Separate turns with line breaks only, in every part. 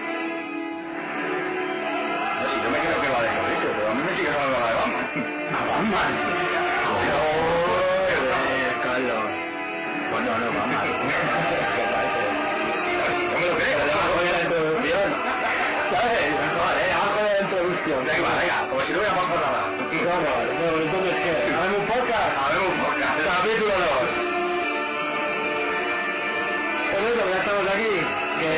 romántica. Flores de calor. Bueno, no, mamá. Se parece. No me lo creo. Debajo de la introducción. ¿Sabes? Mejor, ¿eh? Abajo de la introducción. Venga, venga. Como si no hubiéramos nada. Qué horror. Bueno, entonces, ¿qué? ¿Habemos un podcast? Habemos un podcast. Capítulo 2. Por eso, ya estamos aquí. Que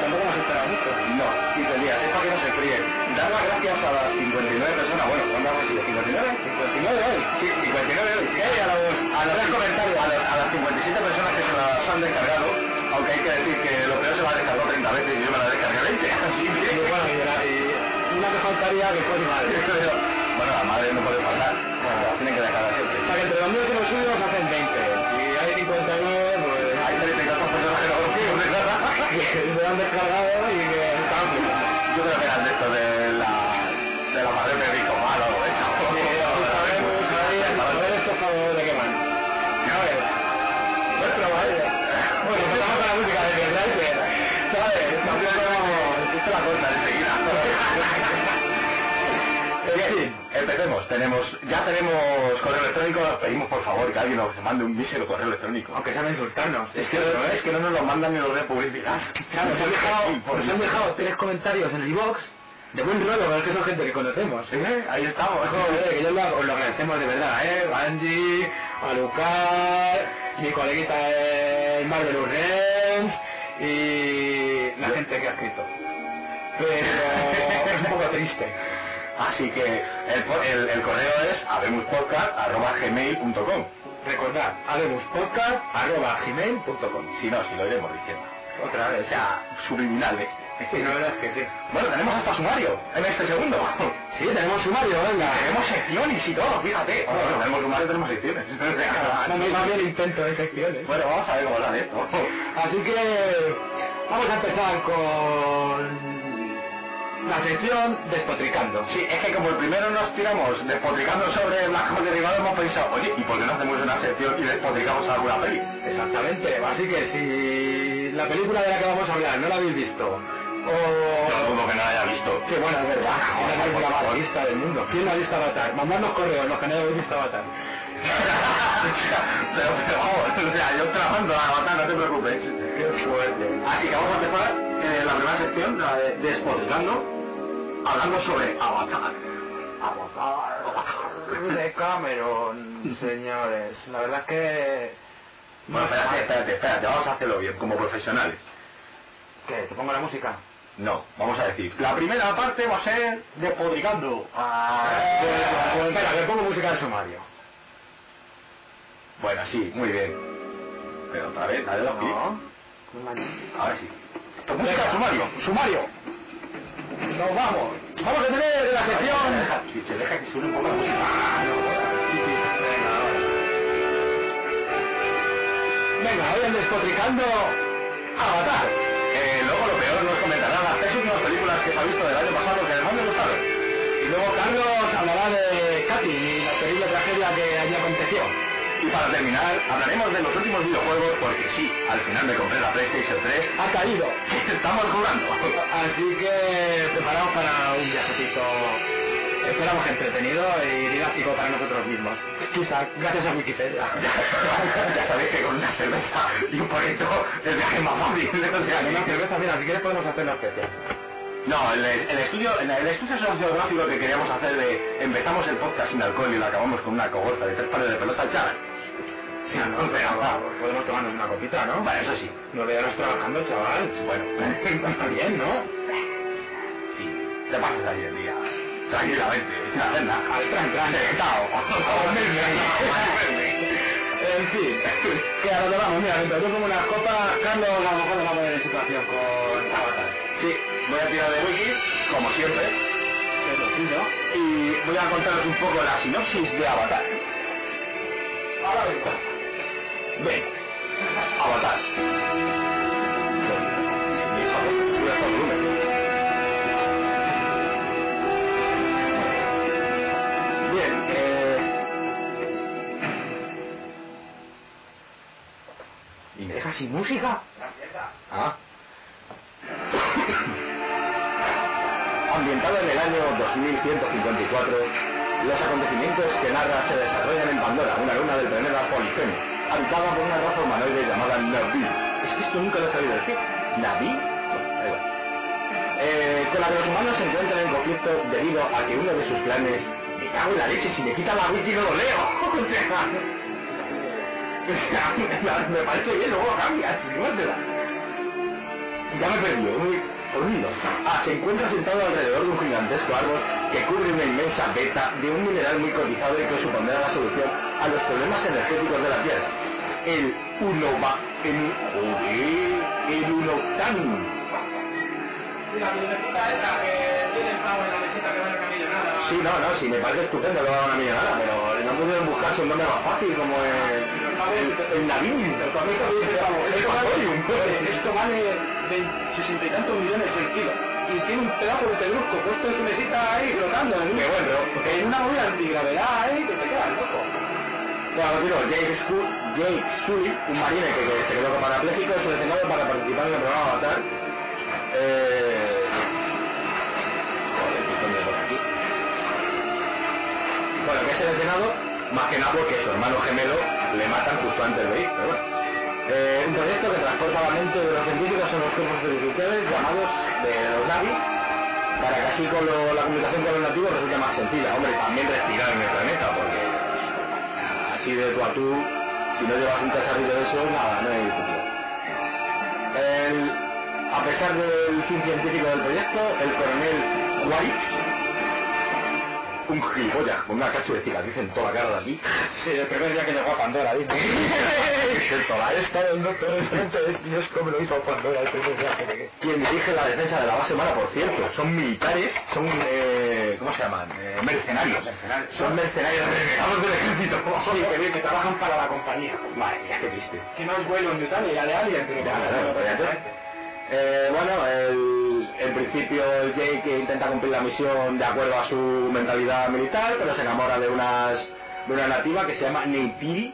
tampoco nos esperaba mucho. No, 15 días. Es para que no se fríen. Dar las gracias a las 59 personas. Bueno, ¿cuántas han sido? ¿59? 59 hoy. Sí, 59 hoy. ¿Qué hay a los, a los comentarios? A, los- a las 57 personas que se las han descargado. Aunque hay que decir que lo peor se va a descargar 30 veces y yo me la descargué 20. Así que... Bueno, y, una que faltaría que fue mi madre. bueno, la madre no puede faltar. Bueno, la tienen que descargar siempre. O sea que entre los míos y los suyos hacen 20. Y hay 59, pues... Hay 34 personas que no consigo, Que se han descargado y que están Yo creo que eran de esto de la... De la madre de Rico Malo, eso. Sí, sabemos, a ver estos favores de qué van. ¿Sabes? Bueno, pero vaya. Bueno, empezamos con la música de verdad, ¿sabes? Entonces, como... Esto la corta enseguida. En fin, empecemos. Tenemos, ya tenemos correo electrónico. Os pedimos por favor que alguien nos mande un mísero correo electrónico. Aunque sean insultarnos. Es que, es que no nos lo mandan ni los de publicidad.
Claro, nos han dejado,
Por
nos han
Dios.
dejado tres comentarios en el iBox de buen rollo, pero es que son gente que conocemos.
¿Eh? Ahí estamos.
Joder, que yo lo, os lo agradecemos de verdad, ¿eh? Angie, Alucar, mi coleguita de Marvel Urgens y la
Yo-
gente que ha escrito. Pero es un poco triste.
Así que el, po- el- el correo es abemuspodcast.gmail.com
Recordad, habemuspodcast.gmail.com
Si no, si lo iremos diciendo.
Otra
O
vez.
sea, subliminal este.
Sí, la verdad es que sí.
Bueno, tenemos hasta sumario en este segundo.
Sí, tenemos sumario, venga.
Tenemos secciones y todo, fíjate. Bueno, tenemos sumario, tenemos secciones.
No, no, más bien intento de secciones.
Bueno, vamos a ver cómo hablar de esto.
Así que vamos a empezar con la sección despotricando.
Sí, es que como el primero nos tiramos despotricando sobre blancos derivados, hemos pensado, oye, ¿y por qué no hacemos una sección y despotricamos alguna peli?
Exactamente, así que si la película de la que vamos a hablar no la habéis visto,
Yo
o...
dudo que no la haya visto. Ah,
Sí, bueno, es verdad, si no es la película
Por
más
favor.
vista del mundo. ¿Quién no ha visto Avatar? Mandadnos correos los que no habéis visto Avatar.
pero, pero vamos, o sea, yo trabajando la batalla, no te preocupes.
Qué fuerte.
Pues, Así que vamos a empezar eh, la primera sección, la de despotricando, hablando sobre Avatar. Avatar.
De Cameron, señores, la verdad es que...
Bueno, espérate, espérate, espérate, vamos a hacerlo bien, como profesionales.
¿Qué? ¿Te pongo la música?
No, vamos a decir. La primera parte va a ser despotricando.
Ah, espera, le pongo música al sumario.
Bueno, sí, muy bien. Pero otra vez, dale los pies. Ahora sí. Esto es música,
Venga.
sumario, sumario.
Nos vamos. Vamos a tener la sección.
Si se deja que suene un poco la música. Sí, sí. Venga, ahora.
Venga, hoy en despotricando Avatar.
Eh, luego lo peor nos comentará las tres últimas películas que se ha visto del año pasado que les han gustado.
Y luego Carlos hablará de Katy y la terrible tragedia que allí aconteció.
Y para terminar, hablaremos de los últimos videojuegos porque sí, al final me compré la PlayStation 3
Ha caído.
y estamos jugando.
Así que preparados para un viajecito. Esperamos que entretenido y didáctico para nosotros mismos. Quizá, gracias a Wikipedia.
ya sabéis que con una cerveza y un poquito el viaje es más fácil. ¿eh? O sea,
Una
que-
cerveza, mira, si quieres podemos hacer la especial.
No, el, el estudio, el, el estudio sociográfico que queríamos hacer de empezamos el podcast sin alcohol y lo acabamos con una cogoza de tres pares de pelota chaval.
Sí,
no,
no,
pero-
podemos tomarnos una copita, ¿no?
Bueno, eso sí.
Nueve horas trabajando, chaval.
Bueno,
Está bien, ¿no?
Sí. Te pasas ahí el día. Tranquilamente, sin hacer nada.
Al tran, tran.
Sentado.
A dormirme. En fin, que a lo que vamos, mira, mientras yo como unas copas, Carlos a lo mejor nos va a poner en situación con Avatar.
Sí, voy a tirar de wiki, como siempre,
Eso sí, ¿no?
y voy a contaros un poco la sinopsis de Avatar.
Ahora vengo.
Ven, Avatar. Y esa voz, sube hasta el volumen.
Bien, eh...
Y
¿Me
eh, me-
dejas sin música?
Ah. Ambientada en el año 2154, Los acontecimientos que narra se desarrollan en Pandora, una luna del planeta Polifemo, habitada por una raza humanoide llamada Navi. Es que esto nunca lo he sabido decir. ¿Navi? Bueno, da igual. Eh, con la que los humanos se encuentran en conflicto debido a que uno de sus planes... Me cago en la leche, si me quita la wiki no lo leo. O sea... O sea, me, me parece bien, luego cambias, guárdela. Ya me he perdido, uy, olvido. Ah, se encuentra sentado alrededor de un gigantesco árbol que cubre una inmensa veta de un mineral muy cotizado y que supondrá la solución a los problemas energéticos de la Tierra. El Unova... El... Joder, el Unoctan.
Sí, la biblioteca esa que tiene el pavo en la mesita que no le cambia nada.
Sí, no, no, sí, me parece estupendo que va a una millonada, pero no pudieron buscarse un nombre más fácil como el... El, el Navín.
Esto vale de sesenta y tantos millones el kilo. Y tiene un pedazo de pedrusco puesto en su mesita ahí flotando en, un-
Qué bueno.
en una movida antigravedad ahí que te quedas loco.
Bueno, continuo. Jake, Scu- Jake Sully, un marine que, que se quedó con parapléjico, seleccionado para participar en el programa Avatar. Eh... joder, qué coño por aquí. Bueno, que es seleccionado más que nada porque su hermano gemelo le matan justo antes de ir, pero bueno. Eh, un proyecto que transporta la mente de los científicos en los cuerpos artificiales llamados de los navis para que así con lo- la comunicación con los nativos resulte más sencilla. Hombre, también respirar en el planeta, porque ah, así de tú a tú, si no llevas un cacharrito de eso, nada, no hay futuro. El- a pesar del fin científico del proyecto, el coronel Waritz, un gilipollas con una cachurecita que dice en toda la cara de aquí,
Sí, el primer día que llegó a Pandora, dice.
excepto la esta del doctor Strange,
es Dios como lo hizo Pandora el primer día que llegué.
quien dirige la defensa de la base humana, por cierto. Son militares, son, eh, ¿cómo se llaman? Eh, mercenarios.
Mercenarios.
Son mercenarios renegados del ejército.
Sí, que, bien, que trabajan para la compañía.
Madre mía, qué triste.
Que no es vuelo Newton y la de alguien, pero
Ya,
para
claro,
hacerlo
podría ser.
perfectamente.
Eh, bueno, el- en principio el Jake intenta cumplir la misión de acuerdo a su mentalidad militar, pero se enamora de unas de una nativa que se llama Neypiri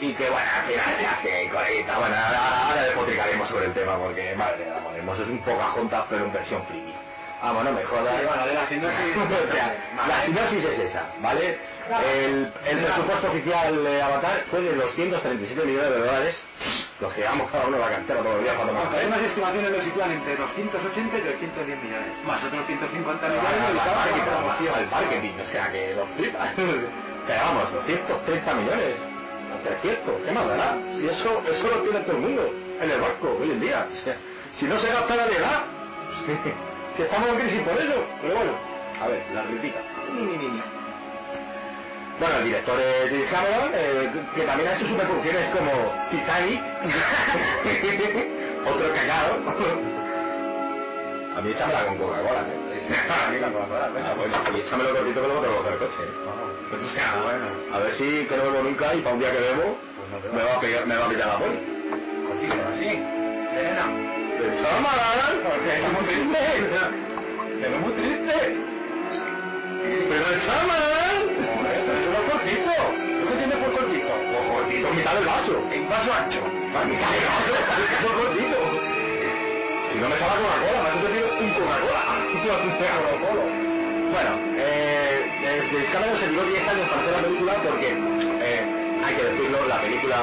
y que bueno, al final se hace coleguita. Bueno, ahora, ahora despotricaremos sobre el tema porque madre de la moremos, es un poca junta pero en versión friki. Vamos, no me jodas.
Sí, bueno, de la sinopsis-
O sea, la sinopsis es esa, ¿vale? El, el presupuesto oficial de Avatar fue de 237 millones de dólares, los que llevamos cada uno a la cantera todos los días para tomar
Aunque hay unas estimaciones lo sitúan entre 280 y 310 millones, más otros 150
Pero
millones
ahora al
dedicados a
marketing, al
la
marketing,
promoción.
al marketing, o sea que los flipas. Pero vamos, 230 millones, o 300, ¿qué más dará? Si eso, eso lo tiene todo el mundo, en el barco, hoy en día. O sea, si no se gasta la edad, si estamos en crisis por eso, pero bueno, a ver, la crítica.
Ni, ni, ni, ni.
Bueno, el director es James Cameron, eh, que también ha hecho superproducciones como Titanic, otro cagado. A mí échamela con Coca-Cola, ¿eh? A mí la Coca-Cola, venga, pues, y échamelo cortito que luego te lo coger el coche. Pues, o sea, a ver si que no bebo nunca y para un día que bebo, me va a pillar, me va a pillar la poli.
Cortito, así. Elena.
¡De chaval! ¡Es muy triste!
Pero muy
triste! ¡Pero el chaval! ¡Pero es un cortito!
¿Tú qué entiendes por cortito?
Pues cortito, mitad del vaso.
En vaso ancho.
Para mí cae vaso, es gordito. Si no me sale Coca-Cola, me has entendido un Coca-Cola. O sea, Coca-Cola. Bueno, eh, desde Escándalo se tiró 10 años para hacer la película porque, eh, hay que decirlo, la película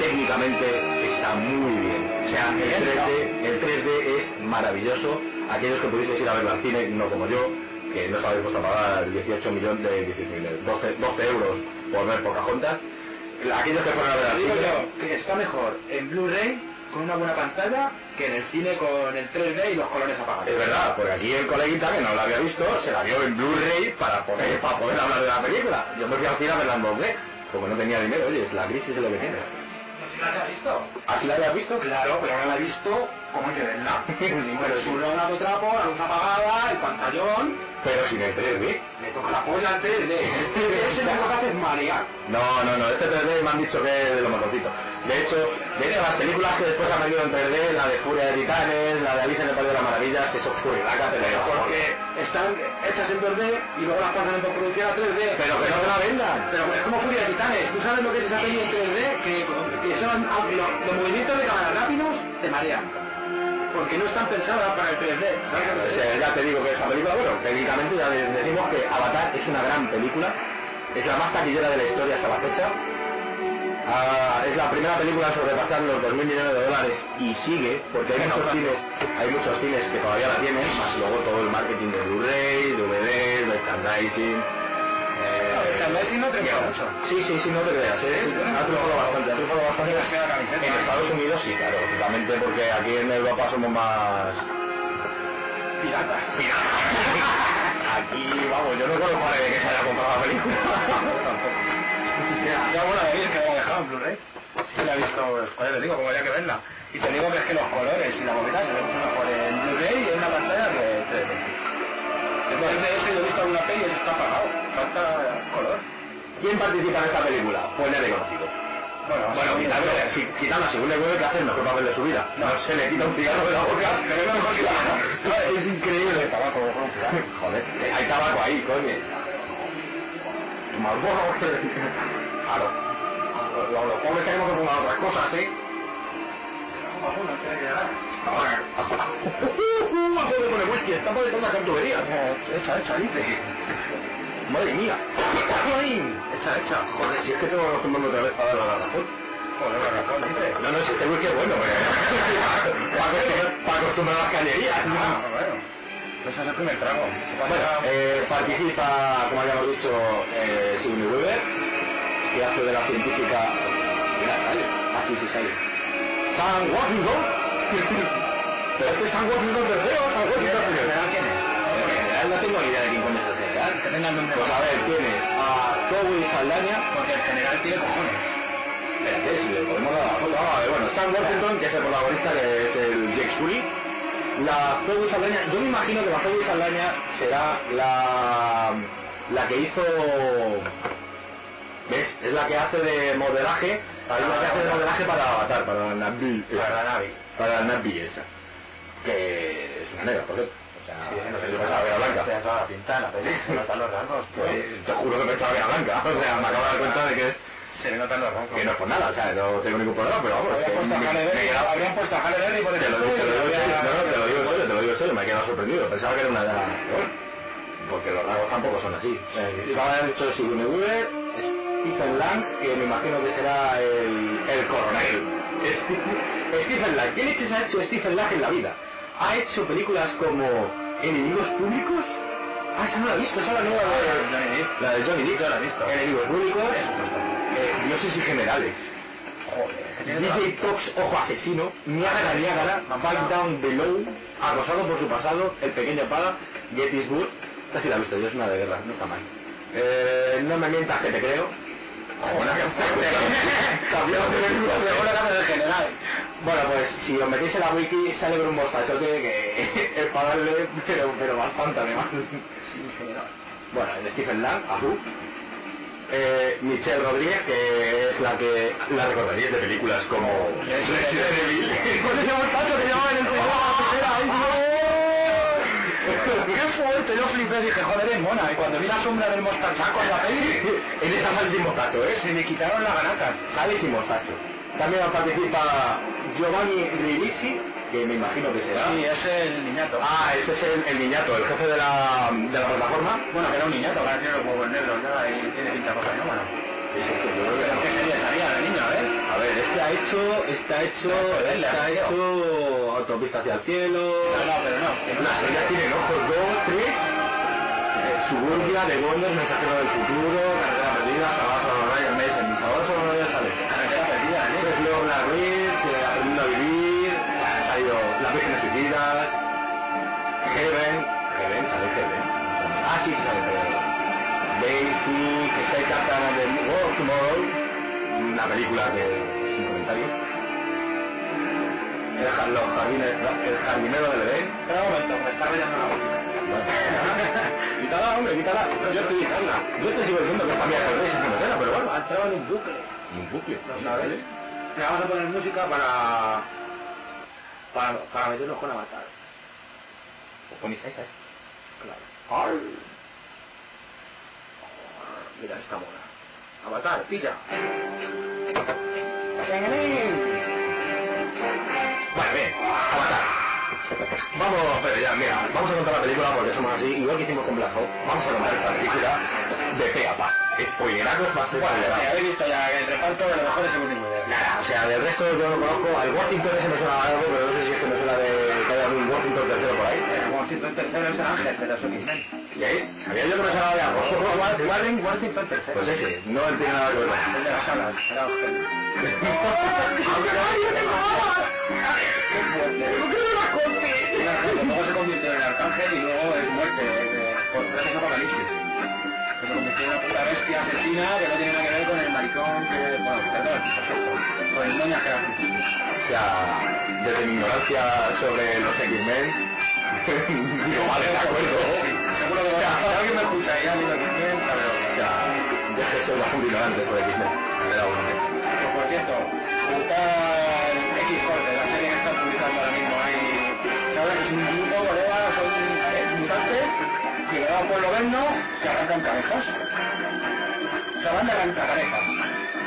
técnicamente está muy bien. O sea, el 3D, el 3D es maravilloso. Aquellos que pudisteis ir a verlo al cine, no como yo, que no sabéis puesto a pagar 18 millones de 19, 12, 12 euros por ver Pocahontas. Aquellos que fueron a ver al
Digo
cine,
yo que está mejor en Blu-ray con una buena pantalla que en el cine con el 3D y los colores apagados.
Es verdad, porque aquí el coleguita que no la había visto se la vio en Blu-ray para, poner- para poder hablar de la película. Yo me fui al cine a verla en 2D, como no tenía dinero, oye, es la crisis es lo que tiene.
¿Si la has visto?
¿Así la habías visto?
Claro, pero ahora la he visto como hay que verla.
Sí, pero sí.
Su rona de trapo, la luz apagada, el pantallón,
Pero sin el 3D.
le toca la polla al 3D. Ese lo que hace es marear.
No, no, no, este 3D me han dicho que es de lo mejorcito. De hecho, de hecho, las películas que después han venido en 3D, la de Furia de Titanes, la de Alicia en el País de las Maravillas, eso fue la pero
Porque están hechas en 2D y luego las pasan en postproducción a 3D.
Pero que no te la vendan.
Pero es como Furia de Titanes, ¿tú sabes lo que es esa peli en 3D? Que, que son ah, lo- los movimientos de cámara rápidos te marean. porque no están pensadas para el 3D.
Pues, eh, ya te digo que esa película, bueno, técnicamente ya de- decimos que Avatar es una gran película, es la más taquillera de la historia hasta la fecha. Ah, es la primera película a sobrepasar los 2.000 millones de dólares y sigue, porque hay muchos cines, hay muchos cines que todavía la tienen, más luego todo el marketing de Blu-ray, DVD, merchandising. eh,
Merchandising no triunfa
ya.
mucho.
Sí, sí, sí, no te creas, eh, sí, ha triunfado bastante, ha triunfado bastante.
la camiseta. ¿eh?
En Estados Unidos sí, claro, lógicamente, porque aquí en Europa somos más
Piratas.
Aquí, vamos, yo no conozco a nadie que se haya comprado la película.
Ya, bueno, la vi, es que la he dejado en Blu-ray. Sí, la he visto, pues, joder, te digo, como había que verla. Y te digo que es que los colores y la movida se ven mucho mejor en Blu-ray y en una pantalla que 3D. Después de eso yo he visto alguna peli y eso está apagado. Falta color.
¿Quién participa en esta película? Pues nadie conocido.
Bueno,
Bueno, quitando, si, quitando a Sigourney Weaver, que hace el mejor papel de su vida. No, se le quita un cigarro de la boca. es increíble. Tabaco, Joder, hay tabaco ahí, coño. Marlboro. Claro. Los, los pobres tenemos que fumar otras cosas, ¿eh?
Alguna, tiene que llegar.
Ajo de poner whisky, está para todas las tuberías.
Hecha, hecha, dice.
Madre mía. Ay.
Hecha, hecha.
Joder, si es que tengo que tomarme otra vez para dar la razón.
Joder, la razón, dice.
No, no, si este whisky es bueno, pero... para, acostumbrar, para acostumbrar las cañerías.
Ah, bueno. Pues ese es el primer trago.
Bueno, eh, participa, como habíamos dicho, eh, Sigourney Weaver, que hace de la científica... Mira, sale. Ah, sí, sí, sale. Sam Washington. pero es que Sam Washington tercero, Sam Washington primero.
quién es?
En general no tengo ni idea de quién coño es el general.
Que tenga el nombre.
Pues a ver, tienes a Toby Saldaña.
Porque el general tiene cojones.
Espérate, si le podemos dar la foto. Vamos a ver, eh, bueno, Sam Worthington, que es el protagonista, que es el Jake Sully. La Phoebe Saldaña, yo me imagino que la Phoebe Saldaña será la, la que hizo... ¿Ves? Es la que hace de modelaje, es la que hace de modelaje para Avatar, para la Navi. esa.
Para la Navi.
Para la Navi esa. Que es una negra, por cierto. O sea, yo pensaba que era blanca.
Te da toda la pinta de la peli, se notan los rasgos.
Pues, te juro que pensaba que era blanca. O sea, me acabo de dar cuenta de que es...
Se le notan los rasgos.
Que no es por nada, o sea, no tengo ningún problema, pero vamos,
Habrían
que
puesto
me-
a Halle
me
Berry,
quedaba-
habrían puesto a Halle Berry por el
Te lo,
culo y
te lo digo en
habría-
serio, no, no, te lo digo en serio, te lo digo en serio, me he quedado sorprendido. Pensaba que era una de las- bueno, Porque los rasgos tampoco son así. Eh, Vamos a haber dicho Sigourney Weaver, Stephen Lang, que me imagino que será el, el coronel. Steve- Stephen Lang, ¿qué leches ha hecho Stephen Lang en la vida? Ha hecho películas como Enemigos Públicos. Ah, esa no la he visto, esa es la nueva de...
Johnny Depp.
La de Johnny Depp,
Yo la he visto.
Enemigos Públicos, eh, Dioses y Generales. DJ Tox, ojo asesino, Niágara Niágara, Back Down Below, acosado por su pasado, El Pequeño Paga, Gettysburg, esta sí la he visto, yo es una de guerra, no está mal. Eh, no me mientas que te creo. Joder, qué fuerte. Cambió de película, seguro que hace de general. Bueno, pues si os metéis en la wiki sale con un mostachote que es para darle, pero, pero bastante además. Bueno, el Stephen Lang, Ahu. Eh, Michelle Rodríguez, que es la que la recordaréis de películas como Resident Evil. Con ese mostacho que llevaba en el primero la tercera, ¡ay, Dios!
Qué fuerte, yo flipé, dije, joder, es mona. Y cuando vi la sombra del mostachaco en la peli,
En esta sale sin mostacho, ¿eh?
se me quitaron las ganatas.
Sale sin mostacho. También participa Giovanni Ribisi, que me imagino que será.
Sí, es el niñato.
Ah, ese es el, el niñato, el jefe de la, de la plataforma.
Bueno, que era un niñato, ahora tiene los huevos negros, nada, y tiene pinta de cocaína, bueno.
Sí, sí, yo creo que
Pero qué serie salía de niño, ¿eh?
A ver, este ha hecho, está hecho,
Joder, le
está
has
hecho autopista hacia el cielo.
No, no, pero no. que no
La serie tiene ojos dos, tres. eh, Suburbia, Demonios, Mensajero del Futuro, Carretera Perdida, Sabazo a los Rayos Mason, Sabazo a los Rayos sale.
Carretera perdida, ¿eh?
Tres León la Red, Aprendiendo a Vivir, ha salido Las Vírgenes Suicidas, Heaven, Heaven, sale Heaven. Ah, sí, sí sale Heaven. Daisy, que está el Captain of the World Tomorrow, una película de sin comentarios. El, jar- los jardines- el jardinero del Edén.
Espera un momento, me está rayando la música.
Quítala, hombre, quítala. Yo estoy quitándola. Yo te sigo diciendo que está bien, pero es conocerla, pero bueno.
Ha entrado en un bucle.
Un bucle.
¿Sabes? Le vamos a poner música para... Para, para meternos con Avatar.
Os ponéis a esa, ¿eh?
Claro.
Ay.
Mira esta mona. Avatar, pilla.
Bueno, bien, Avatar. Vamos, pero ya, mira, vamos a contar la película porque somos así, igual que hicimos con Blazo, vamos a contar esta película de pe a pa. Spoileracos más igual,
Ya habéis visto ya que el reparto de lo mejor es el último día.
Nada, o sea, del resto yo no conozco, al Washington ese me suena algo, pero no sé si es que me suena de que haya un Washington tercero por ahí.
El Washington tercero es el ángel de la Suki.
¿Ya es? Sabía yo que me sonaba de algo.
Warren Washington tercero.
Pues ese, no tiene nada que ver.
El de las alas, el ángel.
¡No quiero más
Luego se convirtió en el arcángel y luego en muerte, eh, por gracias a Apocalipsis. Que se convirtió en una puta bestia asesina que no tiene nada que ver con el maricón que... Bueno, perdón. Con el moña que hace.
O sea, desde mi ignorancia sobre los X-Men, no vale de acuerdo.
Seguro que
O sea,
si alguien me escucha y ya digo que es cabrón.
O sea, deje ser bastante ignorante sobre X-Men. Me da uno.
Pues, Por cierto, buscar X Corte, la serie que están publicando ahora mismo. Hay, ¿sabes? Es un grupo, colegas, son eh, mutantes, que le da un pueblo verno, que arrancan cabezas. O sea, van de arrancar cabezas,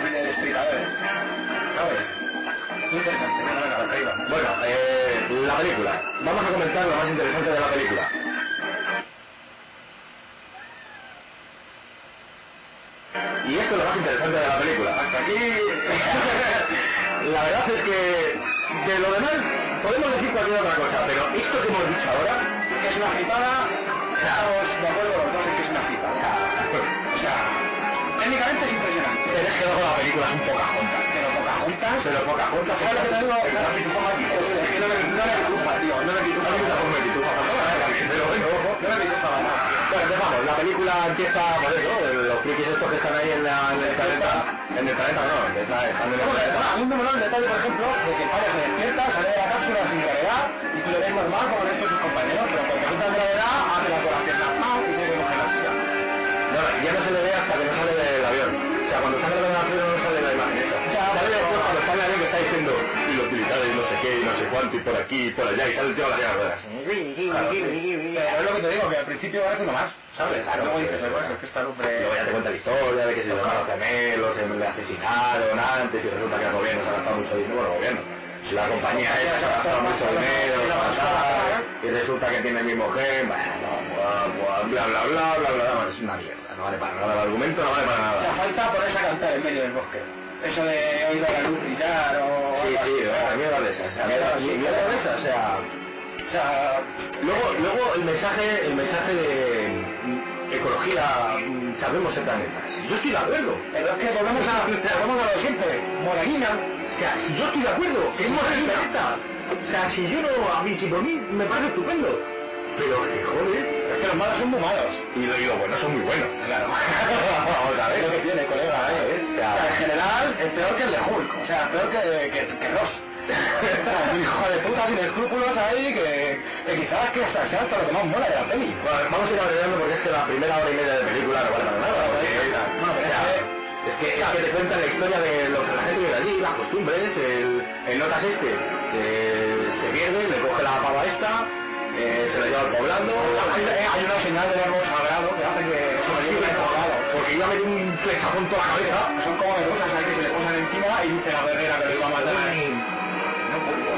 de destritadores. ¿Sabes? Muy interesante, no me la arriba.
Bueno, eh, la película. Vamos a comentar lo más interesante de la película. Y esto es lo más interesante de la película.
Hasta aquí,
La verdad es que de lo demás podemos decir cualquier otra cosa, pero esto que hemos dicho ahora,
que es una flipada, estamos de acuerdo los dos en que es una flipa. O sea, o sea, técnicamente es impresionante,
pero es que luego la película es un poca junta.
pero pocas juntas.
Pero poca junta,
¿Sabes lo que te digo?
Es una pitufa más
Es que ¿eh? no me no me preocupa, tío, no me
No
preocupa.
me gusta comer pitufa, pero bueno.
No me preocupa para nada.
Bueno, empezamos. La película empieza, por eso, los frikis estos que están ahí en, la- en el planeta. En el planeta no, en el planeta- están en el
Bueno,
planeta.
A mí me mola el detalle, por ejemplo, de que el padre se despierta, sale de la cápsula sin gravedad y tú le ves normal como el resto de sus compañeros, pero cuando quitan gravedad, hace las las piernas más y tiene que coger la silla.
No, la silla no se le ve hasta que no sale del avión. O sea, cuando sale del avión no sale la imagen esa.
Ya,
sale
pero-
después cuando sale alguien que está diciendo y los militares no sé qué y no sé cuánto y por aquí y por allá y sale el tío a la silla de ruedas.
Claro, sí. Pero es lo que te digo, que al principio parece lo más, ¿sabes?
Claro,
Luego dices,
sí,
bueno,
sí.
es que esta lumbre...
Luego ya te cuenta la historia de que se llamaron gemelos, se le asesinaron antes y resulta que el gobierno se ha gastado mucho dinero, bueno, el gobierno, la compañía esa se ha gastado mucho dinero, en avanzar, y resulta que tiene el mismo gen, bueno, bla, bla, bla, bla, bla, bla, bla, es una mierda, no vale para nada el argumento, no vale para
O sea,
nada.
falta ponerse a cantar en medio del bosque. Eso de oír a la luz brillar o...
Sí,
algo
sí,
así,
la
¿sabes?
mierda de esa, o sea, mierda sí, mierda de esa, o sea...
O sea,
Luego, luego el mensaje, el mensaje de mm, ecología, mm, salvemos el planeta. Si yo estoy de acuerdo.
Pero es que volvemos a, volvemos a lo de siempre. Moraguina.
O sea, si yo estoy de acuerdo, que es el planeta. O sea, si yo no, a mí, si por mí, me parece estupendo. Pero que joder.
Es que los malos son muy malos.
Y lo digo, bueno, son muy buenos.
Claro.
Vamos a
Es lo que
ver.
tiene, colega, ¿eh?
O
O
sea,
sea, en general, es peor que el de Hulk. O sea, peor que, que, que Ross. Un hijo de puta sin escrúpulos ahí que, que quizás que hasta sea hasta lo que más mola de la peli.
Bueno, vamos a ir abreviando porque es que la primera hora y media de película no vale para nada. Porque es,
Bueno,
o
pero
sea, es que, es que te cuentan la historia de lo que la gente vive allí, las costumbres, el, el notas este, que se pierde, le coge la pava esta, eh, se la lleva al poblando,
Hay, hay una señal del árbol sagrado que hace que...
Ah, Sí,
que-
claro, porque iba a meter un flechazón toda la cabeza.
Son como de cosas ahí que se le posan encima y dice la guerrera que lo iba a matar.
No puedo.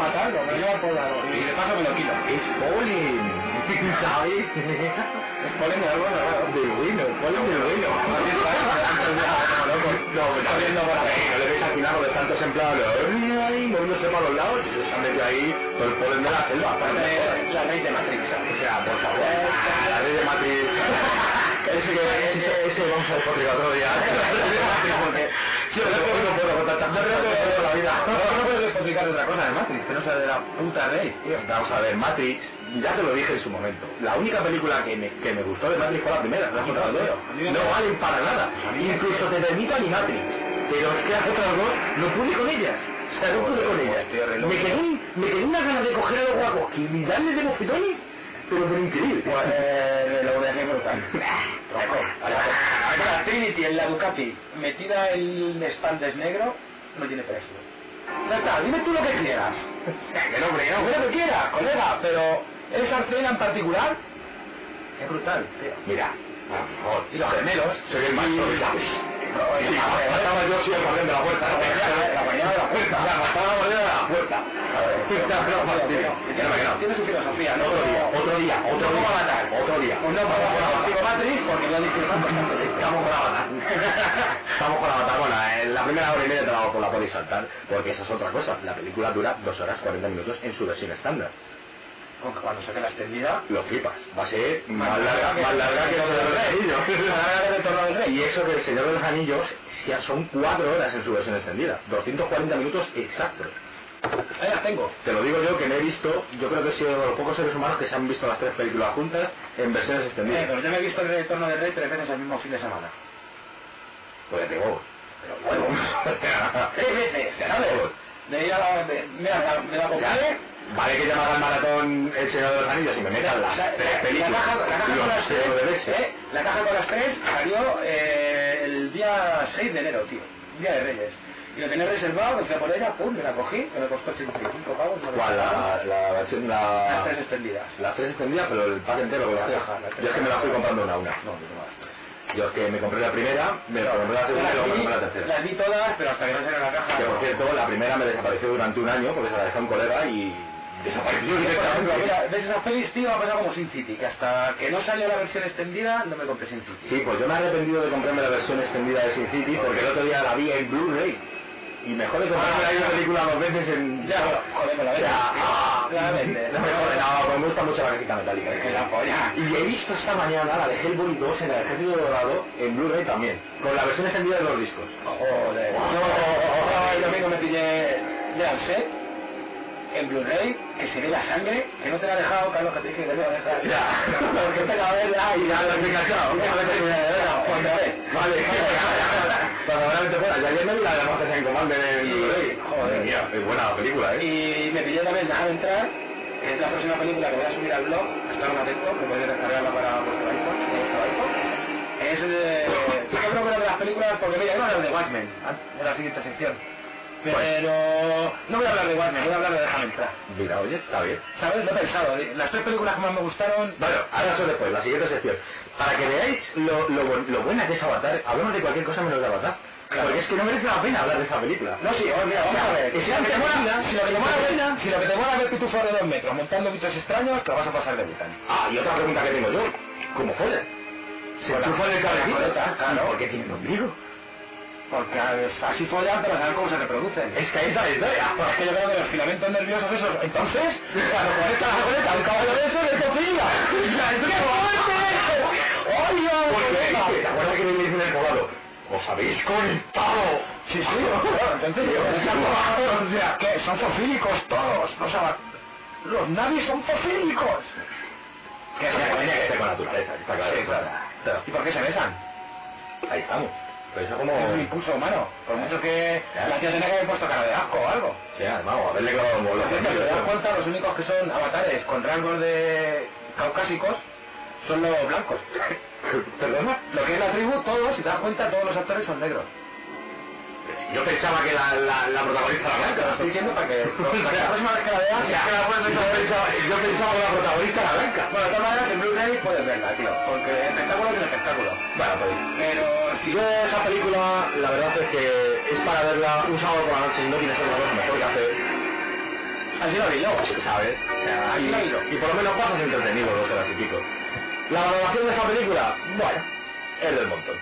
Matarlo, me lleva al poblado. Y de paso me lo quito.
Es Polin, ¿sabes?
Es polen de árbol Ah, sagrado.
Del bueno, Polin del bueno.
Aquí está, Ah, como locos.
No, pues está viendo para ahí, no le ves al final los tantos empleados, lo- ahí, moviéndose para los lados, y se han metido ahí todo el polen de la selva. para que no jodan.
La ley de Matrix. Eh,
O sea, por favor, la ley de Matrix. Ese, ese, ese vamos a despotricar otro día. La ley de Matrix, porque yo no puedo, no puedo contar tantas cosas de toda la
No,
vida.
no puedes explicar otra cosa de Matrix, que no sea de la puta ley.
Vamos a ver, Matrix, ya te lo dije en su momento. La única película que me, que me gustó de Matrix fue la primera, ¿te has contado el rollo? No valen para nada. Incluso te permita ni Matrix. Pero es que las otras dos no pude con ellas. O sea, no pude con ellas. Me quedé, un- me quedé una ganas de coger a los guapos y darles de mosquitones, pero por increíble.
Pues eh, lo voy a decir brutal.
Tronco. Vale, vale.
La Trinity en la Ducati, metida en espandes negro, no tiene precio. Ya está, dime tú lo que quieras.
Que no, hombre, que no.
Lo que quieras, colega, pero esa escena en particular es brutal, tío.
Mira, por favor.
Y los gemelos.
Soy el maestro de llaves.
Pero,
Sí,
eh,
cuando estaba yo soy el guardián de la puerta.
La guardiana de la puerta.
La guardiana de la puerta.
Pero, pero, pero, tiene su filosofía, ¿no? Pues
Otro día, otro día, otro
No
día.
va a matar.
Otro día.
Pues no, para
Otro día.
digo Matrix porque lo ha dicho bastante.
Estamos con la batalla. Estamos con la batalla. Bueno, en la primera hora y media te la, la podéis saltar, porque esa es otra cosa. La película dura 2 horas 40 minutos en su versión estándar.
Aunque Cuando saque la extendida,
Lo flipas. Va a ser más
Más
larga,
larga que-
más larga que el Señor de los
Más larga que el Retorno del
Anillos.
Rey.
Y eso que el Señor de los Anillos sí, son 4 horas en su versión extendida. 240 minutos exactos.
ahí las tengo.
Te lo digo yo que no he visto, yo creo que he sido de los pocos seres humanos que se han visto las tres películas juntas en versiones
Eh,
extendidas.
pero yo me he visto el retorno del rey tres veces el mismo fin de semana.
Pues de huevos. Pero huevos.
Tres veces,
Ya,
¿sabes?
pues.
De ir a la... de- mira, me la, me la compré,
Ya, vale que te haga el maratón El Señor de los Anillos y me metas las
la-
tres
la-
películas.
La caja, la caja con
los
las tres,
CDVDs.
¿eh? La caja con las tres salió eh, el día 6 de enero, tío. Día de Reyes. Y lo tenía reservado, me fui a por ella, pum, me la cogí, que me costó 85 pavos. no me
¿Cuál?
acuerdo.
La, la versión,
Las
la...
tres extendidas.
Las tres extendidas, pero el pack entero con las tres.
Ajá, las tres.
Yo es que me las fui comprando una a una.
No, yo tengo las tres.
Yo es que me compré la primera, me compré la segunda y luego me compré la
Las vi,
tercera.
las vi todas, pero hasta que no salió la caja...
Que por cierto, la primera me desapareció durante un año porque se la dejó un colega y desapareció
Yo, por ejemplo,
directamente.
mira, ves esas pelis, tío, me ha pasado como Sin City, que hasta que no salió la versión extendida, no me compré Sin City.
Sí, pues yo me he arrepentido de comprarme la versión extendida de Sin City porque el otro día la vi en Blu-ray. Y mejor de comprarme la misma película dos veces en...
Ah. Ya, joder, me la
O
vendes.
sea, ah,
Me la vendes.
no me jode, no, pues me gusta mucho la crítica metálica.
Me la polla.
Y he visto esta mañana la de Hellboy 2 en el Ejército Dorado en Blu-ray también, con la versión extendida de los discos.
Joder. No, el domingo me pillé Neon Set en Blu-ray, que se ve la sangre, que no te la ha dejado, Carlos, que te dije que te la iba a dejar.
Ya.
Porque te la ves la y
Ya,
la
las he cachado. Vale, para realmente fuera, ya ayer me vi la de Monsters en Commander en
Y-
Blu-ray.
joder.
mía, es buena película, ¿eh?
Y me pillé también Dejar Entrar, que es la próxima película que voy a subir al blog, estar atentos, que podéis descargarla para vuestro iPhone, vuestro iPhone. Es, eh, yo creo que una de las películas, porque mira, iba a hablar de Watchmen, ah, en la siguiente sección. Pero no voy a hablar de Watchmen, voy a hablar de Dejar Entrar.
Mira, oye, está bien.
¿Sabes? Lo he pensado. ¿eh? Las tres películas que más me gustaron...
Bueno, ahora eso después, la siguiente sección. Para que veáis lo, lo, bu- lo buena que es Avatar, hablemos de cualquier cosa menos de Avatar.
Claro.
Porque es que no merece la pena hablar de esa película.
No, sí, oye, mira, vamos a ver.
que sea
si, lo que te mola,
entretenida,
si lo que te
que
mola
entretenida.
ver- si lo que te mola ver pitufos de dos metros montando bichos extraños, te lo vas a pasar de bután.
Ah, y otra pregunta que tengo yo. ¿Cómo joder? Se
Con la-
enchufa en el
con la
cabecito.
coleta, claro.
¿Por Ah, qué tiene un ombligo?
Porque es- así follan para saber cómo se reproducen.
Es que ahí está la historia.
Bueno, es que yo creo que los filamentos nerviosos esos, entonces, cuando conectas la coleta a un caballo de esos, es cocina. ¡Qué fuerte eso! ¡Ay, Dios,
Porque
colega!
dice, ¿te acuerdas que me dice en el poblado? ¡Os habéis conectado!
Sí, sí, claro, entonces,
Dios,
o sea, que son fofílicos todos, o sea, los navis son fofílicos.
Que tenía que ser con naturaleza, está claro.
Sí, claro.
Está-
¿Y por qué se besan?
Ahí estamos. Pero eso como...
Es un impulso humano. Por mucho que
Claro.
la tía tenga que haber puesto cara de asco o algo.
Sí, vamos, haberle clavado un bolo.
Por cierto, si te das cuenta, los únicos que son avatares con rasgos de caucásicos son los blancos.
¿Perdona?
Lo que es la tribu, todos, si te das cuenta, todos los actores son negros.
Yo pensaba que la, la, la protagonista era
Te lo
blanca.
estoy diciendo para que, para que la próxima vez que la
O
veas...
sea,
que la puedas
yo
ver.
pensaba, yo pensaba que la protagonista era blanca.
Bueno, de todas maneras, en Blu-ray puedes verla, tío. Porque espectáculo es un espectáculo.
Bueno, pues...
Pero
Si
si
yo esa película, la verdad es que es para verla un sábado por la noche y no tienes otra cosa mejor que hacer,
Así lo vi yo.
¿sabes? O sea,
Así la ha ido.
y, y por lo menos pasas entretenido dos horas y pico. La valoración de esta película, bueno, es del montón.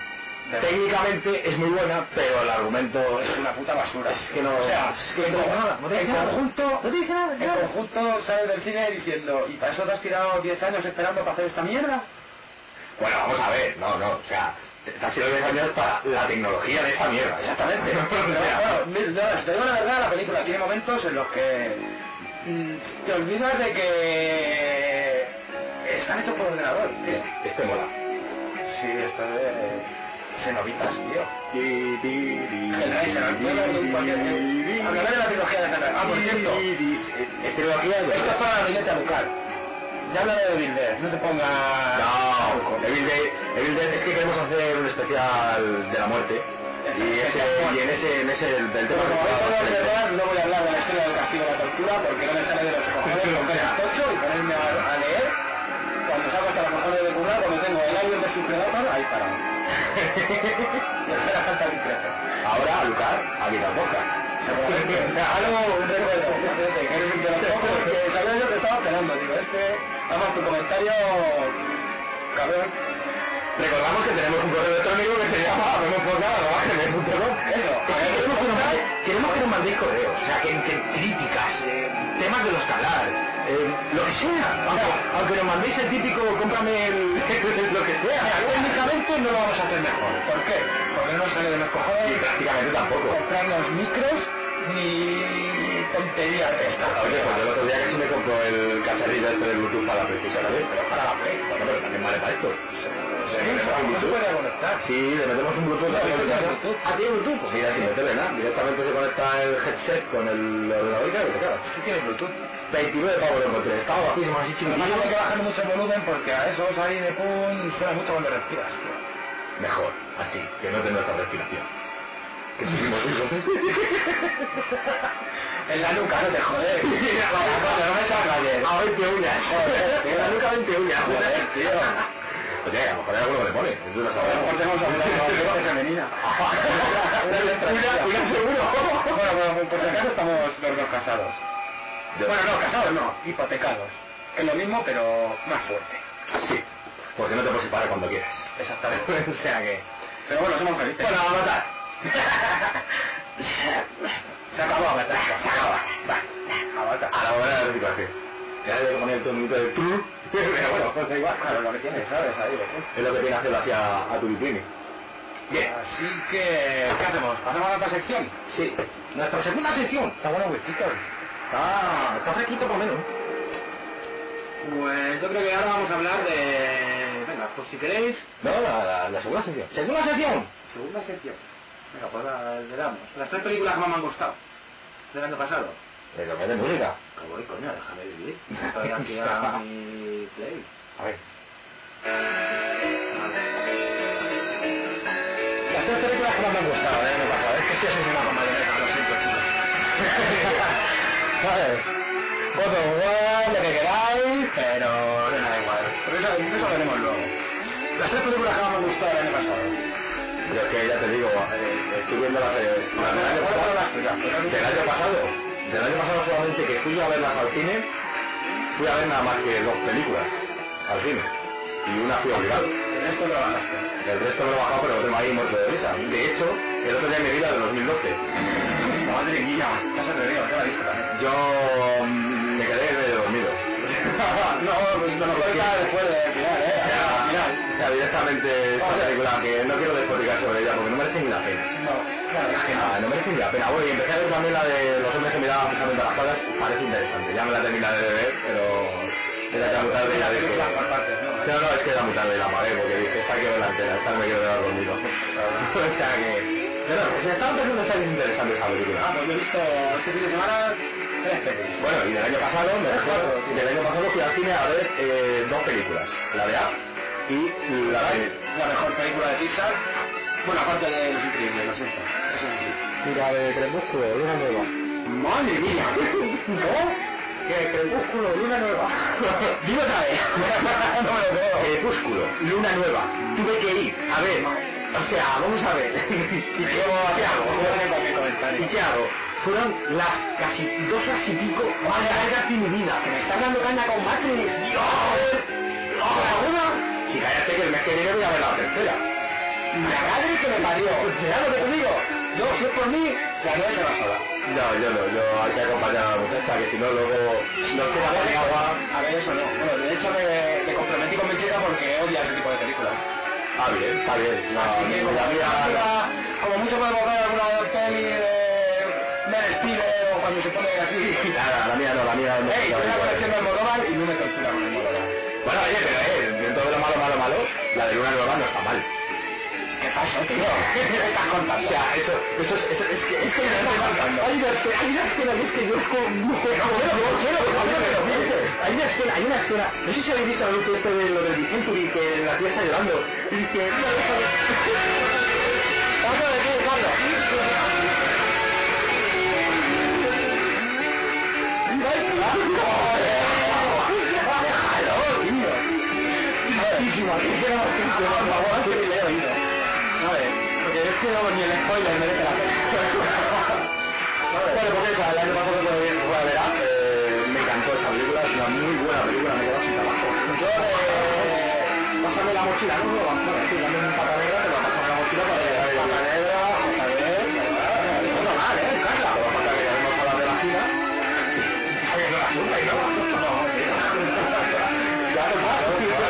Del-
Técnicamente es muy buena, pero el argumento
Es una puta basura.
es que no...
O sea,
es que
en
no,
conjunto-
no te
en
dice nada.
conjunto...
No te dice nada,
El
claro.
conjunto sale del cine diciendo, ¿y para eso te has tirado 10 años esperando para hacer esta mierda?
Bueno, vamos a ver, no, no, o sea, te, te has tirado 10 años para la tecnología de esta mierda.
Exactamente.
O
Pero
sea,
bueno, mira, yo, si te digo la verdad, la película tiene momentos en los que mm, te olvidas de que están hechos por ordenador. Es-
este mola.
Sí, esto de cenobitas, tío. Hellraiser, Hablaré de la trilogía de Hellraiser. Ah, por cierto,
Es trilogía de...
esto es para la viñeta bucal. Ya hablaré de Bill Gates, no te pongas...
No, Evil Dead, Evil Dead es que queremos hacer un especial de la muerte. Y, ese, y en ese, en ese el, el
Pero
tema que
como puedo
hablamos,
observar, no voy a hablar de la historia del castigo de la tortura porque no me sale de los cojones coger el tocho y ponerme a, a leer cuando salgo hasta los cojones de currar cuando tengo el alien versus Predator ahí parado. Y espera falta el precio.
ahora a Lucar, a Vida Boca.
Pues Seguramente. O sea, algo, un recuerdo. Fíjate, que eres un pelotoco que sabía yo que estaba esperando, Además, tu comentario, cabrón.
Recordamos que tenemos un correo electrónico que se llama vemos por nada, gmail.com.
Eso.
Que sí, queremos que nos mandéis- queremos que nos mandéis correos, o sea, que, que críticas, eh, temas de los que hablar, eh, lo que sea. Aunque, aunque nos mandéis el típico, cómprame el, lo que sea.
Técnicamente no lo vamos a hacer mejor. ¿Por qué? Porque no sale de los
Y
cojones
prácticamente tampoco.
comprar los micros ni tonterías de estas.
Oye, pues yo el otro día que sí me compró el cacharrito este de Bluetooth para la precisa, ¿sabes? Pero para la Play. Bueno, pero también vale para esto.
Sí, no se puede conectar.
Sí, le metemos un Bluetooth a la
Sí, tiene
aplicación.
Bluetooth.
Ah, tiene Bluetooth. Pues mira, sin meterle nada. Directamente se conecta el headset con el ordenador y claro, te queda.
Sí tiene Bluetooth.
29 pavos lo encontré. Estaba guapísimo, así
Lo que pasa es
chiquitillo.
que hay que bajar mucho el volumen porque a esos ahí de pum suena mucho cuando respiras.
Mejor, así, que no tenga esta respiración. Que seguimos vivos.
En la nuca, no te jodes. Cuando no me salgas
A 20 uñas.
Joder, tío.
Era nunca 20 uñas.
Joder, tío.
Oye, a lo mejor hay alguno que le pone. Tú lo
A
sabrás.
lo mejor tenemos alguna cosa femenina.
Una, una seguro.
Bueno, bueno, pues, por si acaso estamos los dos casados. Bueno, no, casados no, hipotecados. Es lo mismo, pero más fuerte.
Sí, porque no te puedes separar cuando quieras.
Exactamente.
o sea que...
Pero bueno, somos felices.
Bueno, a matar.
Se acabó Avatar.
Se acaba. Va.
Avatar.
A la hora del reciclaje. Ya le poner el tonito de tru. Pero bueno, pues da igual.
Claro, lo que tiene, ¿sabes? Ahí, ¿eh?
Es lo que tiene hacerlo así a, a tu bikini. Bien.
Así que, ¿qué hacemos? ¿Pasamos a otra sección?
Sí. Nuestra segunda sección.
Está bueno, huequito.
Ah, está fresquito por menos.
Pues yo creo que ahora vamos a hablar de... Venga, pues si queréis...
No, la, la, la segunda sección. ¡Segunda sección!
Segunda sección. Venga, pues la, le damos. Las tres películas que más me han gustado. Del año pasado.
Pero mete música.
Cowboy, coño, déjame vivir. Estoy aquí a mi play.
A ver. Las tres películas que más me han gustado ¿eh? del año pasado. Es que estoy asesinado con mayonesa, lo siento, chicos. ¿Sabes? God of War, lo que queráis, pero no da igual.
Pero eso, de eso veremos luego. Las tres películas que más me han gustado del año pasado.
Yo es que ya te digo, eh, estoy viendo las eh, las del año pasado. Del año pasado. Del año pasado solamente que fui yo a verlas al cine, fui a ver nada más que dos películas al cine. Y una fui obligado.
En esto trabajaste.
El resto me lo he bajado, pero lo tengo ahí muerto de risa. De hecho, el otro día en mi vida, del 2012,
Madre mía, ya se te digo, ya la he visto también.
yo mm, me quedé medio dormido.
no, pues no nos
Porque-
cuenta después del final, ¿eh?
O sea,
Al final.
o sea, directamente esta
Oye.
película que no quiero despotricar sobre ella porque no merece ni la pena.
No, claro, es que no.
Ah, no merece ni la pena. Bueno, y empecé a ver también la de los hombres que miraban fijamente a las caras, parece interesante. Ya me la terminé de ver, pero era ya muy tarde y la dije.
Películas por partes, ¿no?
No, no, es que era muy tarde y la pagué porque dije, esta quiero verla entera, esta no me quiero quedar dormido. o sea que... Pero no, se estaba empezando a estar interesante esa película.
Ah, pues yo he visto este fin de semana tres películas.
Bueno, y del año pasado, me
Pues
refiero, y del año pasado fui al cine a ver eh, dos películas, la de A y la de
La mejor película de Pixar. Bueno, aparte de Los Increíbles, lo siento. Eso sí.
Y la de Crepúsculo, Luna Nueva.
¡Madre mía!
¿Cómo? Que Crepúsculo, Luna Nueva. Dime otra vez.
No me lo creo.
Crepúsculo, Luna Nueva. Tuve que ir, a ver. O sea, vamos a ver. ¿Y qué qué hago? ¿Y qué hago? Fueron las casi dos horas y pico más largas de mi vida. Que me está dando caña con Matrix. ¡Dios! ¡Oh, una! Si cállate que el mes que viene voy a ver la tercera.
La madre que me parió. ¿Sabes Pues lo que te digo? Yo, si es por mí, la nueva se va sola.
No, yo no, yo hay que acompañar a la muchacha, que si no luego nos queda la de agua.
A ver, eso no. Bueno, de hecho me, me comprometí con mi chica porque odia ese tipo de películas.
Ah, bien, está bien. No,
Así que
no,
como,
ya había-
chica, como mucho podemos ver alguna peli de Mel Spider o cuando se pone así.
Nada, la mía no, la mía no.
Ey, yo la
bueno,
colección de Almodóvar y no me tortura con Almodóvar.
oye, pero eh, dentro de lo malo, malo, malo, la de Luna Nueva no está mal.
¿Qué pasa, tío?
me estás contando? O sea, eso, eso, es- eso, es que, es que me estás contando. Hay una escena, hay una escena, que es que yo es que, no sé, no quiero, no quiero, no quiero, no quiero. Hay una escena, hay una escena, no sé si habéis visto la luz esto de lo del Century, que la tía está llorando, y que, no, déjame. Pablo, de ti, Pablo. pues, eh, Déjalo, tío. Santísima, que quiero que se vaya,
Ah, por
vamos,
favor, es que me he oído. ¿Sabes? Porque es que no, ni el spoiler merece la pena.
Bueno, pues esa, el año pasado cuando vi- fue a ver Up, eh, me encantó esa película, es una muy buena película, me quedé sin trabajo
mochila, no lo vamos a decir, dame un patanera, te lo vas a la mochila
pues,
para
eh,
llegar a la patanera, mal, ¿eh? Carla, lo vas a sacar, ya hemos hablado de la gira. Ay, no la suba y no la suba, no, tío. Ya te paso, tío, ya te la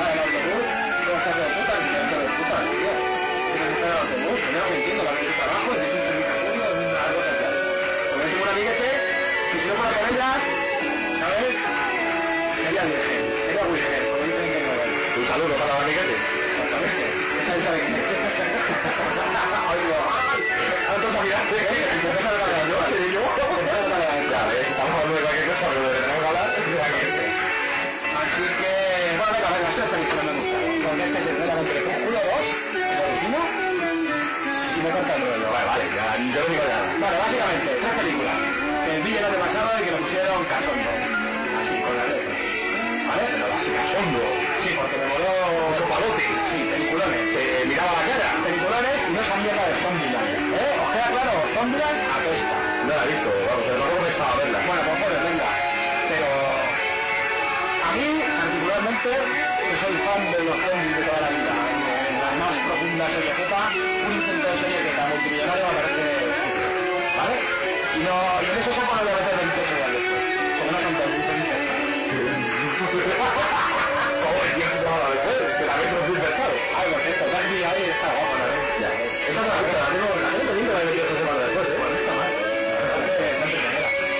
parada del autobús, pero estás de puta, ni tanto de puta, tío. Tienes que estar en el autobús, que no lo entiendo, la gente trabajo, es un servicio público, es una algo que tal. Porque tengo una amiga que, que si no fuera con ella, ¿sabes? Sería virgen, sería virgen, como dicen en Noruega.
Un saludo para la amiguete.
Exactamente. Esa es la de ¿Cuántos hablaste? Empezó a hablar yo, y yo. Empezó a hablar
Ya ves, estamos hablando de cualquier cosa, pero de verdad que hablar es de la amiguete.
Así que, bueno, venga, venga, eso está diciendo me gusta. Porque este es el programa entre Cúsculo 2, el último. Si me falta el rollo.
Vale, vale, ya, yo no digo nada.
Bueno, básicamente, tres películas. Que el vídeo no te pasaba y que lo pusieron cachondo. Así, con la letra. ¿Vale?
Pero así cachondo.
Sí, porque me moló...
Mucho palote.
Sí, peliculones.
Se miraba la cara.
Peliculones y no esa mierda de Zombieland. ¿Eh? ¿Os queda claro? Zombieland apesta.
No la he visto, vamos, pero tampoco pensaba verla.
Bueno, pues joder, venga. Pero a mí, particularmente, que soy fan de los zombies de toda la vida. En la más profunda serie Z, un centro de serie que está multimillonario me parece... ¿Vale? Y, no, y en eso se pone de veces 28 de agosto. pues, Porque no son zombies, son
¿Cómo el tío se llama la verdad? Que la ves en un mercado.
Ay, lo siento, Darby ahí está guapo, la verdad.
Ya, esa es la verdad. La tengo- La gente nunca la he metido esa semana después, ¿eh? Bueno, está
Pues
mal.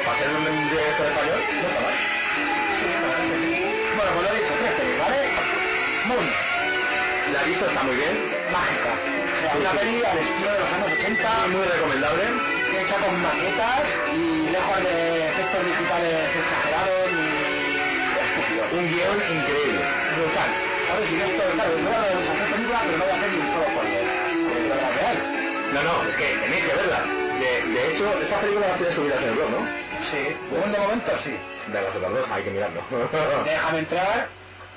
Para ser un un director español, no está mal.
Bueno, pues lo he dicho, tres pelis, ¿vale? Moon.
La he visto, está muy bien.
mágica. O sea, una peli al estilo de los años 80,
Muy recomendable.
hecha con maquetas y lejos de efectos digitales exagerados y estúpidos.
Un guión increíble.
Brutal. ¿Sabes? Y esto, claro, no voy a hacer película, pero no voy a hacer ni un solo corte. Porque la verdad real.
No, no, es que tenéis que verla. De, de hecho, esta película la tienes subidas en el blog, ¿no?
Sí. Bueno, de momento sí.
De las otras dos, hay que mirarlo.
Déjame entrar.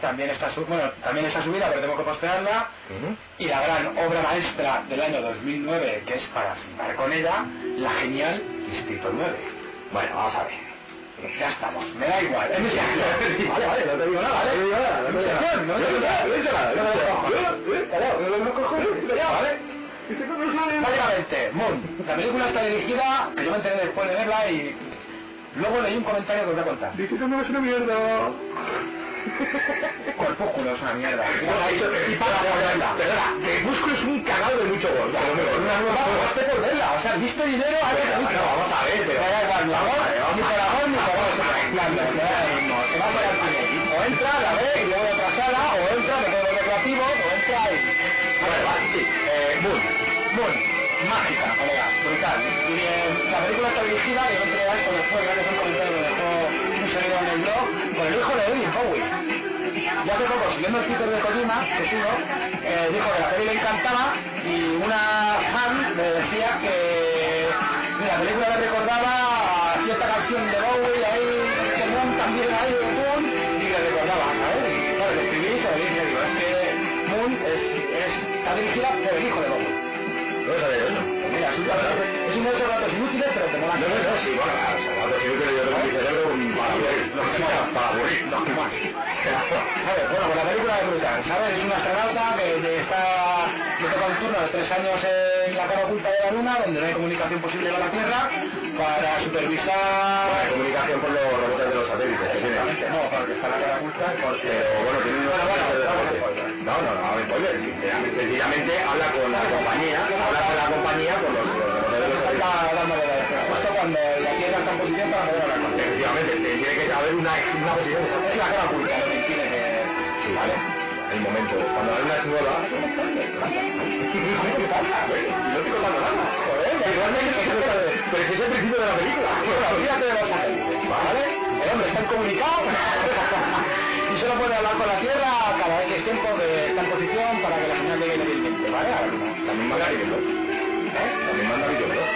También está, su- bueno, también está subida, pero tengo que postearla.
Ujú.
Y la gran obra maestra del año 2009, que es para firmar con ella, la genial Distrito 9.
Bueno, vamos a ver.
Ya estamos, me da igual. Es mi
Sí,
sección.
vale, vale, no te digo nada, ¿vale? No te digo nada, no te digo nada.
No, no,
No te digo nada, no te digo nada, no te digo nada.
no,
Eh, callao, no, no, no, cojo, no, callao, ¿vale?
Básicamente, Moon. La película está dirigida, que yo me enteré después de verla y luego leí un comentario que os voy a contar.
Distrito no es una mierda.
Corpúsculo es una mierda. Y
Bueno,
para
eso-
y para por verla.
Perdona, de Busco es un cagado de mucho gol. por lo menos.
Una nueva pagaste por verla. O sea, viste dinero, hay que
Pero,
mucho.
bueno, vamos a ver,
Me
pero...
da igual, mi amor,
Vale, vamos
mi
a-
corazón, mi
vamos
corazón.
a ver.
La universidad del mismo. Se va a hacer al cine. O entra, la ve y luego otra sala, o entra, me quedo en recreativo, o entra y...
Vale, vale, sí. Eh, Moon.
Bueno, mágica, colega, brutal. Y eh, la película está dirigida, que no te veas con después, gracias a un comentario que dejó un seguidor en el blog, con el hijo de David Bowie. Y hace poco, siguiendo el Twitter de Kojima, que subo, eh, dijo que la peli le encantaba y una fan le decía que la película le recordaba a cierta canción de Bowie, ahí, que Moon también ahí, de Moon, y le recordaba, ¿sabes? Y claro, le escribí y se lo dije, digo, es que Moon es, es, está dirigida por el hijo de Bowie.
No sabía eso.
Mira, es un dato- es uno de esos datos inútiles, pero te mola.
No, no, no, sí, bueno, o sea, cuando sí que yo tengo mi cerebro para morir.
Los que más.
Para morir.
Los que más. ¿Sabes? Bueno, pues la película es brutal, ¿sabes? Es un astronauta que, que está... que toca un turno de tres años en la cara oculta de la Luna, donde no hay comunicación posible con la Tierra, para
La
supervisar...
comunicación por los robots de los satélites que tienen.
No, claro, que está en la cara oculta, porque...
Pero bueno, tiene un
bueno, vamos a
robots de No, no, no, a ver, spoiler, sinceramente, sencillamente habla con la compañía, habla con la compañía por los los robots de los satélites.
Está dando de la justo cuando la Tierra está en posición para poder hablar con él.
Efectivamente, tiene que haber una, una posición exacta.
Es la cara oculta lo que tiene que...
Sí, vale. El momento. Cuando la luna es nueva... Si no estoy contando nada.
Joder, ya igualmente que se te-
Pero si es el principio de la película.
Bueno, fíjate de los satélites, ¿vale? El hombre está incomunicado y solo puede hablar con la Tierra cada X tiempo de esta posición para que la señal llegue inmediatamente, ¿vale? A la Luna.
También manda videoblog.
¿Eh?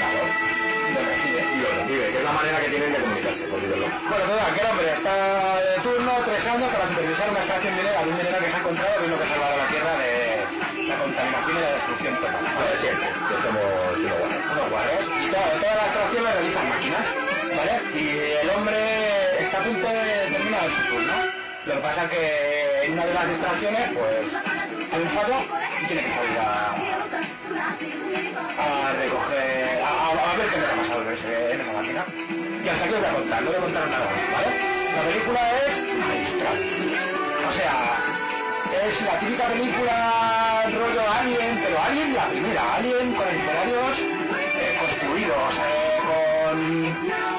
También manda videoblog. Claro.
Y lo recibe.
Y lo recibe, que es la manera que tienen de comunicarse por videoblog.
Bueno, total, que el hombre está de turno tres años para supervisar una extracción minera de un mineral que se ha encontrado que es lo que ha salvado a la Tierra de la contaminación y la destrucción total.
A ver, siempre. Que somos unos guanes.
Unos guarros. Y claro, todas las extracciones realizan máquinas, ¿vale? Y el hombre está a punto de terminar su turno.
Lo que pasa es que en una de las estaciones, pues, hay un fato y tiene que salir a, a recoger, a, a- a ver qué le ha pasado en ese- en esa máquina. Y hasta aquí os voy a contar, no voy a contar nada más, ¿vale? La película es Maestral. O sea, es la típica película rollo Alien, pero Alien la primera, Alien con escenarios eh, construidos, eh, con,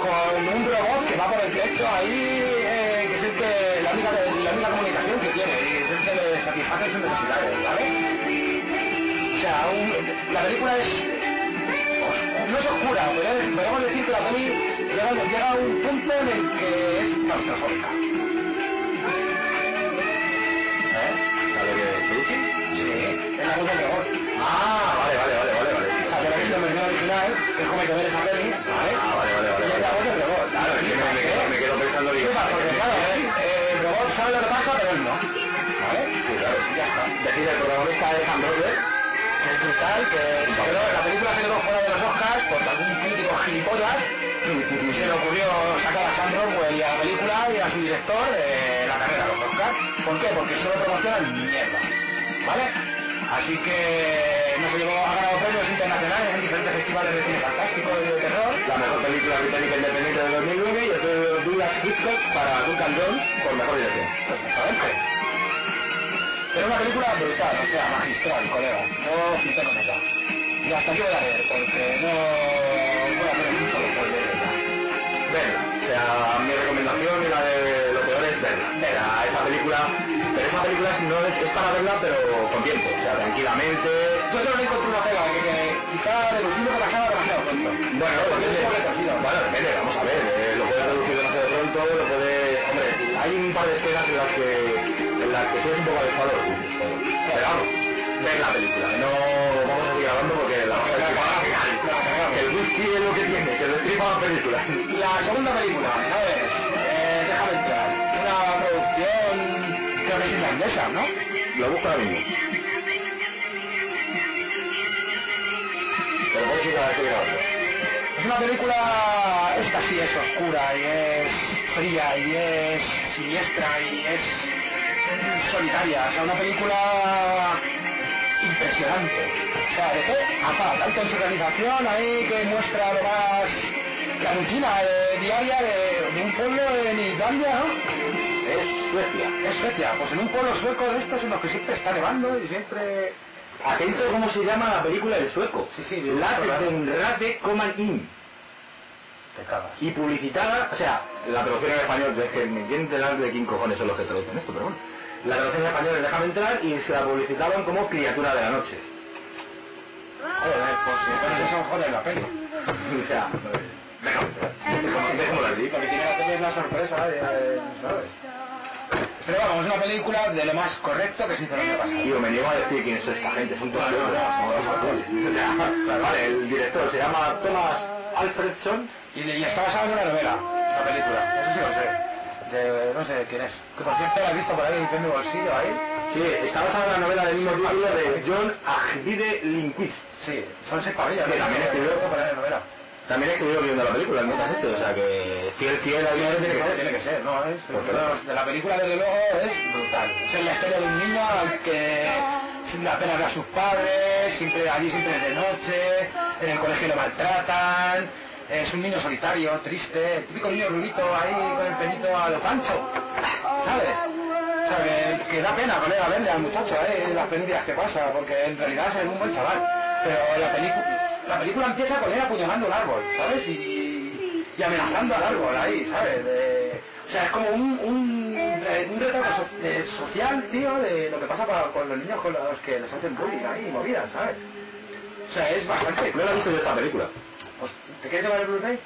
con un robot que va por el techo ahí, eh, que es el que, la única, la única comunicación que tiene, y es el que le satisface sus necesidades, ¿vale? O sea, un- la película es os- no es oscura, pero es- podemos decir que la peli llega, llega a un punto en el que es claustrofóbica. ¿Eh?
¿A lo que sí?
Sí, es la cosa peor.
Ah, vale, vale, vale, vale,
O sea, pero es la versión original, que es como hay que ver esa peli, ¿vale?
Ah, vale, vale, vale.
Y es la cosa peor.
Claro, es que me, me quedo, me quedo pensando, digo,
Sí, va, porque claro, eh, el robot sabe lo que pasa, pero él no. ¿Vale?
Sí, claro.
Ya está.
Decir, el protagonista es Sam Rockwell.
el cristal, que se quedó- la película se quedó fuera de los Oscars porque algún crítico gilipollas se le ocurrió sacar a Sam Rockwell y a la película y a su director eh, la carrera de los Oscars. ¿Por qué? Porque solo promocionan mierda, ¿vale? Así que no se llevó a ganado premios internacionales en diferentes festivales de cine fantástico y de terror.
La mejor película británica independiente del 2009 y el premio Douglas Hitchcock para Duncan and Jones por mejor dirección.
Pues, Exactamente. Pero una película brutal, o sea, magistral, colega. No flipé con ella. Y hasta aquí voy a ver, porque no voy a hacer mucho los spoilers,
eh,
¿verdad?
Verla. O sea, mi recomendación y la de lo peor es verla. Verla, esa película, pero esa película no es, es para verla, pero con tiempo. O sea, tranquilamente.
Yo solo le encontré una pega, que, que quizá deduciendo que pasaba demasiado pronto.
Bueno,
porque
depende,
es sobre torcido.
bueno, depende, vamos a ver, eh, lo puedes reducir demasiado pronto, lo puedes... Hombre, hay un par de escenas en las que, en las que sí es un poco alejado del público, pero vamos, ver la película, no vamos a seguir hablando porque la vamos a destripar al final. El whisky es lo que tiene, que destripa las películas.
La segunda película, ¿sabes? Eh, déjame entrar. Una producción, creo que es irlandesa, ¿no?
Lo busco ahora mismo. Pero puedes ir a seguir grabando.
Es una película, esta sí es oscura y es fría y es siniestra y es solitaria. O sea, una película impresionante. pues, O sea, de fe a pa, tanto en su realización ahí que muestra lo más la rutina eh, diaria de, de un pueblo en Islandia, ¿no?
Es Suecia.
Es Suecia, pues en un pueblo sueco de estos en los que siempre está nevando y siempre...
Atento a cómo se llama la película del sueco.
Sí, sí, de-
Late den rate coman in.
Te cagas.
Y publicitada, o sea, la traducción en español, es que me quieren enterar de quién cojones son los que traducen esto, pero bueno. La traducción en español es Déjame entrar y se la publicitaban como Criatura de la Noche. eh,
Joder, pues si pones eso, joder la peli.
o sea, eh, déjame entrar. Dejémoslo- Dejémoslo así.
Porque tiene que tener la sorpresa, de,
eh,
¿sabes? Pero vamos, es una película de lo más correcto que se hizo el año pasado.
Tío, me niego a decir quién es esta gente, son todos
No, no,
locos,
no,
son todos
no,
locos. O sea, Vale, el director se llama Thomas Alfredson.
Y, y está basada en una novela, la película. Eso sí lo sé. De, no sé de quién es. Que por cierto la he visto por ahí en mi bolsillo ahí.
Sí, está basada en la novela del mismo título de John Agdide Linquist.
Sí, son seis pavillas.
Que también escribió-
por ahí en la novela.
También escribió viendo la película, ¿no estás este? O sea que fiel, fiel a Dios
Tiene que ser, tiene que ser, ¿no? Es,
¿Por qué no?
de la película, desde luego, es brutal. O sea, es la historia de un niño al que sin apenas ver a sus padres, siempre allí siempre es de noche, en el colegio lo maltratan, es un niño solitario, triste, el típico niño rubito ahí con el pelito a lo pancho, ¿sabes? O sea, que, que da pena, colega, verle al muchacho, ¿eh? Las penurias que pasa, porque en realidad es un buen chaval. Pero la, pelicu- la película empieza con él apuñalando un árbol, ¿sabes? Y, y amenazando al árbol ahí, ¿sabes? De- o sea, es como un, un, re- un retrato so- eh, social, tío, de lo que pasa pa- con los niños con los que les hacen bullying ahí, movidas, ¿sabes? O sea, es bastante...
No la he visto yo esta película. Pues,
Os- ¿Te quieres llevar el Blu-ray?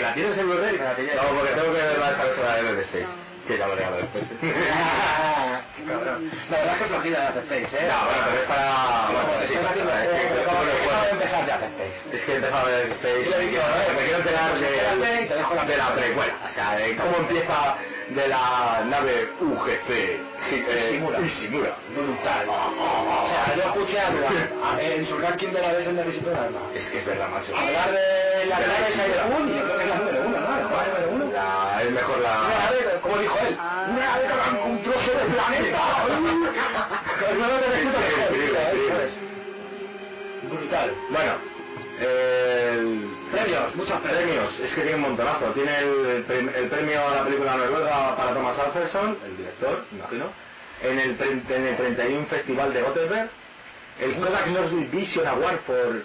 ¿La tienes en Blu-ray?
La tenía.
No, porque tengo que verla esta noche la de Dead Space. Que ya lo regalo después.
Qué cabrón. La verdad es que flojita la hacéis, ¿eh?
No, bueno, pero es para... Bueno, sí,
Estás haciendo-
es que-
eh, acabo de- acabo de
bueno,
empezar de hacéis.
Es que he empezado a ver Space.
Sí, lo he dicho,
a ver, me quiero enterar
Espérate y te dejo la
de, de la
precuela.
precuela. O sea, de cómo empieza de la nave UGC eh, Ah,
Ishimura.
Ishimura.
brutal. O sea, yo escuché a Duran a- en su ranking de la vez en la visita de alma.
Es que es verdad, macho.
Hablar de la
De la
clave
Ishimura.
Saiyajun, yo creo que es la Ah. número uno, ¿no? La número uno.
La- es mejor la...
Una ave, como dijo él, una ave con Bueno, eh, premios, muchos premios. Es que tiene un montonazo. Tiene el, pre- el premio a la película noruega para Thomas Alfredson, el director, me imagino. En el, tre- en el 31 Festival de Gothenburg. El Kodak Nordic Vision Award por,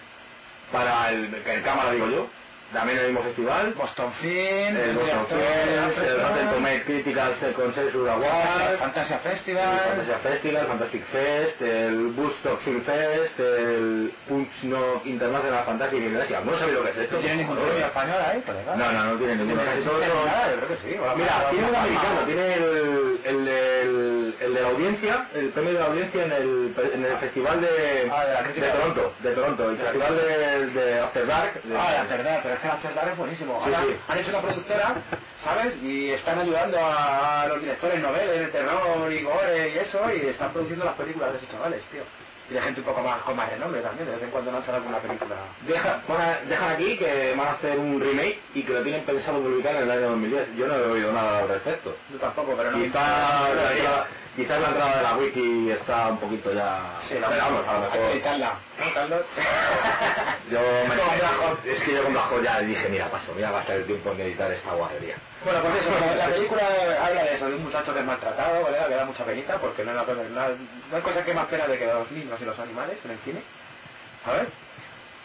para el, el cámara, digo yo. También en el mismo festival.
Boston Film,
El Boston
director,
Films, el
Alfredson,
Rotten Tomatoes Critical Consensus
Fantasia-
Award.
Fantasia
El
Festival,
Fantasia Festival, Fantastic Fest, el Woodstock Film Fest, el Punch No International Fantasy University. No sabéis lo que es esto.
no tiene ningún premio español ahí, colega.
No, no, no tiene
No
ningún
tiene
Solo-
nada, yo creo que sí. o la-
Mira,
la-
tiene un
la-
americano, tiene el, el, el- el de la audiencia, el premio de la audiencia en el, en el festival de,
Ah, de la
de
crítica.
Toronto, de Toronto, el
De la
festival de, de After Dark. de-
Ah, la verdad, pero es que la verdad es buenísimo.
Sí,
Ahora
sí.
Han hecho una productora, ¿sabes? Y están ayudando a, a los directores noveles de terror y gore y eso, y están produciendo las películas de esos chavales, tío. Y de gente un poco más con más renombre también, de vez en cuando lanzan alguna película.
Deja- van a- dejan aquí que van a hacer un remake y que lo tienen pensado publicar en el año 2010. Yo no he oído nada al respecto.
Yo tampoco, pero no.
Quizás
no
la,
debería.
entrada- quizás la entrada de la wiki está un poquito ya...
Sí, la
Pero vamos, a lo
Hay que
mejor...
editarla.
Yo me
Con Blackhawk.
Es que yo con Black ya dije, mira, paso, mira, va a estar el tiempo en editar esta guardería.
Bueno, pues eso, la, la película habla de eso, de un muchacho que es maltratado, ¿vale? que da mucha penita, porque no es la cosa, no, no hay cosa que más pena de que los niños y los animales en el cine, ¿sabes?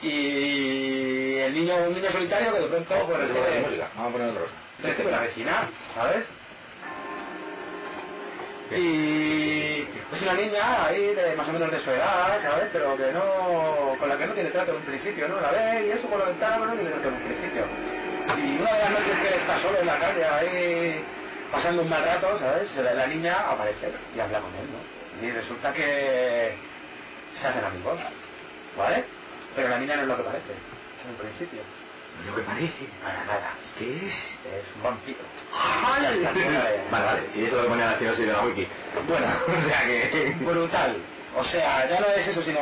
Y el niño, un niño solitario que de pronto pues,
Vamos a poner
recibe,
música, vamos a poner otra cosa.
recibe Este la vecina, ¿sabes? Y es una niña ahí de más o menos de su edad, ¿sabes? Pero que no, con la que no tiene trato en un principio, ¿no? La ve y eso por la ventana, pero no tiene trato en un principio. Y una de las noches que él está solo en la calle ahí pasando un mal rato, ¿sabes? Se la, la niña aparece y habla con él, ¿no? Y resulta que se hacen amigos, ¿vale? Pero la niña no es lo que parece, en un principio.
Lo que parece
Para nada,
es que es...
es un vampiro.
Vale, vale, si eso lo que ponía la sinopsis de la wiki.
Bueno,
O sea que...
brutal. O sea, ya no es eso, sino...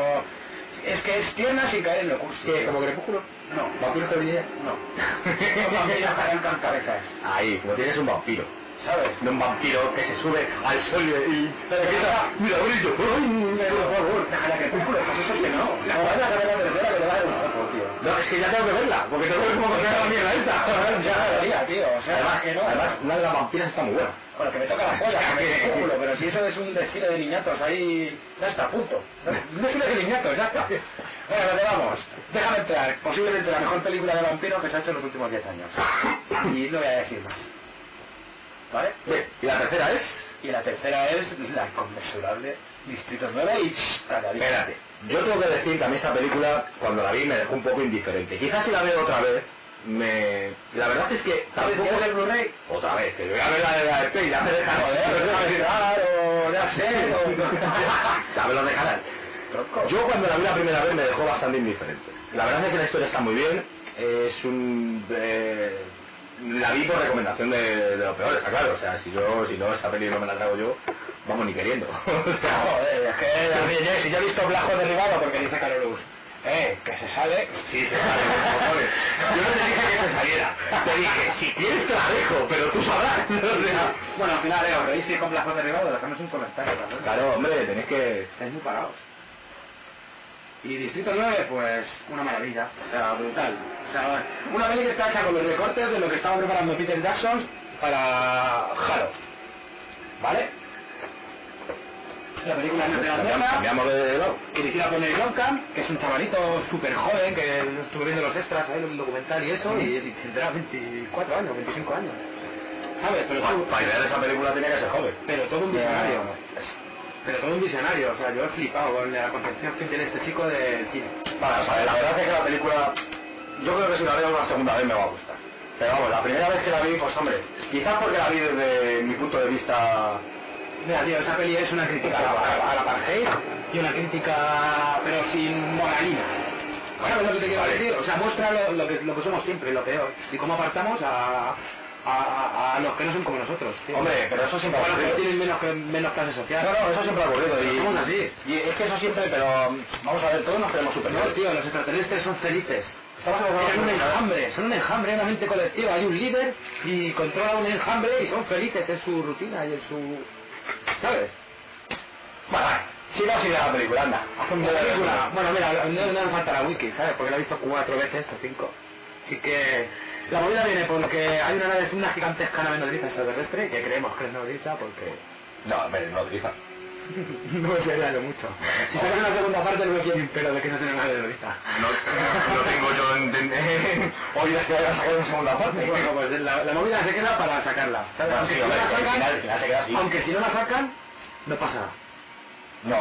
Es que es tierna sin caer en lo cursi.
¿Qué? ¿Como crepúsculo?
No,
¿Vampiro Cordillera?
no. Son vampiros que arrancan cabezas,
Ahí, como tienes un vampiro.
¿sabes?
No un vampiro que se sube al sol y... y-
Pero que está-
¡Mira, brillo! ¡Ay,
Pero, por favor, déjala que cúscule, pues eso es que no. No vayas a ver la tercera que le va a dar un poco, tío.
No, es que ya tengo que verla, porque tengo que ver cómo contar la mierda esta.
Ya la vería, tío. O sea,
Además,
que no.
además, la de las vampiras está muy buena.
Bueno, que me toca la polla, que me toca el culo, pero si eso es un desfile de niñatos ahí, ya está, punto. Un desfile de niñatos, ya está. Bueno, ¿dónde vamos? Déjame entrar, posiblemente la mejor película de vampiro que se ha hecho en los últimos 10 años. Y no voy a decir más. ¿Vale?
Bien, y la tercera es...
Y la tercera es la inconmensurable Distrito 9 y... Calladito.
Espérate, yo tengo que decir que a mí esa película, cuando la vi, me dejó un poco indiferente. Quizás si la veo otra vez, me... La verdad es que
¿Sabes
tampoco...
quién es el Blu-ray?
Otra vez, que voy a ver la de la de Play, ya me dejan...
Joder, déjame entrar, o ya sé, o...
Ya me lo dejarán.
Tronco.
Yo cuando la vi la primera vez me dejó bastante indiferente. La verdad es que la historia está muy bien. Es un... eh, la vi por recomendación de, de lo peor, está claro. O sea, si yo, si no, esa peli no me la trago yo, vamos ni queriendo. O sea,
Joder, es que también, eh, si yo he visto Blajo derribado porque dice Carolus, eh, que se sale,
sí, se sale, cojones. Yo no te dije que se saliera. Te dije, si quieres te la dejo, pero tú sabrás. O sea,
Bueno, al final, eh, os reís que con Blajo derribado, dejadnos un comentario, cabrón.
claro, hombre, tenéis que...
Estáis muy parados. Y Distrito 9, pues, una maravilla, o sea, brutal. O sea, una vez que está hecha con los recortes de lo que estaba preparando Peter Jackson para Halo. ¿Vale? La película neozelandesa.
Cambiamos de lado.
dirigida por Neil Blomkamp, que es un chavalito súper joven, que estuve viendo los extras ahí en un documental y eso, y, y tendrá 24 años, 25 años. ¿Sabes? Pero,
Pa-
tú-
Para idear esa película tenía que ser joven.
pero todo un visionario. Pero todo un visionario, o sea, yo he flipado con la concepción que tiene este chico del cine.
Vale, o sea, la verdad es que la película, yo creo que si la veo una segunda vez me va a gustar. Pero vamos, la primera vez que la vi, pues hombre, quizás porque la vi desde mi punto de vista...
Mira, tío, esa peli es una crítica a la, a la- a la apartheid y una crítica, pero sin moralina. ¿Sabes lo que te quiero
Vale.
decir? O sea, muestra lo, lo que, lo que somos siempre, lo peor, y cómo apartamos a, a- a los que no son como nosotros. tío.
Hombre, pero eso siempre ha
Bueno, que
ocurrido.
tienen menos, que- menos clase social.
No, no, eso siempre ha ocurrido y...
Somos así.
Y es que eso siempre, pero vamos a ver, todos nos creemos
No,
superiores.
tío, los extraterrestres son felices.
Estamos
Son un
hablando
enjambre, son un enjambre, una mente colectiva. Hay un líder y controla un enjambre y son felices en su rutina y en su... ¿Sabes?
Vale,
Sí, no, sí, de la película, anda.
La película,
Bueno, mira, no, no me falta la wiki, ¿sabes? Porque la he visto cuatro veces o cinco. Así que la movida viene porque hay una nave, una gigantesca nave nodriza extraterrestre que creemos que es nodriza porque
No, hombre, no utiliza.
no me fiaría yo mucho. Si sacan una segunda parte no me fío ni un pelo de que eso sea una nave nodriza.
No, no tengo yo entender.
Oye, es que vayan a sacar una segunda
parte.
Bueno, pues la, la movida se queda para sacarla. ¿sabes?
Bueno,
aunque,
sí,
si no
hombre,
la
al
sacan,
final- al final se queda así.
aunque si no la sacan, no pasa nada.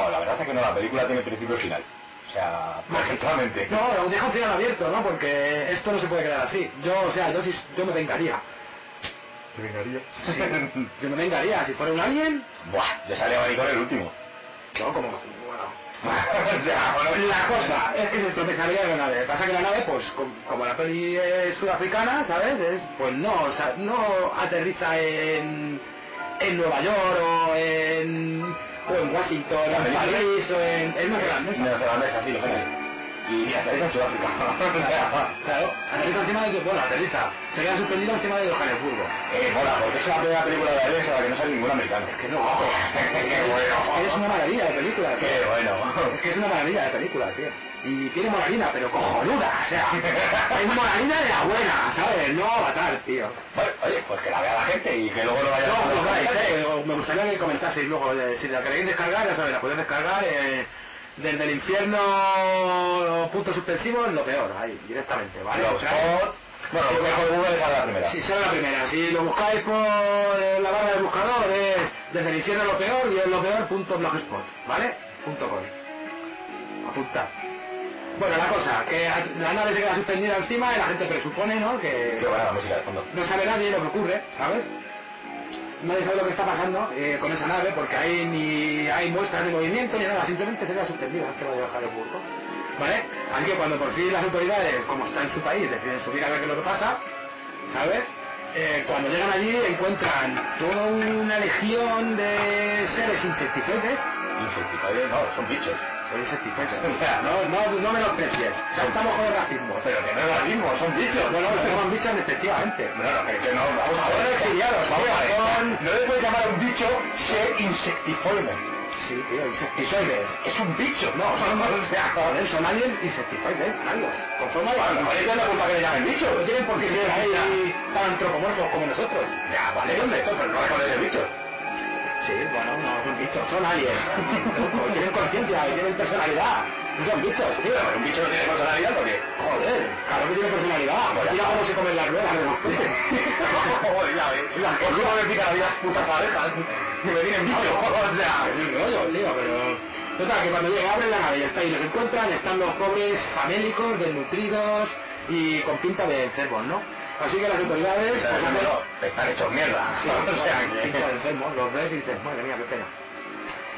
No, la verdad es que no, la película tiene principio y final. O sea, perfectamente.
No, lo deja un final abierto, ¿no? Porque esto no se puede quedar así. Yo, o sea, yo, sí- yo me vengaría.
¿Te vengaría?
Sí, yo me vengaría. Si fuera un alien,
Buah, ya sale maricón el último.
yo como... Bueno.
o sea, bueno,
La cosa es que se estropezaría la nave. Pasa que la nave, pues, com- como la peli es sudafricana, ¿sabes? Es- pues no, o sea, no aterriza en, en Nueva York o en, o en Washington,
La
o en
película-
París o en, en Nueva
neozelandesa, sí, lo sé. Y ya está en Sudáfrica. o sea,
Claro, aterriza encima de que, bueno, aterriza. Se queda suspendido encima de Johannesburgo.
eh, mola, porque es la primera película de Alex en la que no sale ningún americano.
Es que no, ojo. es que
Qué bueno.
es que es una maravilla de película, tío.
Qué bueno.
Es que es una maravilla de película, tío. Y tiene moralina, pero cojonuda, o sea, es moralina de la buena, ¿sabes? No avatar, tío.
Bueno, oye, pues que la vea la gente y que luego lo vaya
No,
a
os pongáis, eh, o- me gustaría que comentaseis luego, eh, si la queréis descargar, ya sabéis, la podéis descargar eh, desde el infierno, puntos suspensivos, lo peor, ahí, directamente, ¿vale?
Los
Claro.
pod- Bueno, lo que mejor Google es a la primera.
Si sale la primera, si lo buscáis por eh, la barra del buscador es desde el infierno lo peor y es lo peor punto blogspot, ¿vale? Punto com. Apunta. Bueno, la cosa, que a- la nave se queda suspendida encima y la gente presupone, ¿no?
Qué
Que
buena la música de fondo.
no sabe nadie lo que ocurre, ¿sabes? Nadie sabe lo que está pasando eh, con esa nave porque ahí ni hay muestras de movimiento ni nada, simplemente se queda suspendida que vaya a bajar el burgo. ¿Vale? Así que cuando por fin las autoridades, como está en su país, deciden subir a ver qué es lo que pasa, ¿sabes? Eh, cuando llegan allí encuentran toda una legión de seres insecticides.
Insecticidas, no, son bichos.
Son insecticides. O sea, no, no, no menosprecies. O sea, estamos con el racismo.
Pero que no es racismo, son bichos.
Bueno, los llaman bichos efectivamente.
No, no, que, que no, vamos a
Son
ver.
exiliados,
Vamos a ver.
son-
No le puedes llamar a un bicho ser insectiforme.
Sí, tío, insecticides.
Es un bicho, no,
No, son,
o sea,
joder, son aliens insecticides, Carlos. Con forma de...
Bueno, ahorita es la culpa que le llamen bicho.
No tienen por qué ser ahí tan antropomorfos como nosotros.
Ya, vale, hombre, esto, pero no dejan de ser bichos.
Sí, bueno, no son bichos, son aliens. Truco, tienen conciencia, y tienen personalidad. No son bichos, tío.
Tío, pero un bicho no tiene personalidad porque...
Joder, claro que tiene personalidad.
Vaya.
Mira cómo se comen las ruedas de los coches.
Joder, ya eh. ves. ¿Por qué no me pican a mí las putas abejas? Que me tienen bicho, o sea...
Es un rollo, tío, pero... Total, que cuando llega, abren la nave y está ahí, los encuentran, están los pobres famélicos, desnutridos y con pinta de enfermos, ¿no? Así que las autoridades...
O sea,
pues, hacen-
no, están hechos mierda.
Sí,
o sea,
pinta de
que...
enfermo, los ves y dices, madre mía, qué pena.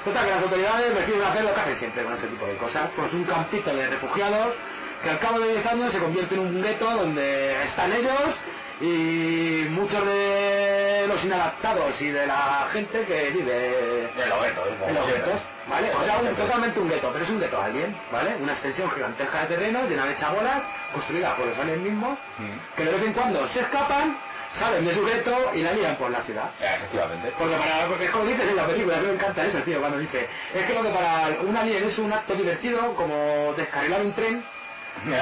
Total, que las autoridades deciden hacer lo que hacen siempre con este tipo de cosas, pues un campito de refugiados que al cabo de 10 años se convierte en un gueto donde están ellos y muchos de los inadaptados y de la gente que vive
De los guetos,
en
como
los
siempre.
guetos, ¿vale? O sea, un- totalmente un gueto, pero es un gueto alguien, ¿vale? Una extensión gigantesca de terreno llena de chabolas, construida por los aliens mismos,
Mm.
que de vez en cuando se escapan, salen de su gueto y la lían por la ciudad.
Ya, Efectivamente.
Porque, para, porque es como dices en la película, a mí me encanta eso, tío, cuando dice, es que lo que para un alien es un acto divertido, como descarrilar un tren,
Joder.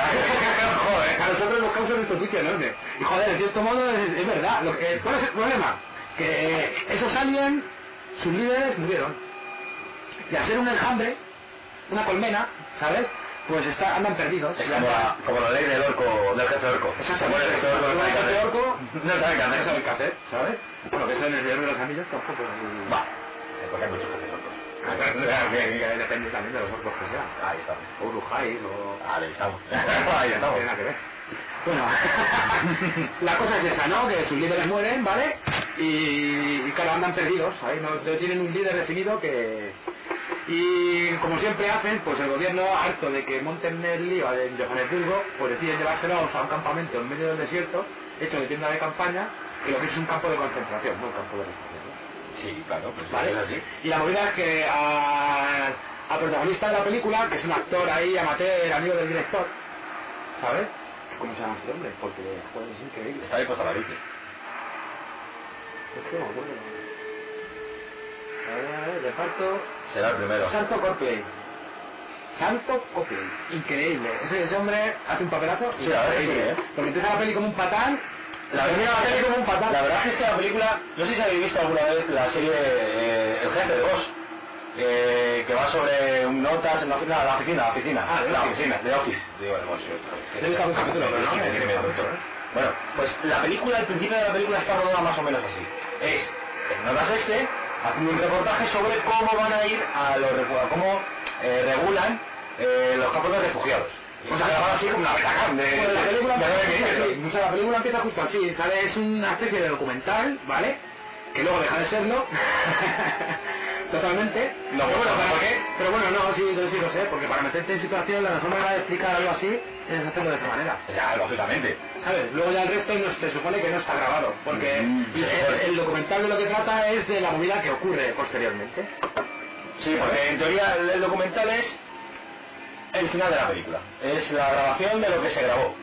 a nosotros nos causa un estropicio enorme. Y joder, en cierto modo es, es verdad. Lo que- ¿Cuál es el problema? Que esos aliens, sus líderes murieron. Y al ser un enjambre, una colmena, ¿sabes? Pues está, andan perdidos.
Es como la, como la ley del orco, del jefe orco. Se muere el jefe orco, no
Como
sabe
el jefe
qué hacer.
orco,
no sabe qué hacer.
No saben qué hacer, ¿sabes? Bueno, que eso en el Señor de los Anillos tampoco es así.
Va. Porque hay muchos jefes orcos. O sea, que- que-
Depende también de los orcos que sean.
Ahí estamos.
O brujáis o...
Ahí estamos. Ahí
No
estamos.
tiene nada que ver. Bueno, la cosa es esa, ¿no? Que sus líderes mueren, ¿vale? Y, y claro, andan perdidos, ahí no, no tienen un líder definido que... Y como siempre hacen, pues el gobierno, harto de que monten el lío en Johannesburgo, pues deciden llevárselos a un campamento en medio del desierto, hecho de tienda de campaña, que lo que es un campo de concentración, no un campo de refugiados.
Sí, claro. Pues
¿Vale?
es así.
Y la movida es que a- al protagonista de la película, que es un actor ahí, amateur, amigo del director, ¿sabes? ¿Cómo se llama ese hombre? Porque joder, es increíble.
Está dispuesto a la bici.
Es que no me acuerdo. A ver, a ver, reparto.
Será el primero.
Santo Copley. Santo Copley. Increíble. Ese, ese hombre hace un papelazo.
Sí, la verdad que sí, ¿eh?
Porque empieza la peli como un patán.
La
termina
verdad,
la peli como un patán.
la verdad es que esta película, no sé si habéis visto alguna vez la serie eh, El jefe de vos, eh, que va sobre un notas en la oficina, la oficina, la oficina,
Ah, de
la
Office.
oficina, de Office, digo, de Bosch.
He visto algún capítulo, pero no,
Sí,
no,
pues, tiene medio
no,
capítulo.
no.
Bueno, pues la película, el principio de la película está rodada más o menos así. Es el notas este haciendo un reportaje sobre cómo van a ir a los refugiados, cómo eh, regulan eh, los campos de refugiados.
O sea,
grabado así como una petacán de...
Pues la película
de nueve
empieza
minutos.
así, o sea, la película empieza justo así, ¿sale? Es una especie de documental, ¿vale? Que luego deja de serlo. Totalmente.
No,
pero, bueno,
no,
para,
¿por qué?
pero bueno, no, sí, yo sí lo sé, porque para meterte en situación, la mejor manera de explicar algo así es hacerlo de esa manera.
Ya, lógicamente.
¿Sabes? Luego ya el resto no, se supone que no está grabado, porque
Mm,
y
se
el,
supone.
el documental de lo que trata es de la movida que ocurre posteriormente.
Sí, porque en teoría el, el documental es el final de la película. Es la grabación de lo que se grabó.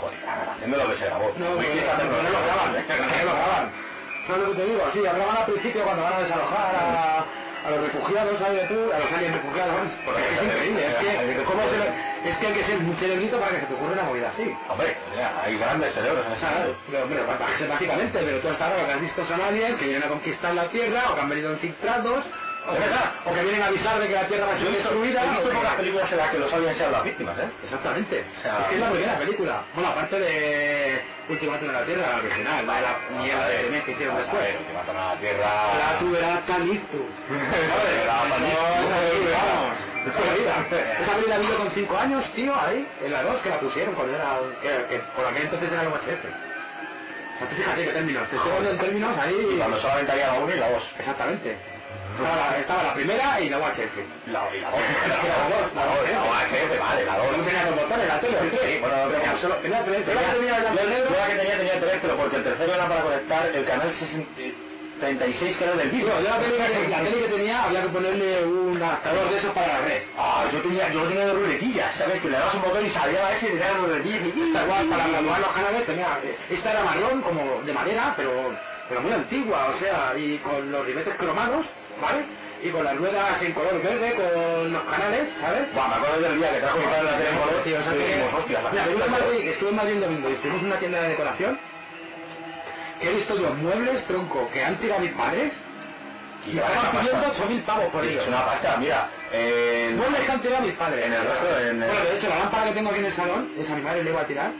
Joder, la grabación de lo que se grabó.
No,
Muy
no,
triste hacerlo.
no, no lo graban, no lo graban. ¿Sabes lo que te digo? Sí, hablaban al principio cuando van a desalojar a, a los refugiados, ¿sabes tú? A los aliens refugiados.
Porque
es que es
se te-
increíble, es que,
se-
¿cómo se le- es que hay que ser muy cerebrito para que se te ocurra una movida así.
Hombre, mira, hay grandes cerebros en ese
¿Sabes?
mundo.
Pero, hombre, va- va- básicamente, pero tú hasta ahora lo que has visto son aliens que vienen a conquistar la Tierra o que han venido infiltrados. O
Es verdad.
que, o que vienen a avisar de que la Tierra va a
Yo
ser
he visto,
destruida.
he visto
o que-
pocas películas en las que los aliens sean las víctimas, ¿eh?
Exactamente.
O sea,
es que es la primera película. Bueno, aparte de Ultimátum a la Tierra, la original, la de la mierda de Tenet que hicieron
Vamos a
después.
ver, que matan a la tierra.
La tu verás Calipto.
Joder, la
Vamos. Toda la vida. Esa película la vi yo con 5 años, tío, ahí, en la 2 que la pusieron cuando era. que, que por aquel entonces era el VHF. O sea, tú fíjate qué términos. Te estoy hablando en términos
Y
ahí.
cuando solamente había la 1 y la 2.
Exactamente. Estaba la, estaba la primera y la VHF.
La y la 2.
La dos, la
La 2,
dos,
la 2, vale, la 2.
No tenía dos botones, la tele, el tres.
Sí, bueno, no,
Tenía
pero-
solo- tenía tres,
Yo
tenía-
la que tenía tenía tres, pero porque el tercero era para conectar el canal 36 que era del
Sí,
vídeo.
bueno, yo la tele, que, la tele que tenía había que ponerle un adaptador de esos para la red.
Ah, yo tenía, yo tenía de ruletillas, ¿sabes? Que le dabas un botón y salía ese y le dabas ruletillas y
Tal cual, para graduar los canales tenía... Esta era marrón, como de madera, pero, pero muy antigua, o sea, y con los ribetes cromados, ¿vale? Y con las ruedas en color verde, con los canales, ¿sabes?
Buah, me acuerdo del día que trajo mi padre la tele en color,
Tío, o sea,
y
que-
dijimos, hostia, la
Mira,
tele
estuve
en
en
color.
Madrid, estuve en Madrid el domingo y estuvimos en una tienda de decoración que he visto los muebles, tronco, que han tirado mis padres
Sí,
y
vale, una
están
pasta.
pidiendo 8.000 pavos por
Sí,
ellos.
Es una pasta, mira. eh,
No les han tirado a mis padres.
En el resto, en el-
Bueno, de hecho, la lámpara que tengo aquí en el salón, esa a mi madre le iba a tirar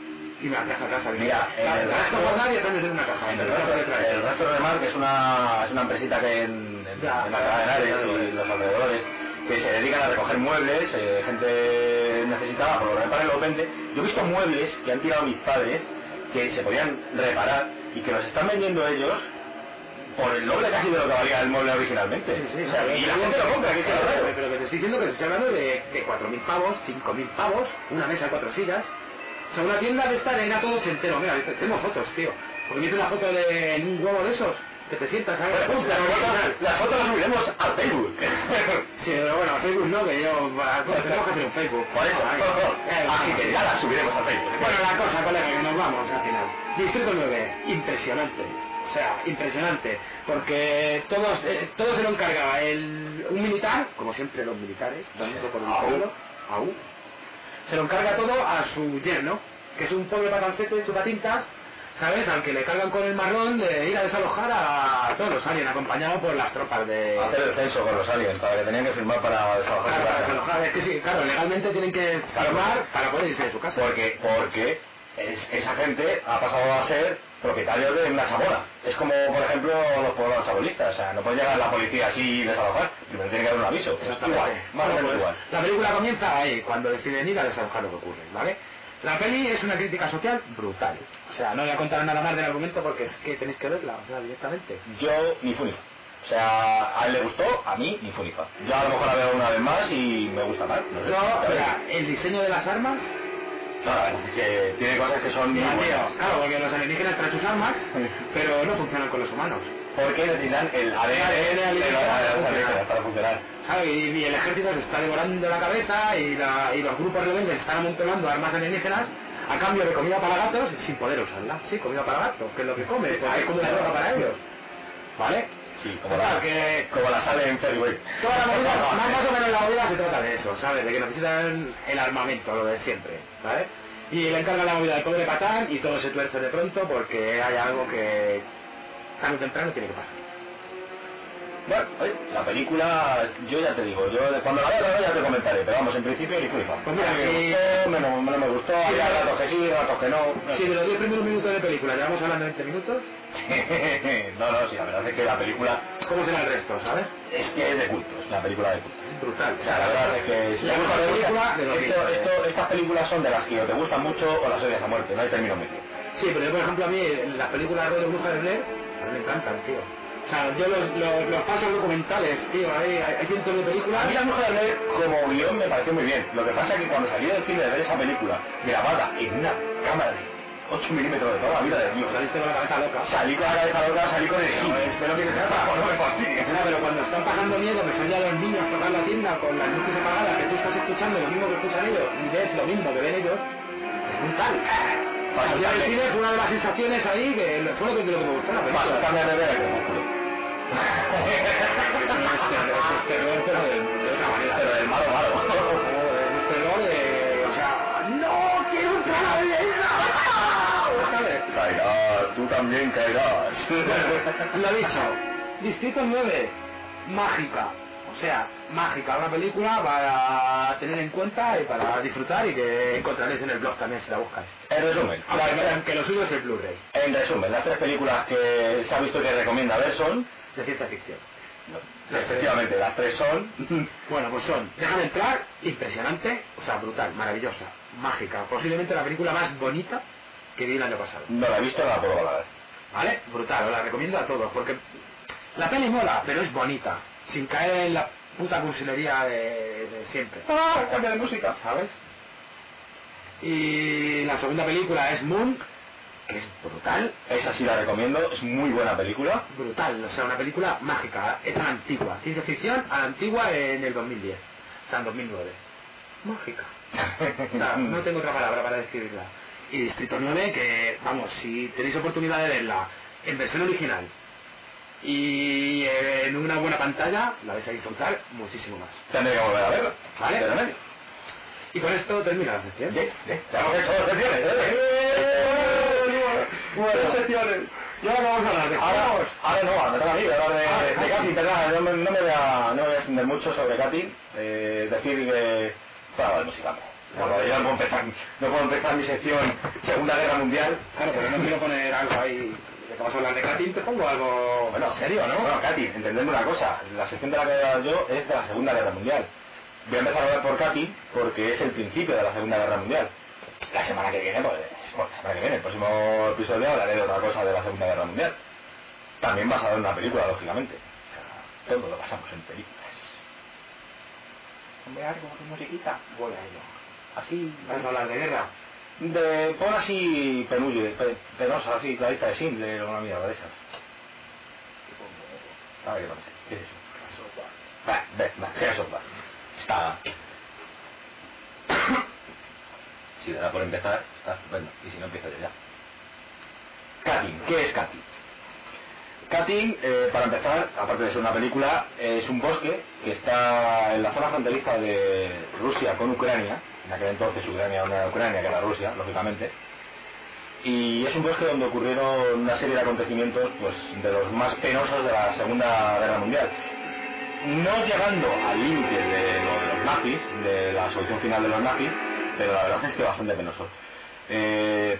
y me la trajo a casa.
Mira, en
la,
el
la
resto-
has guardado y está metida en una caja.
en
me
el
la
resto,
voy a traer.
el resto de mar, que es una, es una empresita que hay en, en,
Ya.
en la Alcalá de Henares y los alrededores, que se dedican a recoger muebles, eh, gente necesitada, por lo repara y lo vende. Yo he visto muebles que han tirado mis padres, que se podían reparar y que los están vendiendo ellos por el doble casi de lo que valía el mueble originalmente.
Sí, sí,
O sea,
sí,
y la
sí,
gente
sí.
lo compra, que es que lo
Pero-
raro.
Pero que te estoy diciendo que se está hablando de, de 4.000 pavos, 5.000 pavos, una mesa de cuatro sillas. O sea, una tienda de esta era todo entero. Mira, te- tengo fotos, tío. Porque me hice una foto de en un huevo de esos, que te sientas, ¿sabes?
Bueno, pues,
Pum,
las,
la
fotos,
original.
las fotos las subiremos a Facebook.
Sí, pero bueno, a Facebook no, que yo... Bueno, tenemos que hacer un Facebook.
Por eso,
Ahí. Eh,
así que ya las subiremos a Facebook.
Bueno, la cosa, colega, que nos vamos al final. Distrito 9, impresionante. O sea, impresionante. Porque todos, eh, todo se lo encargaba el, un militar, como siempre los militares, dando por un
Aú.
pueblo, aú. Se lo encarga todo a su yerno, que es un pobre patancete de chupatintas, ¿sabes? Al que le cargan con el marrón de ir a desalojar a todos los aliens, acompañado por las tropas de...
hacer el censo con los aliens para que tenían que firmar para desalojar
Claro,
su
para
casa.
desalojar. Es que sí, claro, legalmente tienen que
Claro.
firmar para poder irse de su casa.
porque porque es- esa gente ha pasado a ser propietarios de una sabona es como por ejemplo los poblados chabolistas o sea no puede llegar la policía así y desalojar primero tiene que haber un aviso Pues igual más o
Bueno,
menos
pues,
igual
La película comienza ahí, cuando deciden ir a desalojar lo que ocurre, ¿vale? La peli es una crítica social brutal. O sea, no voy a contar nada más del argumento porque es que tenéis que verla, o sea, directamente.
yo ni funifa o sea a él le gustó a mí ni funifa yo a lo mejor la veo una vez más y me gusta más no sé, ya
No,
veréis.
mira, el diseño de las armas...
No, la verdad es que tiene cosas que son muy
mira, tío,
buenas
claro, porque los alienígenas traen sus armas, pero no funcionan con los humanos.
porque necesitan el ADN
ADN
de los
para
alienígenas
funcionar.
para funcionar
¿sabes? Y, y el ejército se está devorando la cabeza y, la- y los grupos rebeldes están amontonando armas alienígenas a cambio de comida para gatos sin poder usarla. Sí, comida para gatos, que es lo que come, porque es como una droga para ellos. ¿Vale?
Sí, como
Total,
la,
que-
como la sale en Fairway.
Toda la movida,
Ajá.
más, más o menos la movida se trata de eso, ¿sabes? De que necesitan el armamento, lo de siempre, ¿vale? Y le encargan la movida al pobre patán y todo se tuerce de pronto porque hay algo que tarde o temprano tiene que pasar.
Bueno, oye, la película, yo ya te digo, yo de- cuando la vea, la vea ya te comentaré, pero vamos, en principio ni flipa.
Pues mira,
me
sí.
gustó, me no, me no me gustó, había
pero-
ratos que sí, ratos que no.
Si de los 10 primeros minutos de película llevamos hablando 20 minutos,
no, no, sí, la verdad es que la película
¿cómo será el resto, sabes?
es que es de culto, es una película de culto.
Es brutal.
O sea, la verdad es que si te gusta
la
te gusta.
película de los
Esto-
10,
esto- estas películas son de las que o te gustan mucho o las odias a muerte, no hay término medio.
Sí, pero yo, por ejemplo, a mí las películas de Bruja de Blair, a mí me encantan, tío. O sea, yo los, los, los pasos documentales, tío, hay, hay hay cientos de películas.
A mí la mujer de Blair como guión me pareció muy bien. Lo que pasa es que cuando salí del cine de ver esa película grabada en una cámara de 8 milímetros de toda la vida de Dios,
Saliste con la cabeza loca.
salí con la cabeza loca, salí con el sí.
es de lo que se trata.
No me fastidies.
O sea, pero cuando están pasando miedo, que salían los niños tocar la tienda con las luces apagadas, que tú estás escuchando lo mismo que escuchan ellos y ves lo mismo que ven ellos, es brutal.
Para
Salir al cine
soltarme-
fue una de las sensaciones ahí que lo- fue lo que, lo que me gustó en la
para
película.
soltarme a beber el crepúsculo.
Es un es un terror, pero de, de otra manera.
Pero del malo malo.
Es un terror de... O sea, ¡No! ¡Quiero entrar a la esa! ¿Sabes?
Caerás, tú también caerás.
Lo dicho, Distrito 9, mágica. O sea, mágica, una película para tener en cuenta y para disfrutar y que encontraréis en el blog también si la buscáis.
En resumen, la-
Aunque, aunque lo suyo es el Blu-ray,
en resumen, las tres películas que se ha visto que recomienda ver son...
de ciencia ficción.
Efectivamente, las tres son...
Bueno, pues son, déjame entrar, impresionante, o sea, brutal, maravillosa, mágica, posiblemente la película más bonita que vi el año pasado.
No la he visto, no la puedo valorar.
¿Vale? Brutal, os la recomiendo a todos, porque la peli mola, pero es bonita, sin caer en la puta cursilería de- de siempre.
Ah, cambia de música.
¿sabes? Y la segunda película es Moon, que es brutal,
Esa sí la recomiendo, es muy buena película.
brutal, o sea, una película mágica, hecha a la antigua, ciencia ficción a la antigua en el 2010, o sea, en 2009. Mágica. O sea, no tengo otra palabra para describirla. Y Distrito 9, que, vamos, si tenéis oportunidad de verla en versión original y eh, en una buena pantalla, la vais a disfrutar muchísimo más.
Tendré que volver a verla.
Vale. Eh,
Sinceramente.
Y con esto termina la sección.
Bien, bien. Ya hemos hecho dos secciones, ¿eh? Bueno, secciones.
Y ahora vamos a hablar de
Ahora, ahora no, ahora me toca a mí, ahora de,
Ah,
de
Katy.
Katy, perdona, no, me- no me voy a, no me voy a extender mucho sobre Katy, eh, decir que... Bueno, de música no. No, yo no puedo, empezar, no puedo empezar mi sección Segunda Guerra Mundial.
Claro, pero no quiero poner algo ahí. Ya que vas a hablar de Katin, te pongo algo.
Bueno, serio, ¿no? Bueno, Katy, entendedme una cosa. La sección de la que voy a hablar yo es de la Segunda Guerra Mundial. Voy a empezar a hablar por Katy porque es el principio de la Segunda Guerra Mundial. La semana que viene, pues, bueno, la semana que viene, el próximo episodio hablaré de otra cosa de la Segunda Guerra Mundial. También basado en una película, lógicamente. Todo lo basamos en películas. Hombre, algo con musiquita.
Voy a ello.
Así.
Vamos a hablar de guerra.
De, pon así penulle, pe- penosa, así, la lista de Schindler o una mierda de esas. A ver, vamos. ¿Qué es eso? Va, ve, va, ¿qué eso va? Está... Si le da por empezar, está estupendo. Y si no, empiezo yo ya. Katyn, ¿qué es Katyn? Katyn, eh, para empezar, aparte de ser una película, es un bosque que está en la zona fronteriza de Rusia con Ucrania. En aquel entonces Ucrania no era Ucrania, que era Rusia, lógicamente. Y es un bosque donde ocurrieron una serie de acontecimientos pues, de los más penosos de la Segunda Guerra Mundial. No llegando al límite de lo de los nazis, de la solución final de los nazis, pero la verdad es que bastante penoso. Eh,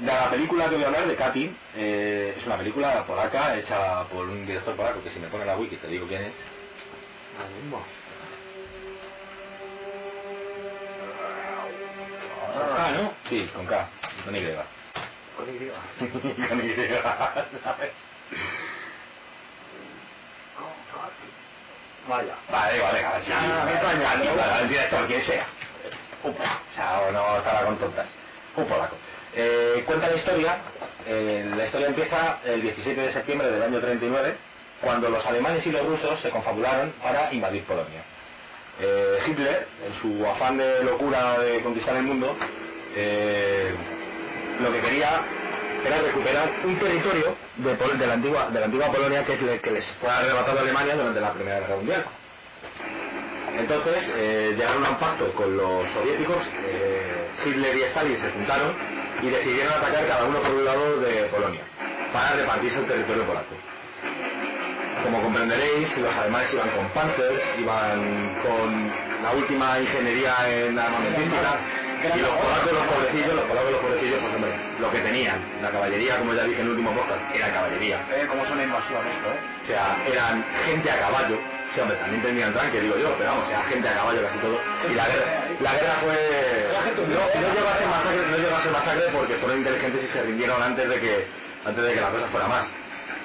de la película que voy a hablar, de Katy, eh, es una película polaca hecha por un director polaco que si me pone la wiki te digo quién es.
Ahora mismo.
Ah, ¿no? Sí, con K, y con Y.
Con Y.
con Y, ¿sabes?
Vaya.
Vale, vale, vale. Sí,
Ya, ya,
vale,
ya,
vale,
ya,
vale,
ya.
vale, el director, quien sea. Un po- o sea, o no estará con tontas. Un polaco. Eh, cuenta la historia. eh, la historia empieza el 17 de septiembre del año 39, cuando los alemanes y los rusos se confabularon para invadir Polonia. Eh, Hitler, en su afán de locura de conquistar el mundo, eh, lo que quería era recuperar un territorio de, Pol- de la, antigua, de la antigua Polonia que es el que les fue arrebatado a Alemania durante la Primera Guerra Mundial. Entonces eh, llegaron a un pacto con los soviéticos, eh, Hitler y Stalin se juntaron y decidieron atacar cada uno por un lado de Polonia para repartirse el territorio polaco. Como comprenderéis, los alemanes iban con Panthers, iban con la última ingeniería en armamentística y los polacos, los pobrecillos, los polacos, los pobrecillos, pues hombre, lo que tenían, la caballería, como ya dije en el último podcast, era caballería.
Eh, cómo son invasivos esto, ¿eh?
O sea, eran gente a caballo. O sea, hombre, también tenían tanque, digo yo, pero vamos, era gente a caballo casi todo. Y la guerra, la guerra fue... No, no llegó a ser masacre, no llegó a ser masacre porque fueron inteligentes y se rindieron antes de que, antes de que la cosa fuera más.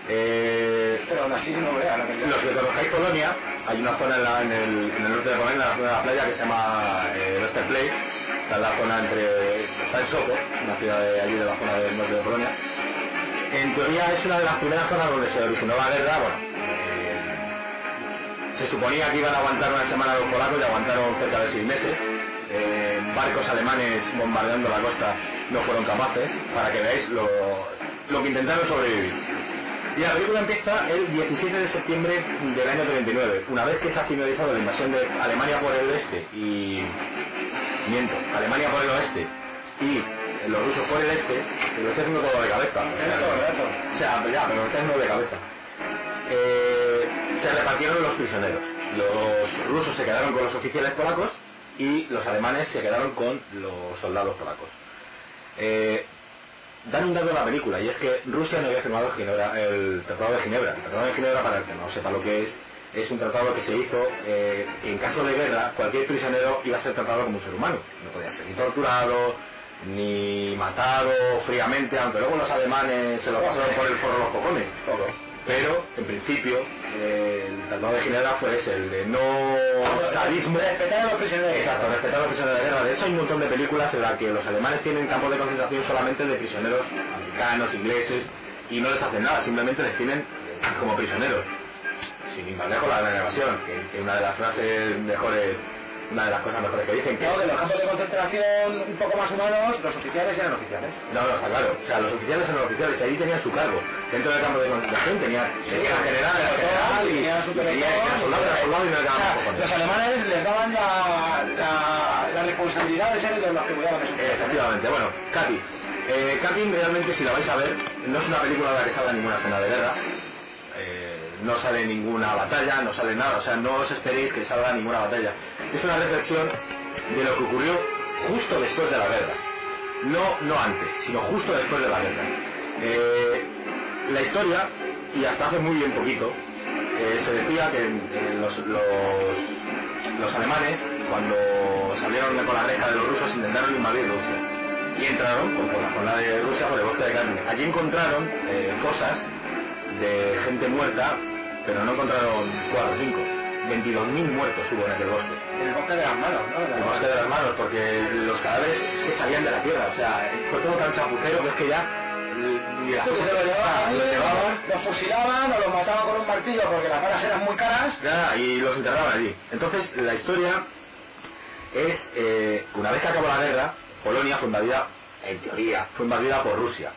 Eh,
Pero aún así no vea la película.
los que conozcáis Polonia, hay una zona en, la- en el, en el norte de Polonia, en la zona de la playa que se llama eh, Westerplay, está en la zona entre, está en Sopot, una ciudad de allí de la zona del norte de Polonia. En teoría es una de las primeras zonas donde se originó la guerra, bueno, eh, se suponía que iban a aguantar una semana los polacos y aguantaron cerca de seis meses. Eh, barcos alemanes bombardeando la costa no fueron capaces, para que veáis lo, lo que intentaron sobrevivir. Y la película empieza el 17 de septiembre del año 39, una vez que se ha finalizado la invasión de Alemania por el este y... Miento, Alemania por el oeste y los rusos por el este, que lo estoy haciendo todo de cabeza.
Era todo el rato.
O sea, ya, pero este me está yendo de cabeza. Eh, se repartieron los prisioneros. Los rusos se quedaron con los oficiales polacos y los alemanes se quedaron con los soldados polacos. Eh, dan un dato a la película y es que Rusia no había firmado el, Ginebra- el Tratado de Ginebra. El Tratado de Ginebra, para el que no sepa lo que es, es un tratado que se hizo eh, que en caso de guerra cualquier prisionero iba a ser tratado como un ser humano. No podía ser ni torturado, ni matado fríamente, aunque luego los alemanes se lo pasaron por el forro los cojones. Pero, en principio, eh, el Tratado de Ginebra fue ese, el de no sadismo.
Respetar a los prisioneros.
Exacto, respetar a los prisioneros de guerra. De hecho, hay un montón de películas en las que los alemanes tienen campos de concentración solamente de prisioneros americanos, ingleses, y no les hacen nada, simplemente les tienen como prisioneros. Sin ir más lejos, la gran evasión, que, que una de las frases mejores, una de las cosas mejores que dicen, que
No, que los campos de concentración un poco más humanos, los oficiales eran oficiales.
No, no, está claro. O sea, los oficiales eran oficiales y ahí tenían su cargo. Dentro del campo de concentración tenían tenían al general, al general y
Tenían
tenían
a su pelotón,
al soldado, al soldado y no le daban
O sea,
más cojones.
los alemanes les daban la, la, la responsabilidad de ser ellos los que cuidaban de su
Eh, Efectivamente, bueno, Kathy. Eh, Kathy realmente si la vais a ver, no es una película de la que salga ninguna escena de guerra, Eh, no sale ninguna batalla, no sale nada, o sea, no os esperéis que salga ninguna batalla. Es una reflexión de lo que ocurrió justo después de la guerra. No, no antes, sino justo después de la guerra. Eh, la historia, y hasta hace muy bien poquito, eh, se decía que eh, los, los- los alemanes, cuando salieron con la reja de los rusos, intentaron invadir Rusia. Y entraron pues, por la zona de Rusia, por el bosque de carne. Allí encontraron eh, cosas de gente muerta, pero no encontraron 4 o 5. 22.000 muertos hubo en aquel bosque.
En el bosque de las manos, ¿no?
El bosque de las manos, porque los cadáveres es que salían de la tierra, o sea, fue todo tan chapucero que es que ya eh, ni la
Esto que se Ah, lo llevaban, ¿eh? allí, los fusilaban o los mataban con un martillo porque las balas eran muy caras.
Ya, y los enterraban allí. Entonces, la historia es, eh, una vez que acabó la guerra, Polonia fue invadida, en teoría, fue invadida por Rusia.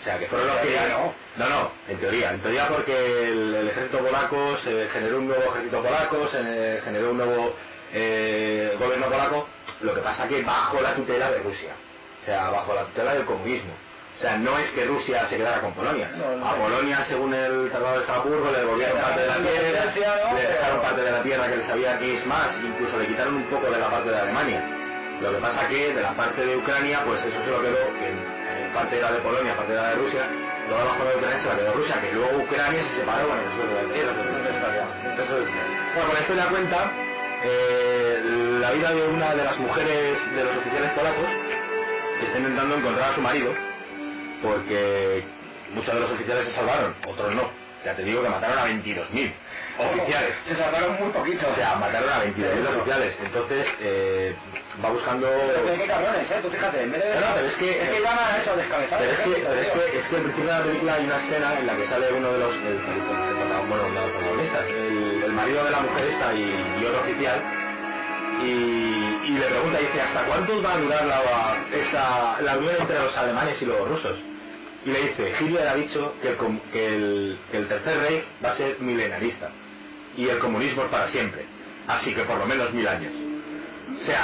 O sea, que fueron los que...
teoría no.
no, no, en teoría. En teoría porque el, el ejército polaco se generó un nuevo ejército polaco, se eh, generó un nuevo eh, gobierno polaco, lo que pasa que bajo la tutela de Rusia. O sea, bajo la tutela del comunismo. O sea, no es que Rusia se quedara con Polonia.
No, no.
A Polonia, según el Tratado de Estrasburgo, le devolvieron parte de la tierra, le dejaron parte de la tierra que les había que es más, incluso le quitaron un poco de la parte de Alemania. Lo que pasa que de la parte de Ucrania, pues eso se lo quedó, en, en parte era de Polonia, parte era de Rusia, toda la zona de Ucrania se la quedó Rusia, que luego Ucrania se separó, bueno, eso es lo que eso es otra historia. Eso es- Bueno, con esto ya cuenta eh, la vida de una de las mujeres de los oficiales polacos, que está intentando encontrar a su marido, porque muchos de los oficiales se salvaron, otros no. Ya te digo que mataron a 22.000 oficiales.
Se salvaron muy poquito.
O sea, mataron a 22.000 oficiales. Entonces, eh, va buscando...
Pero qué cabrones, ¿eh? Tú fíjate, en vez de...
No, no, pero es que-
Es que iban a eso, descabezados.
Pero es que,
¿eh?
pero es que, es que al principio de la película hay una escena en la que sale uno de los, el, el- el- bueno, uno de los protagonistas, el, el marido de la mujer esta y, y otro oficial, y, y le pregunta, dice, ¿hasta cuánto va a durar la, esta, la unión entre los alemanes y los rusos? y le dice, Hitler ha dicho que el, com- que el- que el tercer rey va a ser milenarista y el comunismo es para siempre, así que por lo menos mil años. O sea,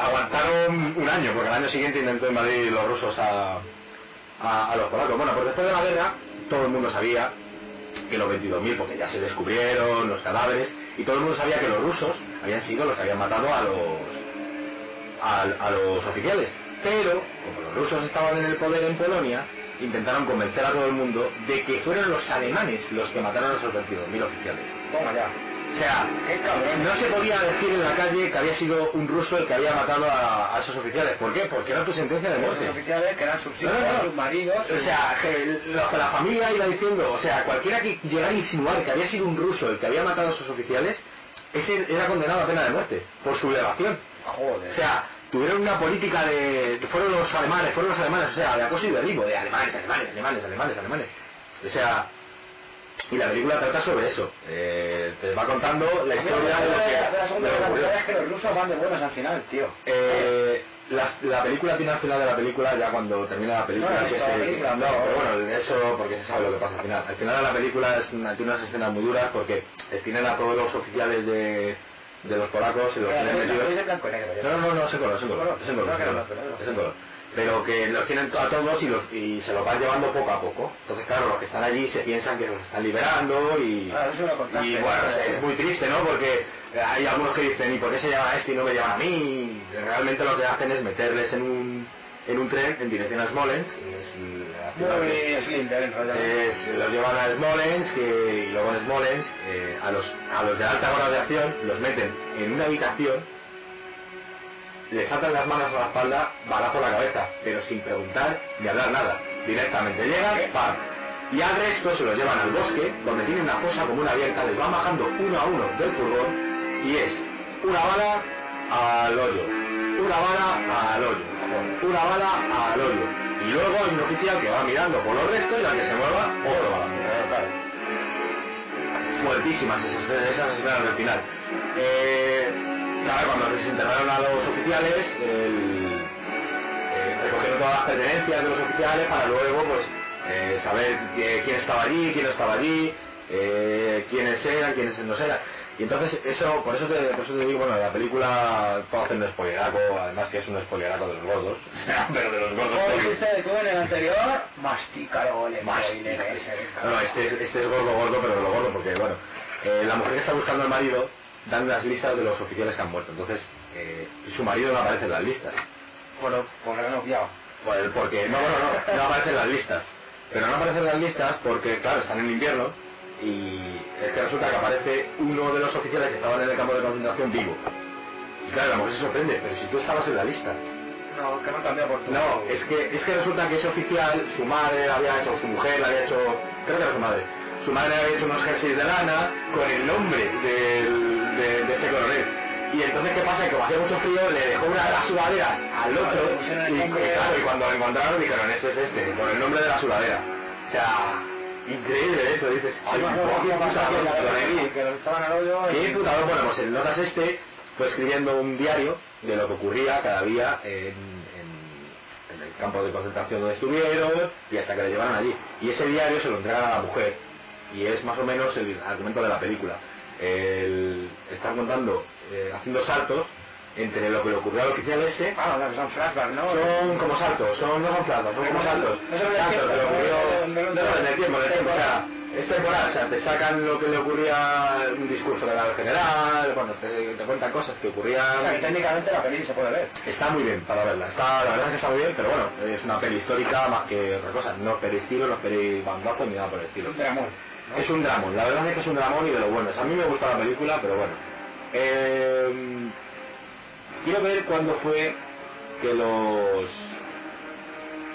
aguantaron un año, porque el año siguiente intentó invadir los rusos a, a- a los polacos. Bueno, pues después de la guerra, todo el mundo sabía que los 22.000, porque ya se descubrieron los cadáveres, y todo el mundo sabía que los rusos habían sido los que habían matado a los, a, a los oficiales. Pero, como los rusos estaban en el poder en Polonia, intentaron convencer a todo el mundo de que fueron los alemanes los que mataron a esos 22.000 oficiales.
Toma ya.
O sea,
Qué cabrón.
no se podía decir en la calle que había sido un ruso el que había matado a, a esos oficiales. ¿Por qué? Porque era tu sentencia de
Los
muerte.
oficiales que eran sus hijos,
No, no, no.
sus maridos.
O sea, que lo que la familia iba diciendo, o sea, cualquiera que llegara a insinuar que había sido un ruso el que había matado a esos oficiales, ese era condenado a pena de muerte por sublevación.
Joder.
O sea, tuvieron una política de... Fueron los alemanes, fueron los alemanes, o sea, de acoso y derribo, de alemanes, alemanes, alemanes, alemanes, alemanes. O sea... Y la película trata sobre eso. Eh, te va contando la
Mira,
historia
la
de lo
verdad es que la
que-
segunda
de lo que
guerra
ocurrió.
mundial es que los rusos van de buenos al final, tío.
Eh, las- la, película tiene al final de la película, ya cuando termina la película,
No, no,
que
no,
se-
la película,
no, pero bueno, eso porque se sabe lo que pasa al final. Al final de la película es una- tiene unas escenas muy duras porque destinan a todos los oficiales de, de los polacos y los
Pero la
tienen
película
metidos-
es en blanco y negro, ya.
No, no, no, es en color, es en color, es en color, es en color, es en color. Pero que los tienen a todos y, los, y se los van llevando poco a poco. Entonces, claro, los que están allí se piensan que los están liberando y...
Ah, eso lo contaste.
Y bueno, es, es muy triste, ¿no? Porque eh, hay algunos que dicen, ¿y por qué se llama a este y no me llaman a mí? Y realmente lo que hacen es meterles en un, en un tren en dirección a Smolensk. que es la ciudad que- Eh,
Muy slinder, enrollado.
es- los llevan a Smolensk que- y luego en Smolensk eh, a, los, a los de alta graduación los meten en una habitación, les atan las manos a la espalda, balazo a la cabeza, pero sin preguntar ni hablar nada. Directamente llegan, ¡pam! Y al resto se los llevan al bosque, donde tienen una fosa común abierta, les van bajando uno a uno del furgón y es una bala al hoyo, una bala al hoyo, una bala al hoyo. Y luego hay un oficial que va mirando por los restos y al que se mueva otro balazo
Claro, claro.
fuertísimas esas, esas escenas del final. Eh, claro, cuando desinternaron a los oficiales, el- eh, recogieron todas las pertenencias de los oficiales para luego pues eh, saber que- quién estaba allí, quién no estaba allí, eh, quiénes eran, quiénes no eran. Y entonces eso, por eso te, por eso te digo, bueno, la película puedo hacer un spoileraco, además que es un spoileraco de los gordos, pero de los gordos.
Como
porque-
dijiste tú en el anterior, mastica el gol,
Mastica. No, no, este es, este es gordo, gordo, pero de lo gordo, porque bueno, eh, la mujer que está buscando al marido dan unas listas de los oficiales que han muerto, entonces eh, su marido no aparece en las listas.
Por lo por lo que han obviado.
Por- Porque, no, bueno, no, no aparece en las listas. Pero no aparece en las listas porque, claro, están en invierno y es que resulta que aparece uno de los oficiales que estaban en el campo de concentración vivo. Y claro, la mujer se sorprende, pero si tú estabas en la lista.
No, que no han cambiado por tu-
No, es que, es que resulta que ese oficial, su madre la había hecho, su mujer la había hecho, creo que era su madre, su madre le había hecho unos jerseys de lana con el nombre del- de, de ese coronel. Y entonces, ¿qué pasa? Que como hacía mucho frío, le dejó una de las sudaderas al otro
le pusieron el
y, y
nombre.
claro, y cuando lo encontraron dijeron, este es este, con el nombre de la sudadera. O sea, increíble eso, dices,
Ay, pues,
"Ay,
no, no,
qué
no,
puta
pasa que
mierda,
la verdad
coronel".
es Que los echaban al hoyo y-
¿Qué putador? Bueno, pues en Notas Este fue escribiendo un diario de lo que ocurría cada día en, en- en el campo de concentración donde estuvieron y hasta que le llevaron allí. Y ese diario se lo entregan a la mujer y es más o menos el argumento de la película. El, están contando, eh, haciendo saltos entre lo que le ocurrió al oficial ese
Ah, no, que son flashbacks, ¿no?
son como saltos, son, no son plazos, son como saltos.
No son de
Saltos que le
tiempo,
ocurrió-
no, no, no,
No, no, en el tiempo, en el tiempo, o sea, es temporal, o sea, te sacan lo que le ocurría un discurso de la general, bueno, te, te cuentan cosas que
O sea, que
ocurrían.
técnicamente la peli se puede ver.
Está muy bien para verla, está, la verdad es que está muy bien, pero bueno, es una peli histórica más que otra cosa, no es peli estilo, no es peli bandazo ni nada por el estilo.
De amor.
Es un dramón, la verdad es que es un dramón y de lo bueno. O sea, a mí me gusta la película, pero bueno. Eh, quiero ver cuándo fue que los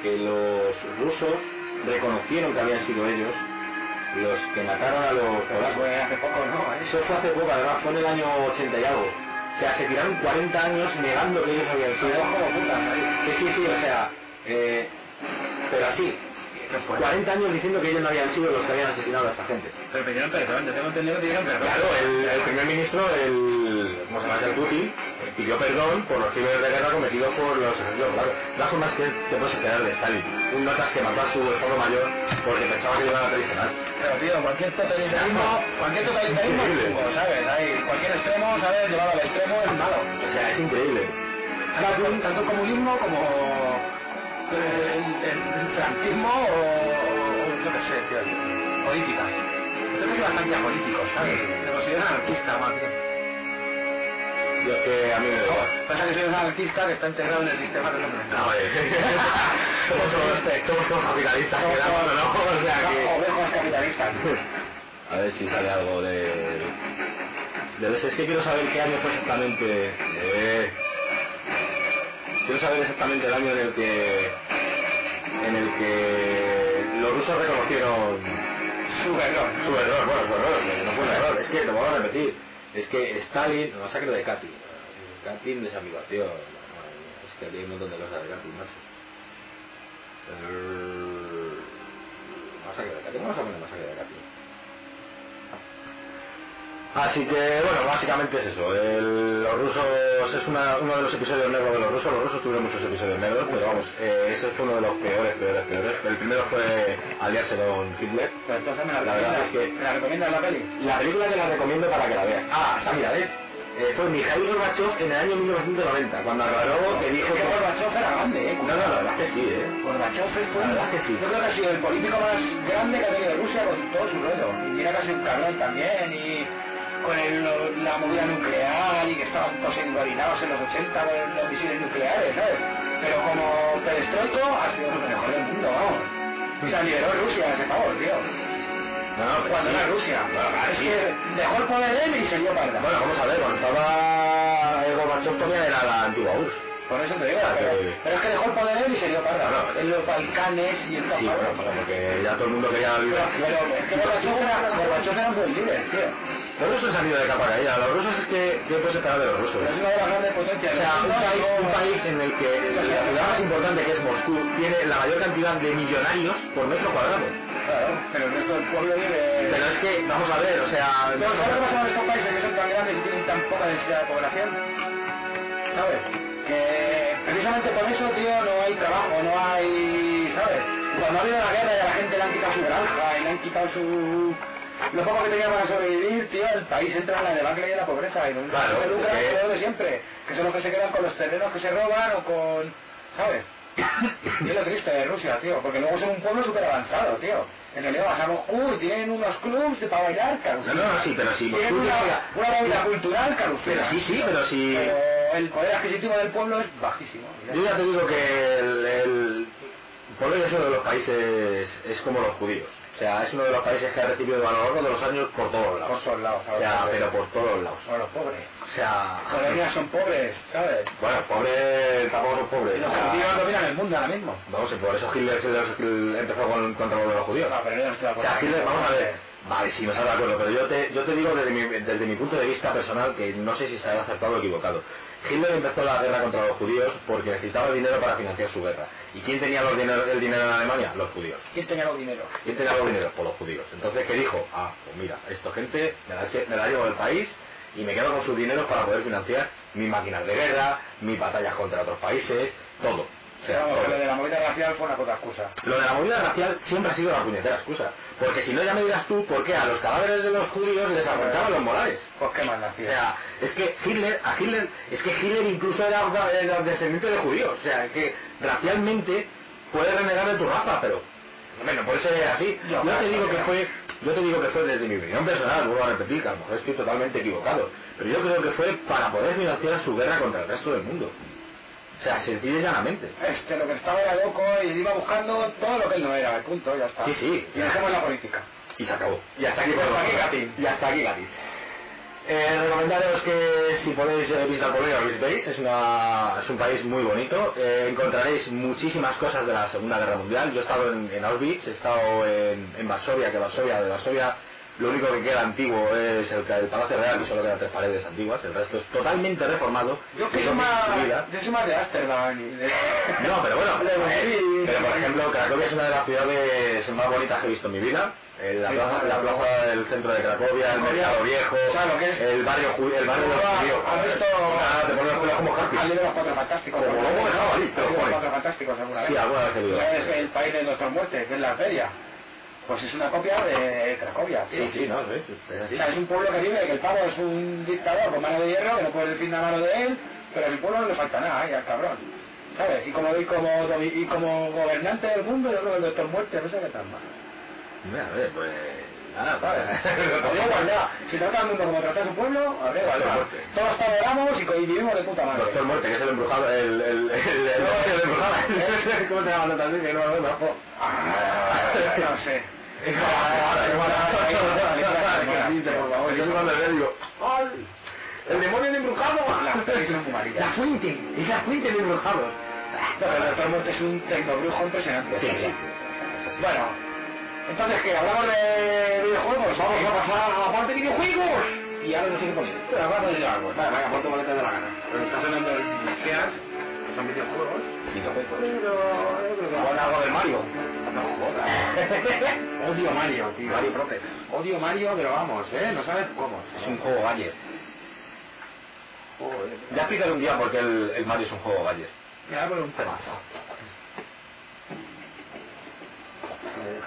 que los rusos reconocieron que habían sido ellos los que mataron a los
Pero
polacos.
fue hace poco, ¿no?
Eso fue hace poco, además fue en el año 80 y algo. O sea, se tiraron 40 años negando que ellos habían sido.
como putas,
Sí, sí, sí, o sea, eh, pero así,
después.
40 años diciendo que ellos no habían sido los que habían asesinado a esta gente.
Pero pidieron perdón, yo tengo entendido que pidieron perdón.
Claro, el, el primer ministro, el, ¿cómo se llama? El Putin, pidió perdón por los crímenes de guerra cometidos por los yo, claro, las formas que te puedes esperar de Stalin. Un notas que mató a su estado mayor porque pensaba que le iban a traicionar.
Pero tío, cualquier totalitarismo,
Sí.
cualquier totalitarismo es
Increíble.
chungo, ¿sabes? Hay, cualquier extremo, ¿sabes? Llevado al extremo es malo.
O sea, es increíble.
Tanto, tanto comunismo como eh, el, el franquismo o yo qué sé, tío. Políticas. Yo que soy bastante apolítico, ¿sabes? Me considero anarquista más bien.
Dios que a mí me da igual.
No, pasa que soy un anarquista que está integrado en el sistema de los mercados.
No, eh. somos, todos, somos todos capitalistas, quedamos o no, o sea que...
Ah, Ovejas capitalistas.
A ver si sale algo de... de los- es que quiero saber qué año fue exactamente... Eh. Quiero saber exactamente el año en el que... En el que los rusos reconocieron
Su error.
su error, bueno, su error, que no fue un error, es que te voy a repetir, es que Stalin, la masacre de Katyn, Katyn desambiguación, es que aquí hay un montón de cosas de Katyn, macho. Eh, Masacre de Katyn, vamos a poner masacre de Katyn. Así que, bueno, básicamente es eso. El- los rusos es una- uno de los episodios negros de los rusos. Los rusos tuvieron muchos episodios negros, pero vamos, eh, ese fue uno de los peores, peores, peores. El primero fue aliarse con Hitler.
Pero entonces me la,
La verdad es que-
¿Me la recomiendas la peli?
La película que la recomiendo para que la veas. Ah, está, mira, ¿ves? Eh, fue Mikhail Gorbachev en el año 1990, cuando aclaró que dijo
que
que...
Gorbachev era grande, ¿eh?
No, no, la verdad es que sí, ¿eh?
Gorbachev es
La verdad es que sí.
Yo creo que ha sido el político más grande que ha tenido Rusia con todo su rollo. Y mira que ha sido un cabrón también y con el- lo- la movida nuclear y que estaban todos engorinados en los 80 con los misiles nucleares, ¿sabes? Pero como perestroiko ha sido lo mejor del mundo, vamos. O sea, lideró Rusia ese favor, tío.
No, no, pero
Cuando
sí.
era Rusia.
Bueno, claro,
es
sí.
que dejó el poder él y se dio parda.
Bueno, vamos a ver, cuando estaba eh, Gorbachev todavía era la antigua URSS.
Por eso te digo,
Ah,
pero,
que-
pero es que dejó el poder él y se dio parda.
Claro.
En los Balcanes y en todas
Sí,
partes.
bueno, bueno, porque ya todo el mundo quería vivir
Pero, pero es que Gorbachev era, Gorbachev era un buen líder, tío.
Los rusos han ido de capa caída. Los rusos es que ¿qué puedes esperar de los rusos.
Pero es una de las grandes potencias.
O sea, un
No,
país,
no,
un país en el que la ciudad más importante que es Moscú tiene la mayor cantidad de millonarios por metro cuadrado.
Claro, pero el resto del pueblo vive...
Pero es que, vamos a ver, o sea...
Pero ¿sabes qué pasa con estos países que son tan grandes y tienen tan poca densidad de población? ¿Sabes? Que precisamente por eso, tío, no hay trabajo, no hay... ¿Sabes? Cuando ha habido la guerra y a la gente le han quitado su granja y le han quitado su... Lo poco que tenía para sobrevivir, tío, el país entra en la debacle y en la pobreza. Y no
Claro,
se lucra
porque-
con lo de siempre. Que son los que se quedan con los terrenos que se roban o con... ¿Sabes? Y es lo triste de Rusia, tío, porque luego son un pueblo súper avanzado, tío. En realidad vas a Moscú y tienen unos clubs de para bailar,
No,
carusel.
no, no, sí, pero sí.
Tienen
Moscú
una,
llega-
una vida cultural carusel.
Pero sí, sí, pero sí...
Pero el poder adquisitivo del pueblo es bajísimo. mira.
Yo ya te digo que el, el Polonia es uno de los países, es como los judíos. O sea, es uno de los países que ha recibido a lo largo de los años por todos
Por
lados.
todos lados.
O sea, pero por todos lados.
Son los pobres.
O sea...
Colonias son pobres, ¿sabes?
Bueno, pobres, tampoco son
Y
pobres.
los
o sea,
judíos dominan el mundo ahora mismo.
Vamos, y por eso Hitler, se los- Hitler empezó con, contra los de los judíos.
No, pero yo no estoy de
O
acuerdo.
sea, Hitler, vamos a ver. Vale, sí, no está de acuerdo, pero yo te, yo te digo desde mi, desde mi punto de vista personal que no sé si estará acertado o equivocado. Hitler empezó la guerra contra los judíos porque necesitaba dinero para financiar su guerra. ¿Y quién tenía los dinero- el dinero en Alemania? Los judíos.
¿Quién tenía los dinero?
¿Quién tenía los dineros? Por los judíos. Entonces, ¿qué dijo? Ah, pues mira, esta gente me la, eche- me la llevo del país y me quedo con sus dineros para poder financiar mis máquinas de guerra, mis batallas contra otros países, todo. O sea,
Vamos,
todo.
que lo de la movida racial fue una puta excusa.
Lo de la movida racial siempre ha sido una puñetera excusa. Porque si no, ya me dirás tú por qué a los cadáveres de los judíos les arrancaban los molares.
Pues qué más
O
nacido.
sea, es que Hitler, a Hitler, es que Hitler incluso era, era descendiente de judíos. O sea, que racialmente puedes renegar de tu raza, pero bueno, puede ser así. Yo
Yo
te
creo
digo
que
que
no.
fue, yo te digo que fue desde mi opinión personal, vuelvo a repetir, que a lo mejor estoy totalmente equivocado, pero yo creo que fue para poder financiar su guerra contra el resto del mundo. O sea, sencilla y llanamente.
Este, lo que estaba era loco y iba buscando todo lo que él no era, el punto, ya está.
Sí, sí.
Y dejemos la política.
y se acabó. Y hasta aquí, por
Hasta aquí,
Gati.
Gati.
Y hasta aquí, Gati. Eh, recomendaros que si podéis eh, visitar Polonia, lo visitéis. Es, una, es un país muy bonito. Eh, encontraréis muchísimas cosas de la Segunda Guerra Mundial. Yo he estado en, en Auschwitz, he estado en, en Varsovia, que Varsovia, de Varsovia Lo único que queda antiguo es el, el Palacio Real, que solo quedan tres paredes antiguas. El resto es totalmente reformado.
Yo que
Y
soy
son
más,
destruidas.
yo soy más de Ámsterdam y de...
No, pero bueno.
Pero sí.
Pero por ejemplo, Cracovia es una de las ciudades más bonitas que he visto en mi vida. Eh, La
Sí,
plaza,
claro.
la plaza del centro de Cracovia, el mercado viejo,
O sea, lo que es-
el barrio judío, el barrio de los judíos.
¿Has visto?
Nada, te pones culo como Harpy.
Has leído los cuatro fantásticos.
Como
alguna
lobo
vez?
de jabalí,
Has
te lo
leído
pone.
los cuatro fantásticos alguna
Sí,
vez.
alguna vez he
O
ido.
sea, es el país de nuestras muertes, que es la feria. Pues es una copia de Cracovia. tío.
Sí, sí, no, sí. es así.
O sea, es un pueblo que vive, que el pavo es un dictador con mano de Pues hierro, que no puede decir nada malo de él, pero a su pueblo no le falta nada, ¿eh? al cabrón. ¿Sabes? Y como, y como, y como gobernante del mundo, yo creo que el doctor muerte no sabe tan mal.
Mira, a ver, pues... Nada,
Habría
vale.
igualdad. Si trata al mundo como trata a su pueblo, habría
Doctor
igualdad.
Muerte.
pues Todos toleramos y co- y vivimos de puta madre.
Doctor Muerte, que es el embrujado, el... el... el... el... el embrujado. ¿Cómo se llama la otra serie? No me acuerdo.
no sé.
Yo soy cuando veo digo, ¡ay! ¡El demonio de embrujado!
Las pelis son fumaritas.
fuente, es la fuente de embrujados.
Pero el doctor muerte es un tecnobrujo impresionante.
Sí, sí.
Bueno, entonces que hablamos de videojuegos, vamos a pasar a la parte de videojuegos.
Y ahora no sé qué poner.
Pero vamos a decir algo.
Vale, venga, pon como que te dé la gana.
Pero está sonando el Gears, que son videojuegos.
Y no puedo.
Pon algo de Mario. No jodas. Odio Mario, tío.
Mario Protex.
Odio Mario, pero vamos, ¿eh? No sabes cómo.
Es un juego Galler.
eh.
Ya explicaré un día por qué el, el Mario es un juego Galler.
Me voy a poner un temazo. Eh,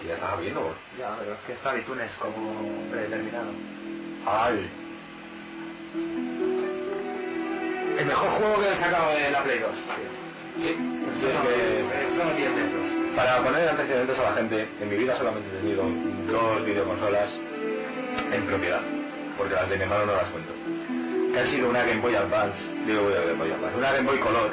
Si ya estás viendo, por
Ya, pero es que esta habitudes es como predeterminado.
Ay.
El mejor juego que han sacado de la Play 2. tío.
Yo es que
Esto no tiene pesos.
para poner antecedentes a la gente, en mi vida solamente he tenido dos videoconsolas en propiedad, porque las de mi hermano no las cuento. Que han sido una Game Boy Advance, digo Game Boy Advance, una Game Boy Color,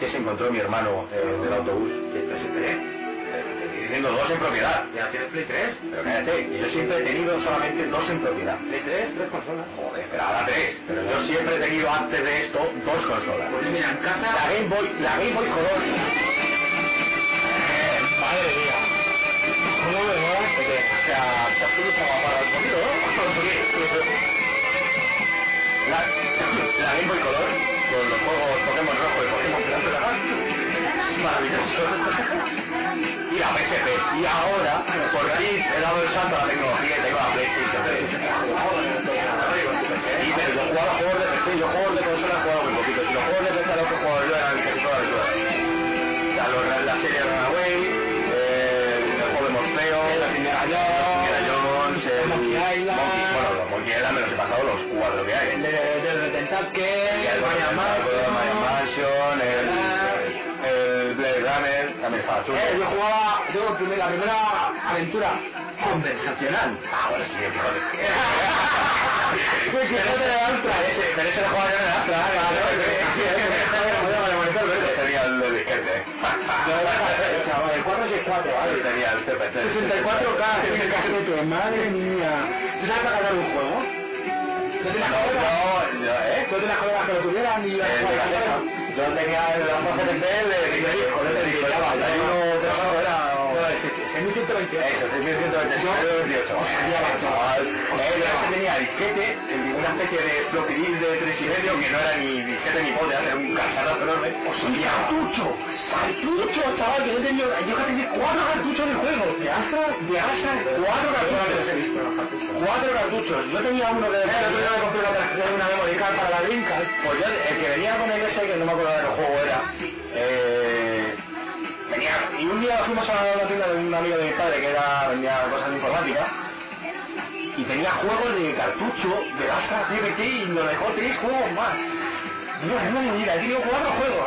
que se encontró mi hermano eh, del autobús. Eh, te estoy diciendo dos en propiedad.
¿Ya tienes Play 3?
Pero cállate, que yo siempre he tenido solamente dos en propiedad.
Play 3, tres consolas.
Joder, pero ahora tres. Pero yo siempre he tenido antes de esto dos consolas.
Pues mira, en casa...
La Game Boy, la Game Boy Color. Madre mía. ¿Cómo me va? ¿eh? O sea, te has puesto a parar un poquito, ¿no? Sí. La, la Game Boy Color, con los juegos Pokémon Rojo y Pokémon Plata. Es maravilloso. Y la PSP. Y ahora, por fin, he dado el salto a la tecnología y tengo la PlayStation 3. Y pero yo jugaba juegos de PC, yo juegos de consola he jugado muy poquito. Si los juegos de PC a los que jugaba yo eran casi todas las cosas. La, la, la serie Runaway, eh, el juego de Morfeo, la Indiana Jones, Indiana Jones, el
Monkey Island.
Monkey- bueno, los Monkey Island me los he pasado los cuatro que hay.
Desde Tentacle,
Y el Mario Mansion, el, el Blade Runner, también estaba chulo.
Eh, yo jugaba, yo la primera, la primera aventura conversacional.
Ah, bueno, sí, fíjate. Pues que no te da Astra, ese, pero ese lo jugaba yo en el Astra, claro. Sí, es que me dejaba me daba el monitor verde. Tenía el de disquete.
Chaval, el 464, ¿vale?
Tenía el CPT.
64K, en el casete, madre mía. ¿Tú sabes para cargar un juego? No tenías colegas,
No, yo, ¿eh?
no tenías colegas que lo tuvieran y...
Eh, de la casa. Yo tenía el Amazon GTP de Ribery, con el de uno que no era...
No, es 6128.
Eso, 3128.
odiaba,
chaval. Eh, yo ese tenía disquete, el- una especie de floppy disk de tres y medio que no era ni disquete ni polla, era un cacharrazo enorme.
¡Hostia! ¡Cartucho! ¡Cartucho, chaval! Que yo he tenido... Yo he tenido cuatro cartuchos de juego. ¿De Astra? ¿De Astra? Cuatro cartuchos.
los he visto, los cartuchos.
Cuatro cartuchos. Yo tenía uno de...
Claro, tú ya me compré una
tarjeta una memory card para la Dreamcast.
Pues yo, el que venía con el ese, que no me acuerdo de qué juego era, eh, venía, y un día fuimos a la tienda de un amigo de mi padre que era, vendía cosas de informática, y tenía juegos de cartucho, de Astra GBT, y nos dejó tres juegos más. Dios mío, de mi vida, he tenido cuatro juegos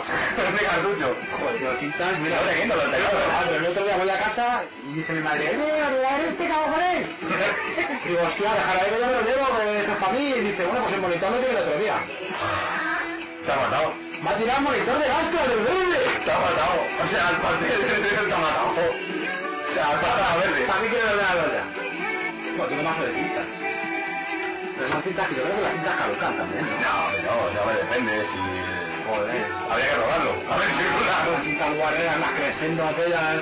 de cartucho.
Joder, tío, tintas,
Mira,
mira.
ahora que no lo tengo,
Ah,
¿verdad?
pero el otro día voy a casa y dice mi madre, ¡Eh, a este cabrón! Digo, hostia, dejar ahí que yo me lo llevo, que eso es para mí. Y dice, bueno, pues el monitor me tiene el otro día.
Te ha matado.
Me ha tirado el monitor de Astra, del verde.
Te ha matado. O sea, al partir del tren te ha matado. O sea, al partir de la verde.
Para mí quiero volver a la otra.
No, tengo mazo de cintas.
Pero son cintas que yo creo que las cintas caducan también, ¿no?
No, hombre, no, o sea, me depende si... Joder. Habría que robarlo. A ver si
Las cintas guarreras, las crescendo aquellas.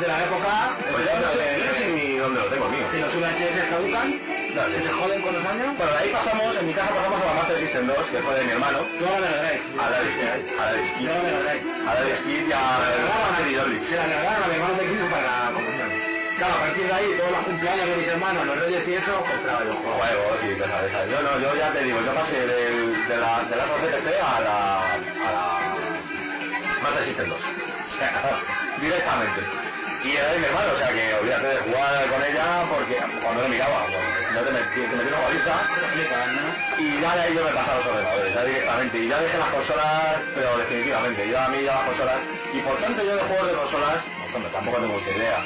de la época.
Pues
de-
yo no sé,
de-
yo no sé ni dónde lo tengo, amigo.
Si los VHS caducan,
Dale.
que se joden con los años,
Bueno, de ahí pasamos, en mi casa pasamos a la Master System 2, que fue de mi hermano,
yo no me lo daréis.
a la de Skid, a la de
Yo
Skid,
no me lo daréis.
a la de Skid y a la de Dolly.
Se la regalaron a mi hermano pequeño para la comunión. Claro, a partir de ahí, todos los cumpleaños de mis hermanos, los reyes y eso, compraba yo.
Juegos y cosas de esas. Yo no, yo ya te digo, yo pasé del, de la, de la CPC a la, a la Master System 2. O sea, directamente. Y era de mi hermano, o sea que olvídate de jugar con ella porque cuando lo miraba, cuando no te metí, te metí una baliza.
Te flipas, ¿no?
Y ya de ahí yo me pasaba los ordenadores, ya directamente. Y ya dejé las consolas, pero definitivamente. Yo a mí ya las consolas. Y por tanto yo de juegos de consolas, bueno, tampoco tengo mucha idea.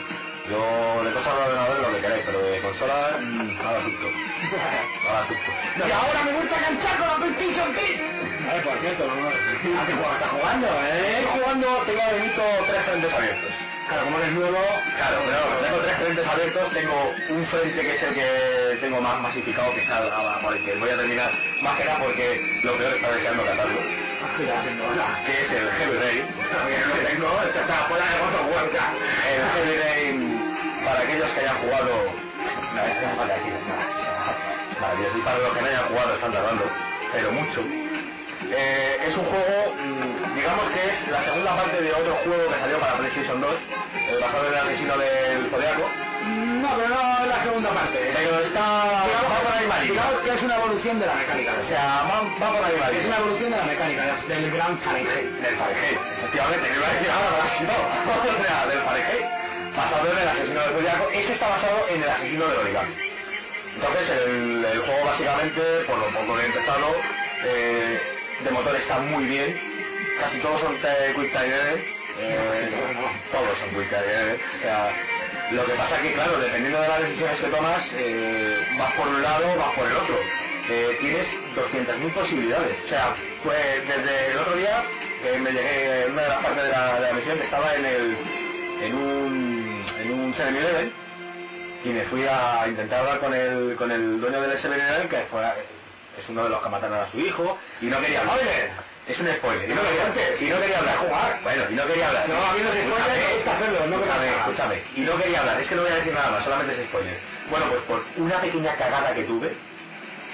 Yo de cosas de ordenadores lo que queréis, pero de consolas, mm, nada susto. Nada susto.
Y ahora me gusta enganchar con la PlayStation 3.
Eh,
Ay, por cierto, no, no. Ah, que juega- está jugando, ¿eh?
Estoy jugando, tengo ahora mismo tres frentes abiertos.
Claro, como eres nuevo,
Claro, pero tengo tres frentes abiertos, tengo un frente que es el que tengo más masificado que está ahora, por el que voy a terminar, más que nada porque lo peor está deseando catarlo,
mira, haciendo hola.
que es el Heavy Rain.
Lo tengo, esto está fuera de voto huerta.
El Heavy Rain, para aquellos que hayan jugado... No, es
este
que no vale aquí, no. Vale, y para los que no hayan jugado están tardando, pero mucho. Eh, es un juego, mm, digamos que es la segunda parte de otro juego que salió para PlayStation 2, eh, basado en el asesino del Zodiaco.
No, pero no es la segunda parte.
Pero está... va por ahí malito.
Digamos que es una evolución de la mecánica.
O sea, va, va por ahí malito.
Es una evolución de la mecánica, del gran Fahrenheit.
Del Fahrenheit, efectivamente, que iba a decir ahora, pero así no. O sea, del Fahrenheit. Basado en el asesino del Zodiaco, este está basado en el asesino del Origami. Entonces, el, el juego básicamente, por lo poco que he empezado, eh, de motor está muy bien. Casi todos son te- quick time event. Eh,
Casi todos, ¿no?
todos son quick time event. O sea, lo que pasa que, claro, dependiendo de las decisiones que tomas, eh, vas por un lado, vas por el otro. Eh, tienes 200.000 posibilidades. O sea, pues desde el otro día eh, me llegué en una de las partes de la, de la misión que estaba en el en un en un 7-Eleven y me fui a intentar hablar con el, con el dueño del SBN que fue, es uno de los que mataron a su hijo y no quería hablar. Es un spoiler. Y no, quería, y no quería hablar. Jugar. Bueno, y no quería hablar.
No, a mí los spoilers
Escúchame,
me gusta hacerlo, no que
escúchame,
me hagan.
escúchame. Y no quería hablar. Es que no voy a decir nada más, solamente es spoiler. Bueno, pues por una pequeña cagada que tuve,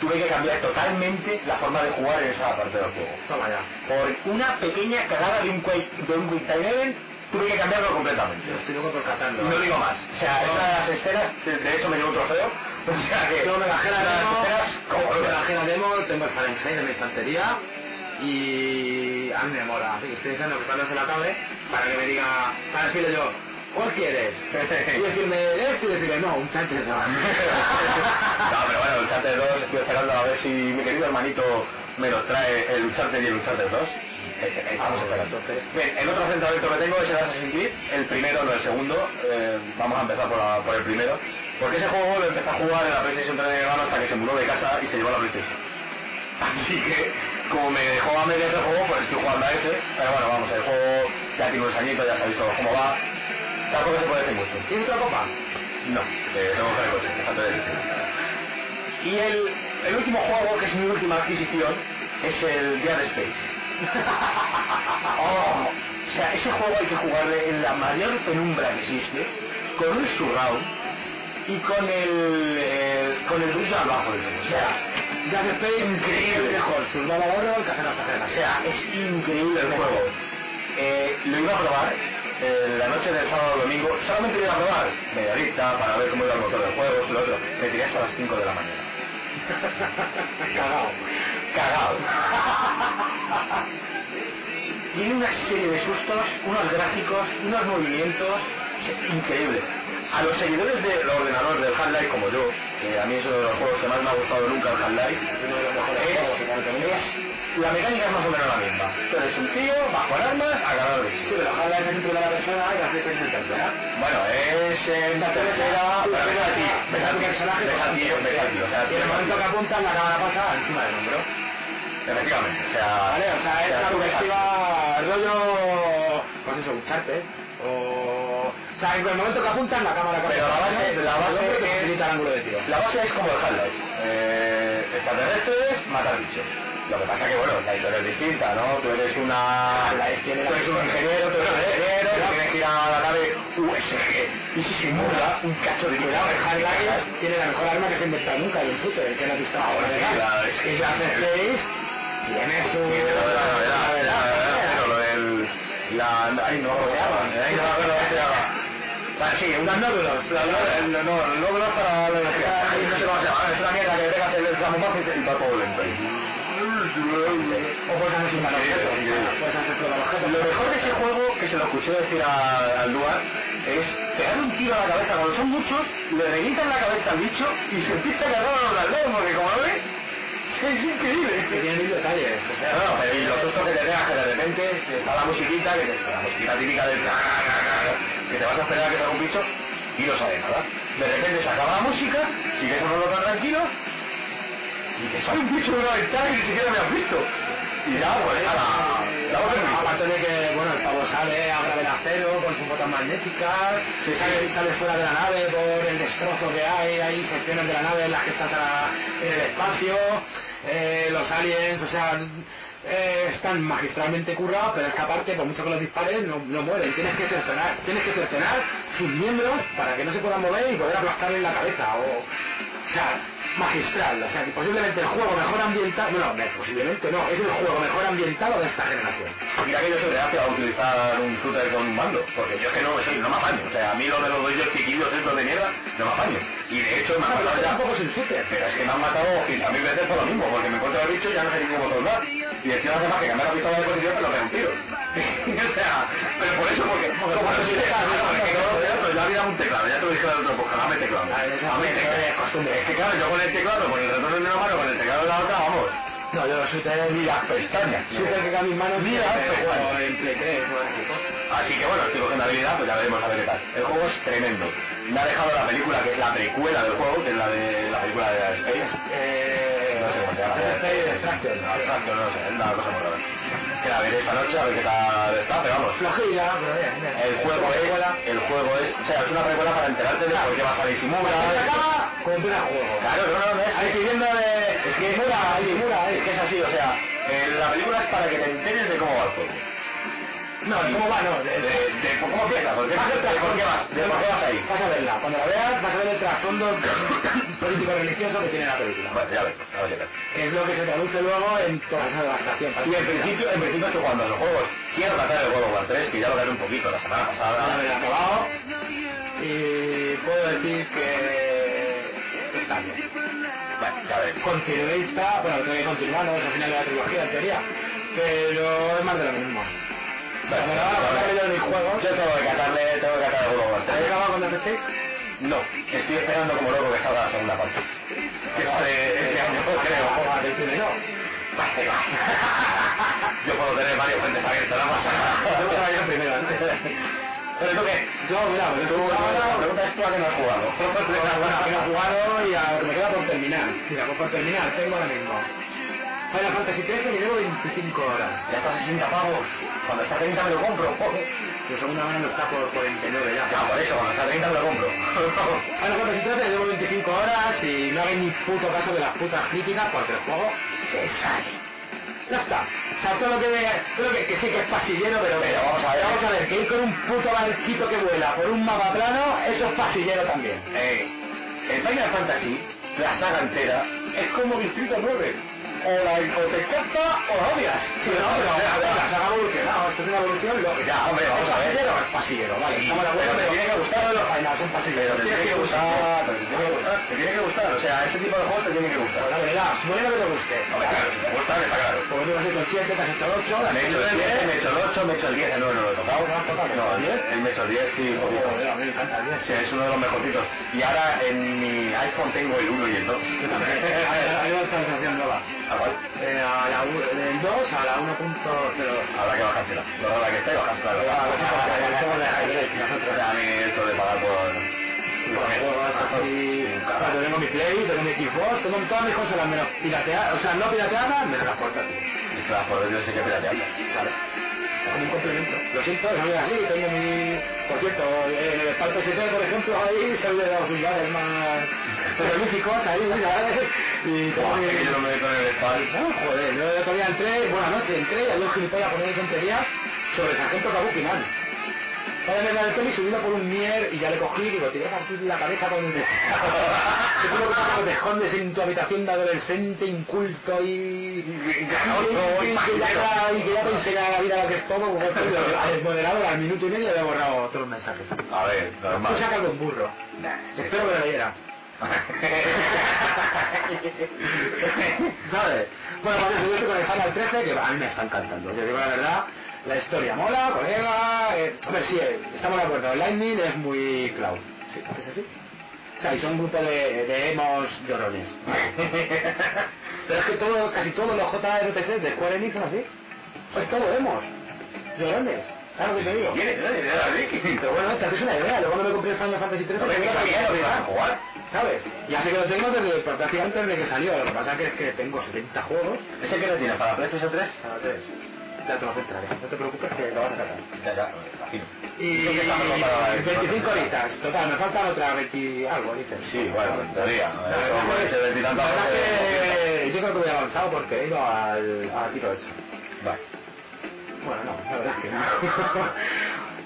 tuve que cambiar totalmente la forma de jugar en esa parte del juego
Toma ya.
por una pequeña cagada de un, quake- de un Quick Time Event, tuve que cambiarlo completamente.
Yo estoy loco por catarlo.
No digo más. O sea,
No.
una de las escenas, de, de hecho me llevo un trofeo. O sea que.
Yo me bajé la
una de las
demo,
escenas, como
me
no?
bajé la demo, tengo el Fahrenheit en mi estantería y a mí me mola, así que estoy deseando que cuando se la acabe para que me diga, para decirle yo, ¿cuál quieres? Y decirme esto y decirle, no, un chantes no.
No, pero bueno, el Uncharted 2, estoy esperando a ver si mi querido hermanito me lo trae el Uncharted y el Uncharted 2. Este, ahí vamos
Ah,
esperando.
entonces.
Bien, el otro centro abierto que tengo es el Assassin's Creed, el primero, no el segundo. Eh, vamos a empezar por, la- por el primero. Porque ese juego lo empecé a jugar en la PlayStation 3 de mi hermano hasta que se mudó de casa y se llevó a la PlayStation. Así que, como me dejó a medias el juego, pues estoy jugando a ese. Pero bueno, vamos, el juego ya tiene unos añitos, ya sabéis todos cómo va. Tampoco se puede decir mucho.
¿Tienes otra copa?
No, eh, tengo que coche, me falta de decir. Y el, el último juego, que es mi última adquisición, es el Dead Space. Oh, o sea, ese juego hay que jugarle en la mayor penumbra que existe, con un surround y con el, el- con el ruido abajo. O sea,
Ya que estáis
Increíble.
mejor, survival horror, casera
o
pajeras.
sea, es increíble el juego. Eh, lo iba a probar eh, la noche del sábado al domingo, solamente lo iba a probar media horita para ver cómo iba el motor del juego, esto, lo otro. Me tiré hasta las 5 de la mañana.
Cagao.
cagado. Tiene una serie de sustos, unos gráficos, unos movimientos es increíble. A los seguidores del ordenador del Half-Life como yo, que a mí es uno de los juegos que más me ha gustado nunca el Half-Life,
uno de los mejores
es-
juegos, claro que sí.
es- la mecánica es más o menos la misma. Tú eres un tío, bajo en armas, a ganar bichos.
Sí, pero ojalá es en primera persona y la gente es en tercera.
Bueno, es en
La
tercera...
tercera,
Bueno, ves al tío, ves al
el
tío,
personaje.
ves al tío, ves al tío, o sea,
Y en el momento que apuntas, la cámara pasa encima del hombro.
Efectivamente, o sea...
Vale, o sea, es
o sea,
una
tú ves al-
perspectiva rollo... Pues eso, un charte,
Oh,
o... O sea, en el momento que apuntas, la cámara
Pero la base- la base es-
es... el ángulo de tiro.
La base es como el Half-Life. Eh, extraterrestres, matar bichos. Lo que pasa que, bueno, la historia es distinta, ¿no? Tú eres una...
Half-Life tiene Ah, la
Tú eres un
historia.
ingeniero, tú eres un ingeniero, tú tienes que
ir a la nave USG y se simula un cacho de
Cuidado, que Harry Lager
tiene la mejor arma que se ha inventado nunca, el shooter, el que no ha visto ahora.
sí, la- es que
es la F6, tiene su...
Pero la verdad, la verdad, la verdad, pero lo del... La... Ay, no, ¿cómo se llama? Ay, no me acuerdo cómo se llama. Ah, sí, un-
Las nódulos.
la- la- la- no, el logro es para la energía. Ay, no sé cómo se llama, es una mierda que pegas el camuflaje y se- y va todo lento ahí.
O puedes hacer sin objetos.
Sí, sí.
Puedes hacer todo el objeto.
Lo mejor de ese juego, que se lo escuché decir a- al lugar, es pegar un tiro a la cabeza. Cuando son muchos, le revientan la cabeza al bicho y se empieza a cargar a los de al lado, porque como lo ve, es increíble.
Es que tiene mil detalles, o sea...
Claro, pero y lo susto que te deja que de repente está la musiquita, que te- la musiquita típica del que te vas a esperar a que salga un bicho y no sabe nada. De repente se acaba la música, sigues sonando tan tranquilo y te sale un bicho de una ventana que ni siquiera me has visto. Y ya, pues ya la, la voz del bicho.
Aparte de Eh, que, bueno, el pavo sale, habla del acero con sus botas magnéticas, que sale, sale fuera de la nave por el destrozo que hay, hay secciones de la nave en las que estás a- en el espacio, eh, los aliens, o sea, eh, están magistralmente currados, pero es que aparte, por mucho que los dispares, no, no mueren, tienes que cercenar, tienes que cercenar sus miembros para que no se puedan mover y poder aplastarle la cabeza, o, o sea, magistral, o sea, que posiblemente el juego mejor ambientado, no, no, posiblemente no, es el juego mejor ambientado de esta generación.
Pues Mira que yo soy reacio a utilizar un shooter con un mando, porque yo es que no me soy, no me apaño. O sea, a mí lo de los doyos piquillos estos de mierda, no me apaño. Y de hecho me han matado ya.
tampoco es el shooter.
Pero es que me han matado 50.000 veces por lo mismo, porque me encuentro al bicho y ya no sé ni qué botón dar. Y encima además que cambiar la pistola de posición pero me da un tiro. o sea, pero por eso, porque... Como no soy teclado, no, es que no, pero pues ya había un teclado, ya te lo dije la otra, pues dame teclado.
A ver, Ah, esa
Dame
es
teclado.
de costumbre.
Es que claro, yo con el teclado, con el retorno en una mano, con el teclado en la otra, vamos.
No, yo los shooters
Ni las pestañas.
Shooter que cambia mis manos
Mira,
yo
este
juego
Juan.
en Play 3 o en Xbox.
Así que bueno, estoy cogiendo habilidad, pues ya veremos a ver qué tal. El juego es tremendo. Me ha dejado la película, que es la precuela del juego, que es la de la película de Space. No sé cómo
Eh,
se llama.
Play de Extraction.
No, exacto, no sé, es una cosa muy rara. Que la veré esta noche a ver qué tal está, pero vamos.
Flojilla, pero bien, bien.
El juego es, el juego es, o sea, es una precuela para enterarte de por qué vas a disimula.
Se acaba, compra el juego.
Claro, no, no, no, es que siguiendo de... Es que
Simula, simula, eh.
es que es así, o sea, eh, la película es para que te enteres de cómo va el juego.
No, el cómo va, no.
De,
el-
de cómo empiezas, de, de por qué vas, de por qué vas ahí.
Vas a verla. Cuando la veas, vas a ver el trasfondo político-religioso que tiene la película.
Bueno, ya ves, ya ves, ya ves.
Que es lo que se traduce luego en toda esa devastación.
Y en principio, en principio estoy jugando a los juegos. Quiero tratar el World War 3, que ya lo daré un poquito la semana
Ahora
pasada.
me lo he acabado. Y puedo decir que... Está bien.
Bueno, ya ves.
continuista, bueno, tiene que continuar, no es el final de la trilogía en teoría, pero es más de lo mismo.
Bueno,
Como la van a pasar ellos mis juegos,
Yo tengo que catarle, tengo que catar el World War 3.
¿habéis acabado con Death Space?
No, estoy esperando como loco que salga la segunda parte. Que sale este año, creo.
Ah, del primero.
Parte va. Yo puedo tener varios frentes abiertos, no pasa
Yo me
nada.
traigo primero antes.
Pero tú qué?
Yo, mira, me lo
Tú,
estoy
la
jugando,
pregunta es tú a qué no has jugado.
bueno, que no he jugado y a lo que me queda por terminar. Mira, pues por terminar, tengo ahora mismo. Final Fantasy 13 y llevo 25 horas.
Ya está a 60 pavos. Cuando está a 30 me lo compro.
De segunda mano está por 49 ya.
Ya, por eso, cuando está a 30 me lo compro.
Bueno, cuando se trata, llevo 25 horas y no hagáis ni puto caso de las putas críticas porque el juego se sale. Ya está. O sea, todo lo que, todo lo que, que sí que es pasillero, pero,
Pero vamos a ver.
vamos a ver, que ir con un puto barquito que vuela por un mapa plano, eso es pasillero también.
Eh, el Final Fantasy, la saga entera, es como Distrito 9. O, la, o te encanta o la odias.
Sí, no, pero
Ya,
la
ya.
saga ha evolucionado, esto es una evolución lógica.
Ya, hombre, vamos
¿Es
a ver.
pasillero o es pasillero? Vale,
Sí,
estamos de acuerdo,
pero te
pero...
tiene que gustar
los finales son pasilleros.
Pero te tiene que gustar, te tiene que gustar, te tiene que gustar. O sea, ese tipo de juegos te tiene que gustar.
La verdad, supone lo que te guste.
Hombre, claro, si te gusta, está claro.
Porque tú has hecho el 7, te has hecho el
Me he
8,
hecho el 10, me he hecho el 8, me he hecho el 10, el 9 no lo he tocado.
No has tocado,
No,
¿el
el 10, me
10?
he hecho el 10, sí, poquito.
Joder, a mí me encanta el 10.
Sí, es uno de los mejorcitos. Y ahora en mi iPhone tengo el 1 y el 2.
Yo también. Hay una actualización nueva.
Ah, vale.
Eh, a la u- del 2 a la 1.02.
Habrá que bajársela. No habrá que esté, bajársela.
Ah, pues, ah, pues, somos de ajedrez, nosotros.
O sea, a mí esto de pagar por...
Porque juegos así. Claro, tengo mi Play, tengo mi Xbox, tengo todas mis consolas menos pirateadas, o sea, no pirateadas, menos las portátiles.
Es la por Dios, sé que pirateando.
Claro. Como un complemento. Lo siento, soy así, tengo mi... Por cierto, en el Parque 7, por ejemplo, ahí se de los lugares más terroríficos, ahí, mira, y tengo
Buah, es que
mi...
yo no me meto en el espal.
No, Ah, joder, yo el otro día entré, buena noche, entré y había un gilipollas poniendo tonterías sobre el sargento Kabuki Man. Cada vez la del peli subida por un mier y ya le cogí y digo, te voy a partir la cabeza con el... Seguro que cuando te escondes en tu habitación de adolescente, inculto y...
Y- y-
y- y- y- que ya- y que ya te
y-
enseña la vida lo que es todo, como tú, al moderador al minuto y medio le he borrado otros mensajes.
A ver, normal.
Tú saca con burro. Espero que lo leyera. ¿Sabes? Bueno, vale, subirte con el Final 13, que a mí me está encantando. Yo digo la verdad, la historia mola, colega. Eh, hombre, sí, eh, estamos de acuerdo. Lightning es muy cloud. Sí, ¿Es así? O sea, y son un grupo de, de emos llorones. Pero es que todo, casi todos los JRPG de Square Enix son así. Son todos emos. Llorones. ¿Sabes lo que te digo?
¿Quién es?
Pero bueno, te haces una idea, luego no me compré el Final Fantasy 13
No sabía lo que iban a jugar.
¿Sabes? Y hace que lo tengo desde prácticamente antes de que salió. Lo que pasa que es que tengo 70 juegos.
¿Ese que lo tienes para PlayStation 3?
Cada tres. Ya te lo centraré. No te preocupes que lo vas a catar.
Ya, ya, me imagino.
Y,
Creo que está mejor para el-
25 horitas. Total, me faltan otras 20 algo, dices.
Sí, bueno, en teoría.
La verdad
Como
que-
ese veintitantos
la verdad
veces-
que yo creo que voy avanzado porque he ido al, al tiro hecho.
Vale.
Bueno, no, la verdad es que no.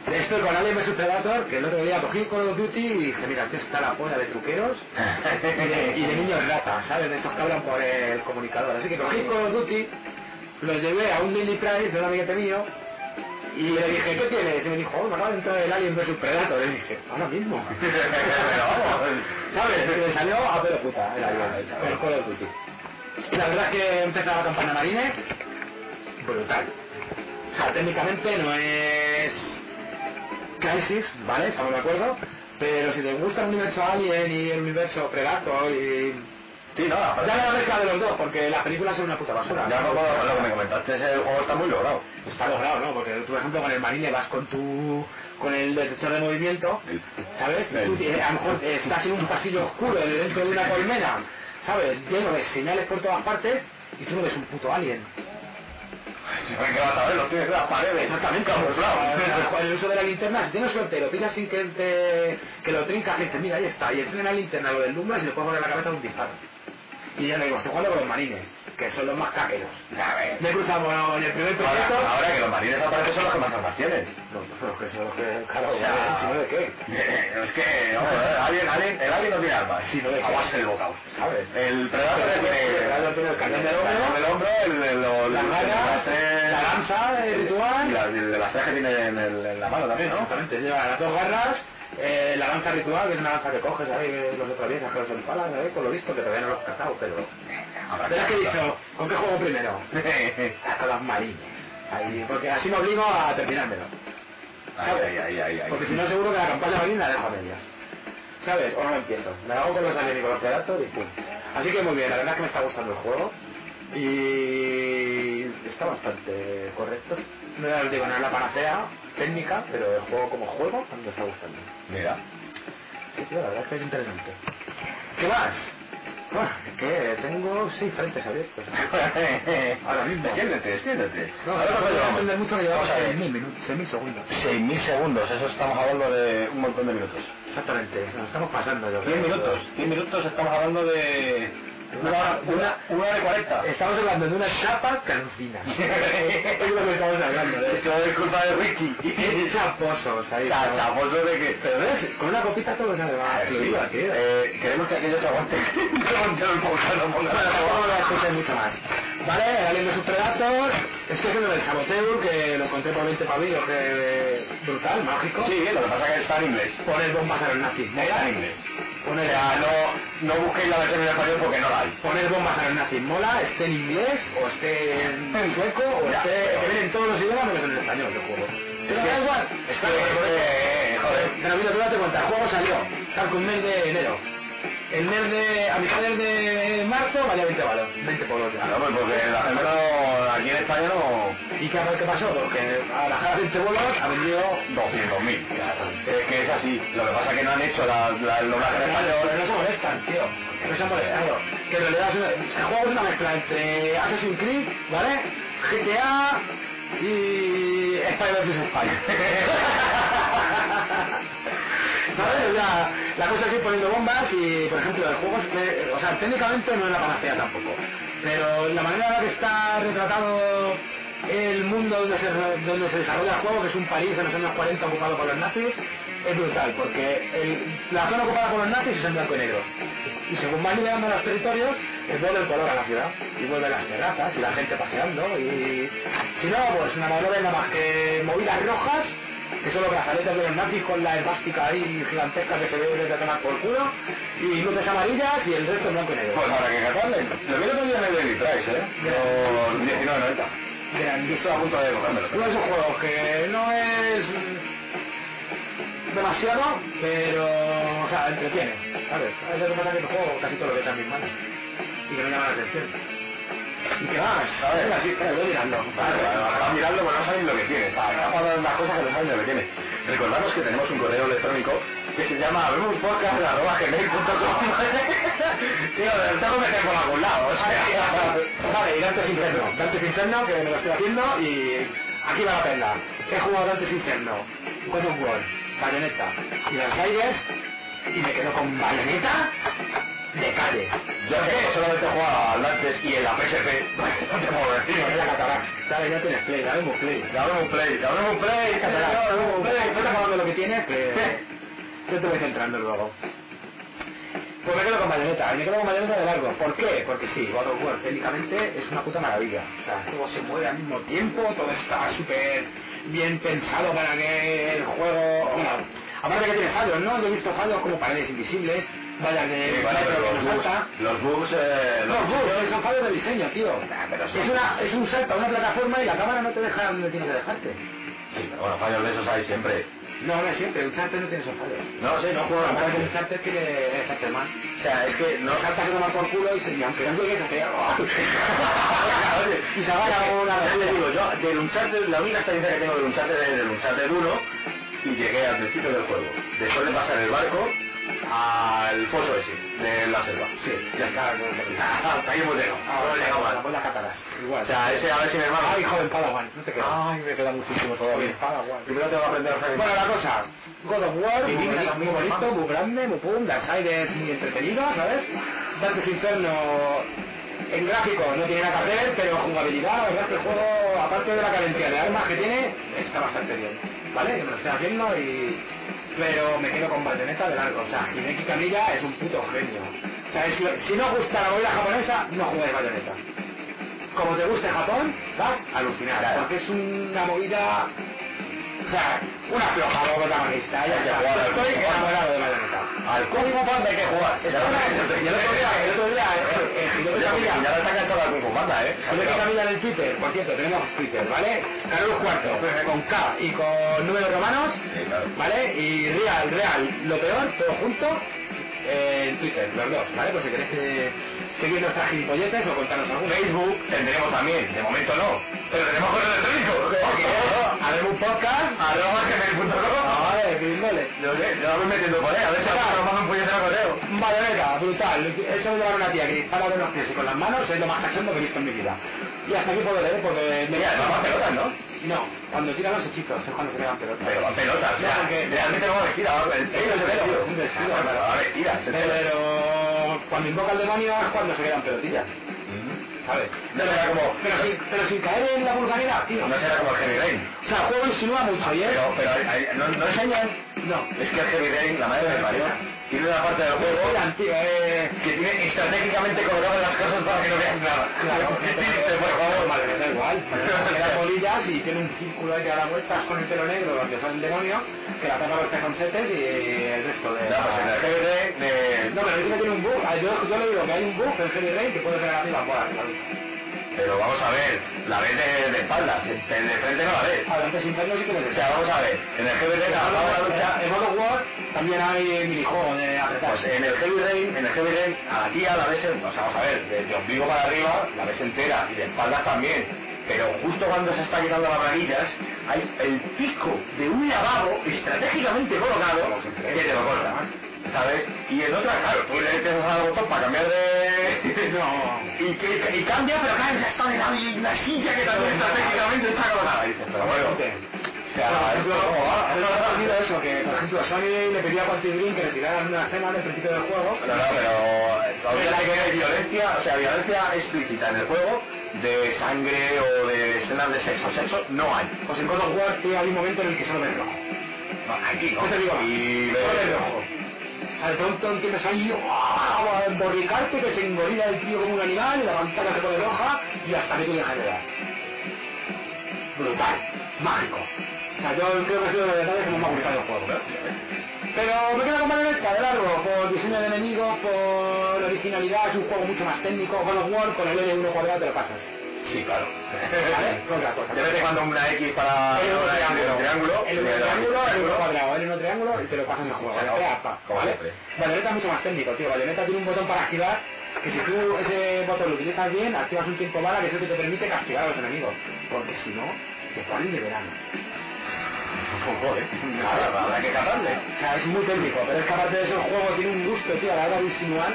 Estoy con Alien vs Predator, que el otro día cogí Call of Duty y dije, mira, esto está la polla de truqueros y de, y de niños rata, ¿sabes? De estos que hablan por el comunicador. Así que cogí Call of Duty, los llevé a un Daily Price de un amiguete mío y le dije, ¿qué tienes? Y me dijo, oh, me acaba de entrar el Alien vs Predator. Y le dije, ahora mismo. ¿Sabes? Que le salió a pelo puta el avión, el Call of Duty. Y la verdad es que empezaba la campana marine brutal. O sea, técnicamente no es Crisis, ¿vale? Estamos de acuerdo. Pero si te gusta el universo Alien y el universo Predator y...
Sí, no, la
Ya
verdad-
la mezcla de los dos, porque las películas son una puta basura.
ya no puedo- lo que me comentaste, ese juego está muy logrado.
Está logrado, ¿no? Porque tú, por ejemplo, con el marine vas con tu... con el detector de movimiento ¿Sabes?
Sí.
Tú tienes- a lo mejor eh, estás en un pasillo oscuro de dentro de una colmena, ¿sabes? Lleno de señales por todas partes y tú no ves un puto alien.
¿Qué vas a ver? Los tienes en las paredes. camuflados.
A lo mejor El uso de la linterna, si tienes suerte, lo tiras sin que te, que lo trincas, que dices, mira, ahí está, y enciende la linterna, lo deslumbras y le puedes poner la cabeza de un disparo. Y ya te digo, estoy jugando con los marines, que son los más caqueros.
A ver.
Me cruzamos en este el primer proyecto.
Ahora, ahora que los marines aparecen son los que más armas tienen.
No, los que son los que, claro,
O sea,
si no de qué, Eh,
Es que, vamos, el alien, alien- el alien no tiene armas.
Sí, no le
a base de bocaos.
¿sabes?
El predator
Pero
tiene
el Predator tiene el cañón del hombro,
el hombro, el de los
Las garras, la lanza, el ritual,
y la- y de las tres que tiene en, el- en la mano también, ¿no?
Exactamente, lleva las dos garras, eh, la lanza ritual, que es una lanza que coges, ¿sabes? Que Los atraviesas, que los empalas, ¿sabes? Con lo visto, que todavía no los he catado, pero...
Habrá
Pero es que he dicho, ¿con qué juego primero? Ah, Con los marines. Ahí, porque así me obligo a terminármelo. ¿Sabes?
Ay, ay, ay, ay.
Porque si no, seguro que la campaña marina la dejo a medias. ¿Sabes? O no la empiezo. Me la hago con los aliens y con los predators y pum. Así que muy bien, la verdad es que me está gustando el juego. Y está bastante correcto. No era, digo, no es la panacea técnica, pero el juego como juego a mí me está gustando.
Mira.
Sí, tío, la verdad es que es interesante. ¿Qué más? Bueno, es que tengo seis frentes abiertos.
Ahora mismo. Defiéndete, defiéndete.
No,
Ahora
no
cuánto
puedo
llevamos.
entender mucho que llevamos
Vamos a ver.
6.000 minutos, 6.000 segundos.
6.000 segundos, eso estamos hablando de un montón de minutos.
Exactamente, nos estamos pasando yo
10
creo.
minutos, 10 minutos estamos hablando de... Una hora, una, una hora y 40.
Estamos hablando de una chapa calcina. es lo que estamos hablando, ¿eh? de
Eso es culpa de Wiki.
chaposos ahí. ¿no?
Chachamos de que...
Pero ves, con una copita todo sale
Ah,
más
sí,
fluido, tío.
eh, queremos que aquello te aguante. Te aguante el podcast, no pongas la
Bueno, no
voz.
voy a escuchar mucho más. Vale, el Alien vs Predator, es que es uno del Saboteur, que lo encontré por 20 pavillos, que brutal, mágico.
Sí, lo que pasa es que está en inglés.
Poner bombas a los nazis,
Está
mola.
en inglés. O
Poner,
sea, no, no busquéis la versión en español porque no la hay.
poner bombas a los nazis, mola, esté en inglés, o esté en sueco, o
Ya,
esté...
pero-
Que vienen todos los idiomas menos en el español, el juego. Pero da igual,
Es que, eh, joder.
Pero mira, tú date cuenta, el juego salió un mes de enero. El mes de... a mitad de marzo valía 20 balos, 20 por otra.
No, pues porque la gente no, aquí en España no...
¿Y qué, qué pasó? Pues que a la jara 20 bolos ha vendido...
200.000. Es que es así. Lo que pasa es que no han hecho la, la, el doblaje en
Pero
español.
no se molestan, tío. No se han molestado. Que en realidad es una- el juego es una mezcla entre Assassin's Creed, ¿vale? GTA y Spider vs. Spider. ¿Sabes? O sea, la cosa es ir poniendo bombas y, por ejemplo, el juego es que, o sea, técnicamente no es la panacea tampoco. Pero la manera en la que está retratado el mundo donde se, donde se desarrolla el juego, que es un París en los años 40 ocupado por los nazis, es brutal, porque el- la zona ocupada por los nazis es en blanco y negro. Y según van liberando los territorios, les vuelve el color a la ciudad, y vuelve las terrazas, y la gente paseando, y si no, pues nada, no ven nada más que movidas rojas, que son los brazaletes de los nazis con la elástica ahí gigantesca que se ve desde tomar por culo, y luces amarillas y el resto en blanco y negro.
Pues ahora que acaben, lo que no podía en el Daily Price, ¿eh? Por 19.90.
Grandísimo.
Estoy a punto de comprármelo.
Uno de esos juegos que no es demasiado, pero, o sea, entretiene, ¿sabes? Es lo que pasa que el juego casi todo lo que está en mis manos y que no llama la atención. ¿Y qué más?
A ver,
Venga,
así,
sí,
espera, voy mirando. Vale, vale, vale, vas mirando, pero no sabéis lo que tiene. O sea, acá para unas cosas que no sabéis lo que tiene. Recordaros que tenemos un correo electrónico que se llama abremospodcast.gmail.com Tío, lo tengo que meter por algún lado, o sea...
Vale, y Dantes Inferno. Dantes Inferno, que me lo estoy haciendo y aquí va la perla. He jugado Dantes Inferno, God of War, Bayonetta y los Aires y me quedo con Bayonetta de calle.
Yo que solamente jugaba al antes y en la PSP. No te puedo decir.
Tío, era catalás. ¿Sabes? Ya tienes play, dale un play.
Dame un play, dame un play,
Catalán,
dame
no,
un play.
vete acabando lo que tienes, que yo te voy centrando luego. Pues me quedo con Bayonetta, y me quedo con Bayonetta de largo. ¿Por qué? Porque sí, God of War técnicamente es una puta maravilla. O sea, todo se mueve al mismo tiempo, todo está súper bien pensado para que el juego... bueno, aparte que tiene fallos, ¿no? Yo he visto fallos como paredes invisibles, vallas de...
Sí, vale,
que
pero
no
los bugs,
salta.
los bugs, eh,
No,
los
no, son fallos de diseño, tío.
pero sí.
Es, una, es un salto a una plataforma y la cámara no te deja donde tiene que dejarte.
Sí, pero bueno, fallos de esos hay siempre.
No, no es siempre, Uncharted no tiene esos fallos.
No sé, no juego
Bueno,
al
Uncharted,
Uncharted.
Uncharted tiene Uncharted Man.
O sea, es que no
Lo saltas a tomar por culo y, se, y aunque no llegues a pegar, y se agarra como una
Ya te
rejilla.
digo, yo del Uncharted, la única experiencia que tengo del Uncharted es del Uncharted 1 y llegué al principio del juego. Después de pasar el barco al foso ese, de la selva.
Sí,
ya está. Ah, salta, ahí hemos llegado.
Ah,
Hemos
bueno,
llegado
bueno,
mal.
pues la catarás. Igual.
O sea, ese a ver si mi hermano...
Ay, joven Padawan, no te creas.
Ay, me queda muchísimo todavía.
Padawan.
Primero tengo que aprender a hacer...
Bueno, la cosa, God of War,
Y
muy,
Divinity
bonito, muy
también,
bonito,
hermano.
muy grande, muy pum, Dark Siders muy entretenido, ¿sabes? Dantes Inferno en gráfico no tiene nada que hacer, pero jugabilidad, la verdad es que el juego, aparte de la carencia de armas que tiene, está bastante bien, ¿vale? Yo me lo estoy haciendo y... Pero me quedo con Bayonetta de largo, o sea, Hideki Kamiya es un puto genio. O sea, es lo- si no os gusta la movida japonesa, no jugáis Bayonetta. Como te guste Japón, vas a alucinar,
Claro.
porque es una movida o sea, una floja como protagonista, ya
Hay que
está.
jugar al
Estoy
código fan.
enamorado de Bayonetta.
Al código fan hay que jugar.
Es una- Y el otro día, el otro día, eh, eh, Hideki
Ya
Kamiya-
ya la está enganchada con Fumanda, ¿eh?
Hideki Kamiya en el Twitter, por cierto, tenemos Twitter, ¿vale? Carlos Cuarto, con K y con números romanos,
Sí, claro.
¿vale? Y Real, Real, lo peor, todo junto, eh, en Twitter, los dos, ¿vale? Pues si queréis eh, seguir nuestras gilipolletes o contarnos algún
Facebook tendremos también, de momento no, pero tenemos correo electrónico.
A ver un podcast,
Arroba gmail.com.
a ver, pidiéndole.
Yo sé, yo voy metiendo por ahí, a ver si ahora nos manda un puñetero correo.
Bayoneta, brutal. Eso de llevar una tía que dispara con los pies y con las manos es lo más cachondo que he visto en mi vida. Y hasta aquí puedo leer porque... me-
Mira, no más pelotas, ¿no?
No, cuando tiran los hechizos es cuando se pegan pelotas.
Pero más pelotas, o sea, que realmente no va vestida, va el pelo
Eso es
se
vestido,
vestido.
es un vestido.
Ah, bueno, Va vestida, se ve.
Pero cuando invoca el demonio es cuando se quedan pelotillas,
Mm.
¿sabes?
No será como,
Pero sin, pero sin caer en la vulgaridad, tío.
no será como el Heavy Rain,
O sea, el juego insinúa mucho, ¿y eh?
pero, pero hay- hay- no, no enseñan.
No.
Es que el Heavy Rain, la madre del marido, tiene una parte del juego
Oigan, tío, eh...
que tiene estratégicamente colocado las cosas para que no veas nada.
Claro,
Triste, por favor,
Vale, me da igual. Le da bolillas y tiene un círculo ahí que da la vueltas con el pelo negro donde sale el demonio, que la tapa los tejoncetes y el resto de...
No, pues en el Heavy Rain, eh,
No, pero dice que tiene un bug. Ah, Yo, yo le digo que hay un bug en Heavy Rain que puede tener arriba pues, por arriba.
Pero vamos a ver, la ves de, de espaldas, de, de frente no la ves.
Adelante sin freno sí que lo
O
desea.
sea, vamos a ver, en el Heavy Rain acaba la lucha,
En modo War también hay minijuego de apretar.
pues en el Heavy Rain, en el Heavy Rain, a la tía la ves, en, o sea, vamos a ver, de, de ombligo para arriba la ves entera y de espaldas también. Pero justo cuando se está quitando las manillas, hay el pico de un lavabo estratégicamente colocado que te lo corta, ¿sabes? Y en otra, claro, tú le empiezas a dar botón para cambiar de...
No.
Y, que- y cambia, pero claro, ya está en la- en la silla que también estratégicamente está colocada. Y dices, Ah, pero bueno, O sea, es lo como va.
Pero no he entendido eso, que por ejemplo Sony le pedía a Quantic Dream que le tiraran una escena al principio del juego.
No, no, pero todavía hay que ver violencia, o sea, violencia explícita en el juego de sangre o de escenas de sexo, sexo no hay.
Pues en God of War tío, hay un momento en el que solo ves rojo.
No, aquí no.
Yo te digo,
y
solo
ve-
ves rojo. O sea, de pronto empiezas ahí ¡ah! a emborricarte, que se engorila el tío como un animal, y la pantalla se pone roja y hasta que tú dejas de dar. Brutal, mágico. O sea, yo creo que ha sido de las veces que más me ha gustado el juego. Pero me quedo con Bayonetta de largo, por diseño de enemigos, por originalidad, es un juego mucho más técnico, God of War, con el L1 cuadrado te lo pasas.
Sí, claro.
¿Vale? Todo el rato.
De vez en cuando una X para
El otro
una X de
triángulo,
triángulo,
el
y
otro
le da
triángulo, el otro
triángulo.
cuadrado, el otro triángulo y te lo pasas a juego.
Se
¿vale?
acabó.
Te apa,
Como
¿vale?
siempre.
Bayonetta es mucho más técnico, tío. Bayonetta tiene un botón para activar que si tú ese botón lo utilizas bien, activas un tiempo bala que eso te permite castigar a los enemigos. Porque si no, te ponen de verano.
Joder, nada, eh. habrá que catarle.
O sea, es muy técnico, pero es que aparte de eso el juego tiene un gusto, tío, a la hora de insinuar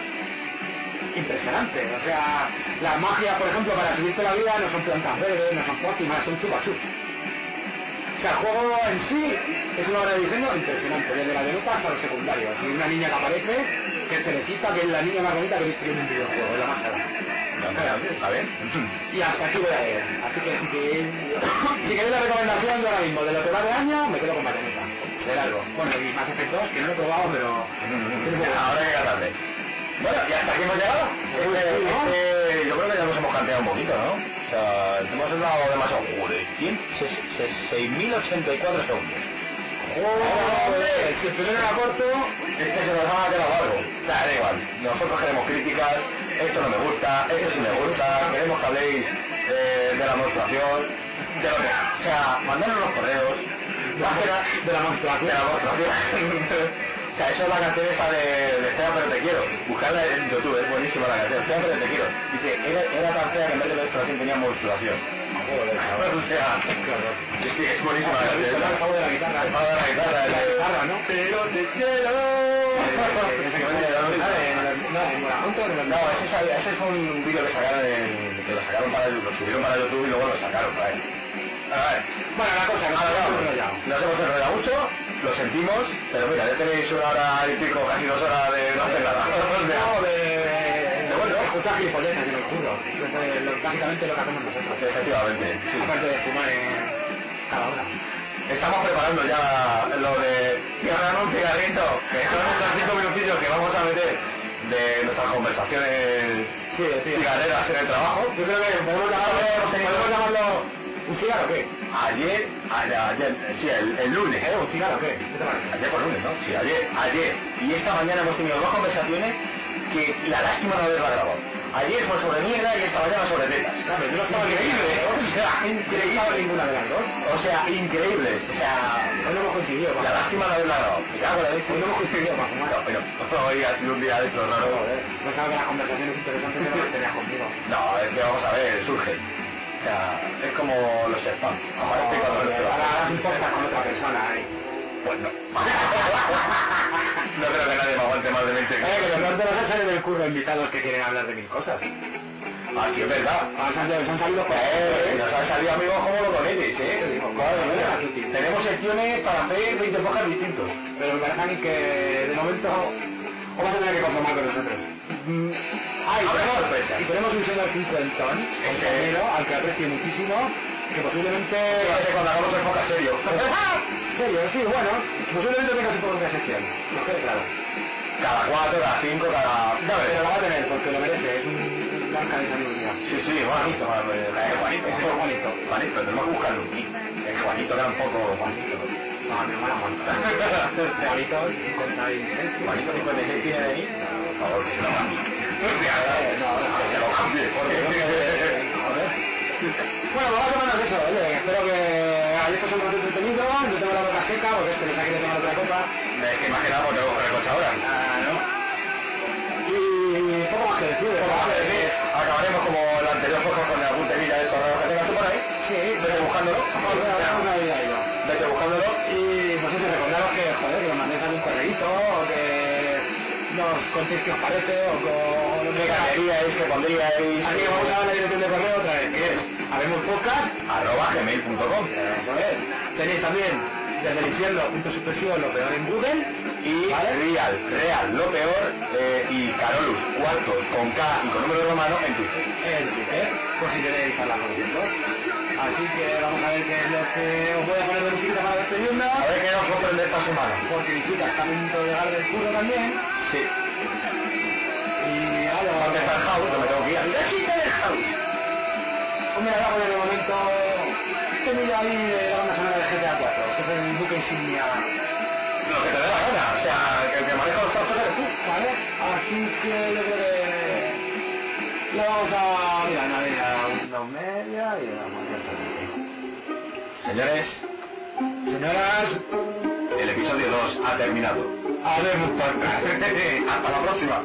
impresionante. O sea, las magias, por ejemplo, para subirte la vida no son plantas verdes, no son pócimas, son chupachú. O sea, el juego en sí es una obra de diseño impresionante, desde la de Lupa hasta los secundarios. Y una niña que aparece, que es Cerecita, que es la niña más bonita que he visto yo en un videojuego, es la más cara.
A ver.
Y hasta aquí voy a leer. Así que si, que, si queréis la recomendación, yo ahora mismo, de lo que va de año, me quedo con Bayonetta. De largo. Bueno, y más Effect 2, que no lo he probado, pero...
Ahora llega tarde. Bueno, y hasta aquí hemos llegado. Este-
Pues Sí, ¿no?
este, yo creo que ya nos hemos canteado un poquito, ¿no? O sea, hemos estado demasiado... Joder, ¿quién? Ses- ses- 6.084 segundos.
¡Hombre! Si el primero era corto...
Este se nos ha quedado largo. Da, da igual. Nosotros queremos críticas, esto no me gusta, esto sí me gusta, queremos que habléis eh, de la menstruación, de lo que... O sea, mandadnos los correos, más que nada,
De la monstruación.
de la menstruación. O sea, eso es la canción esta de, de Fea pero te quiero. Buscarla en YouTube, es buenísima la canción. Fea pero te quiero. Dice, era, era tan fea que en vez de menstruación tenía menstruación. O sea, es, que es buenísima la canción.
El pavo de la guitarra.
El pavo de la guitarra.
La
el-
guitarra, ¿no?
Pero te quiero. No, ese, sal- ese fue un vídeo que sacaron en- que lo sacaron para YouTube, lo subieron para YouTube y luego lo sacaron para él. A ver,
Bueno, la cosa,
ahora vamos.
no,
Nos hemos enrollado mucho, lo sentimos, pero mira, ya tenéis una hora y pico, casi dos horas de no hacer nada.
no, de...
De bueno.
Escuchar gilipolleces en el curro. Eso es lo- Básicamente lo que hacemos nosotros.
Efectivamente. sí.
Aparte de fumar en... cada hora.
Estamos preparando ya lo de ganar un cigarrito, que son estos cinco minutillos que vamos a meter de nuestras conversaciones
Sí, tío.
cigarreras en el trabajo.
Yo creo que podemos llamarlo... ¿Podemos llamarlo un cigarro o qué?
Ayer, a- ayer, sí, el, el lunes,
¿Eh? ¿Un cigarro o qué? ¿Qué te parece?
ayer por lunes, ¿no? Sí, ayer, ayer y esta mañana hemos tenido dos conversaciones que la lástima no haberla grabado. Ayer fue sobre mierda y esta mañana sobre tetas.
Claro, yo no estaba en
increíble, ¿eh?
ninguna de las
o sea,
Yo no estaba
increíble.
en ninguna de las dos.
O sea, increíbles, o sea,
Hoy no hemos coincidido,
la
vamos.
lástima no haberla grabado. Me cago en la leche.
Hoy no hemos coincidido para fumar.
No, pero hoy ha sido un día de estos raros.
Joder, pensaba eh, que las conversaciones interesantes eran las que tenías conmigo.
No, es que vamos a ver, surge. O sea, es como los spam. Aparece cuando los
Oh, Ahora harás un podcast con otra persona, ¿eh?
Pues no. no creo que nadie me aguante más de 20
Eh,
minutos.
que los norteros han salido del curro invitados que quieren hablar de mil cosas.
Así es verdad.
Ahora Ah, se han, se han salido con...
Eh, nos han salido amigos como los donetes,
Te
¿eh?
digo,
Madre
madre
mía.
mía, qué tío.
Tenemos secciones para hacer 20 podcasts distintos.
Pero me parece que de momento os vas a tener que conformar con nosotros. Ah, y
Habrá
tenemos-
sorpresa.
y tenemos un señor cincuentón,
Ese.
compañero, al que aprecio muchísimo, que posiblemente...
Pero no sé cuando hagamos el podcast serio.
Serio, sí, bueno, posiblemente tenga su propia sección, nos quede claro.
cada 4, cada 5, cada... Ya
Pero
veremos.
la va a tener, porque lo merece, es un un arca de sabiduría.
Sí, sí, Juanito. Eh, Juanito.
Ese es Juanito.
Juanito, tenemos que buscarlo. El Juanito era un poco... Juanito.
No, mi hermana Juanita. Juanito, 56.
Juanito 56 tiene de mí. Por favor, que se lo cambie. No, que se lo cambie.
Joder. Bueno, pues más o menos eso, oye, espero que hayáis pasado un rato entretenido, yo tengo la boca seca, porque esperéis a que le tenga otra copa.
Es que más que nada porque vamos con el coche ahora.
Ah, ¿no? Y poco más que decir,
Como
poco más
vas a
que
decir,
decir.
acabaremos como el anterior podcast con la punterilla de estos raros que tengas tú por ahí.
Sí,
Vete buscándolo.
bueno, vamos a ir a ello.
Vete buscándolo.
Y pues eso, recordaros que, joder, que nos mandéis algún correíto, o que nos contéis qué os parece, o con...
¿Qué cambiaríais? ¿Qué pondríais?
Así que vamos a dar la dirección de correo otra vez, que es Habemos Podcast,
Arroba gmail.com
Eso es. Tenéis también desde el infierno punto supresivo lo peor en Google
y Real, Real, lo peor, eh, y Carolus, cuartos, con K y con número romano en Twitter.
en Twitter, por si queréis hablar con nosotros. Así que vamos a ver qué es lo que os voy a poner de musiquita
A
para despedirnos,
ver qué nos sorprende esta semana.
porque mi chica está a punto de llegar del curro también,
Sí.
y algo...
Vamos a empezar el house, que me tengo que ir. ¡La chica del house!
Hombre, ahora por el momento, te mira ahí de la banda sonora de GTA 4, que es el buque insignia,
Lo que te dé la gana, o sea, que el que maneja los pasos eres tú.
¿vale? Así que yo creo que lo vamos a... Mira, añadir a una media y a cualquier
Señores,
Señoras,
el episodio 2 ha terminado.
habemos
Hasta la próxima.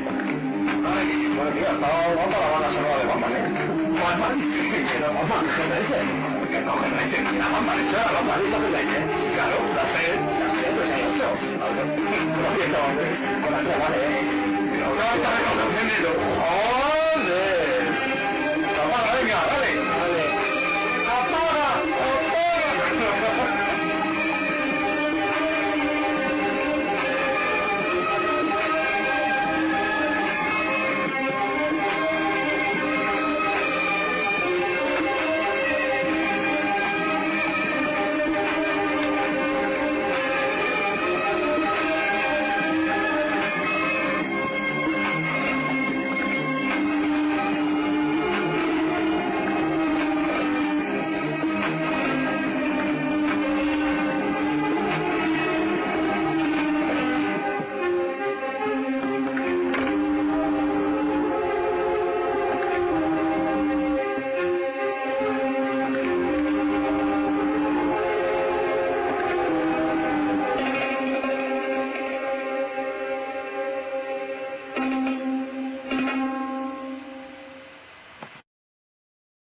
Ay, bueno, tío, estaba guapa la banda sonora de Batman, ¿eh? ¿Batman? Que no, Batman, ¿qué es ese? ¿Qué cojones es ese? Mira, Batman, eso era Batman, ¿esto qué es ese? Claro, la C, la C, pues hay otro. A ver, No pienso, hombre, con la tía, vale, ¿eh? Pero otra vez está reconociendo. ¡Oh!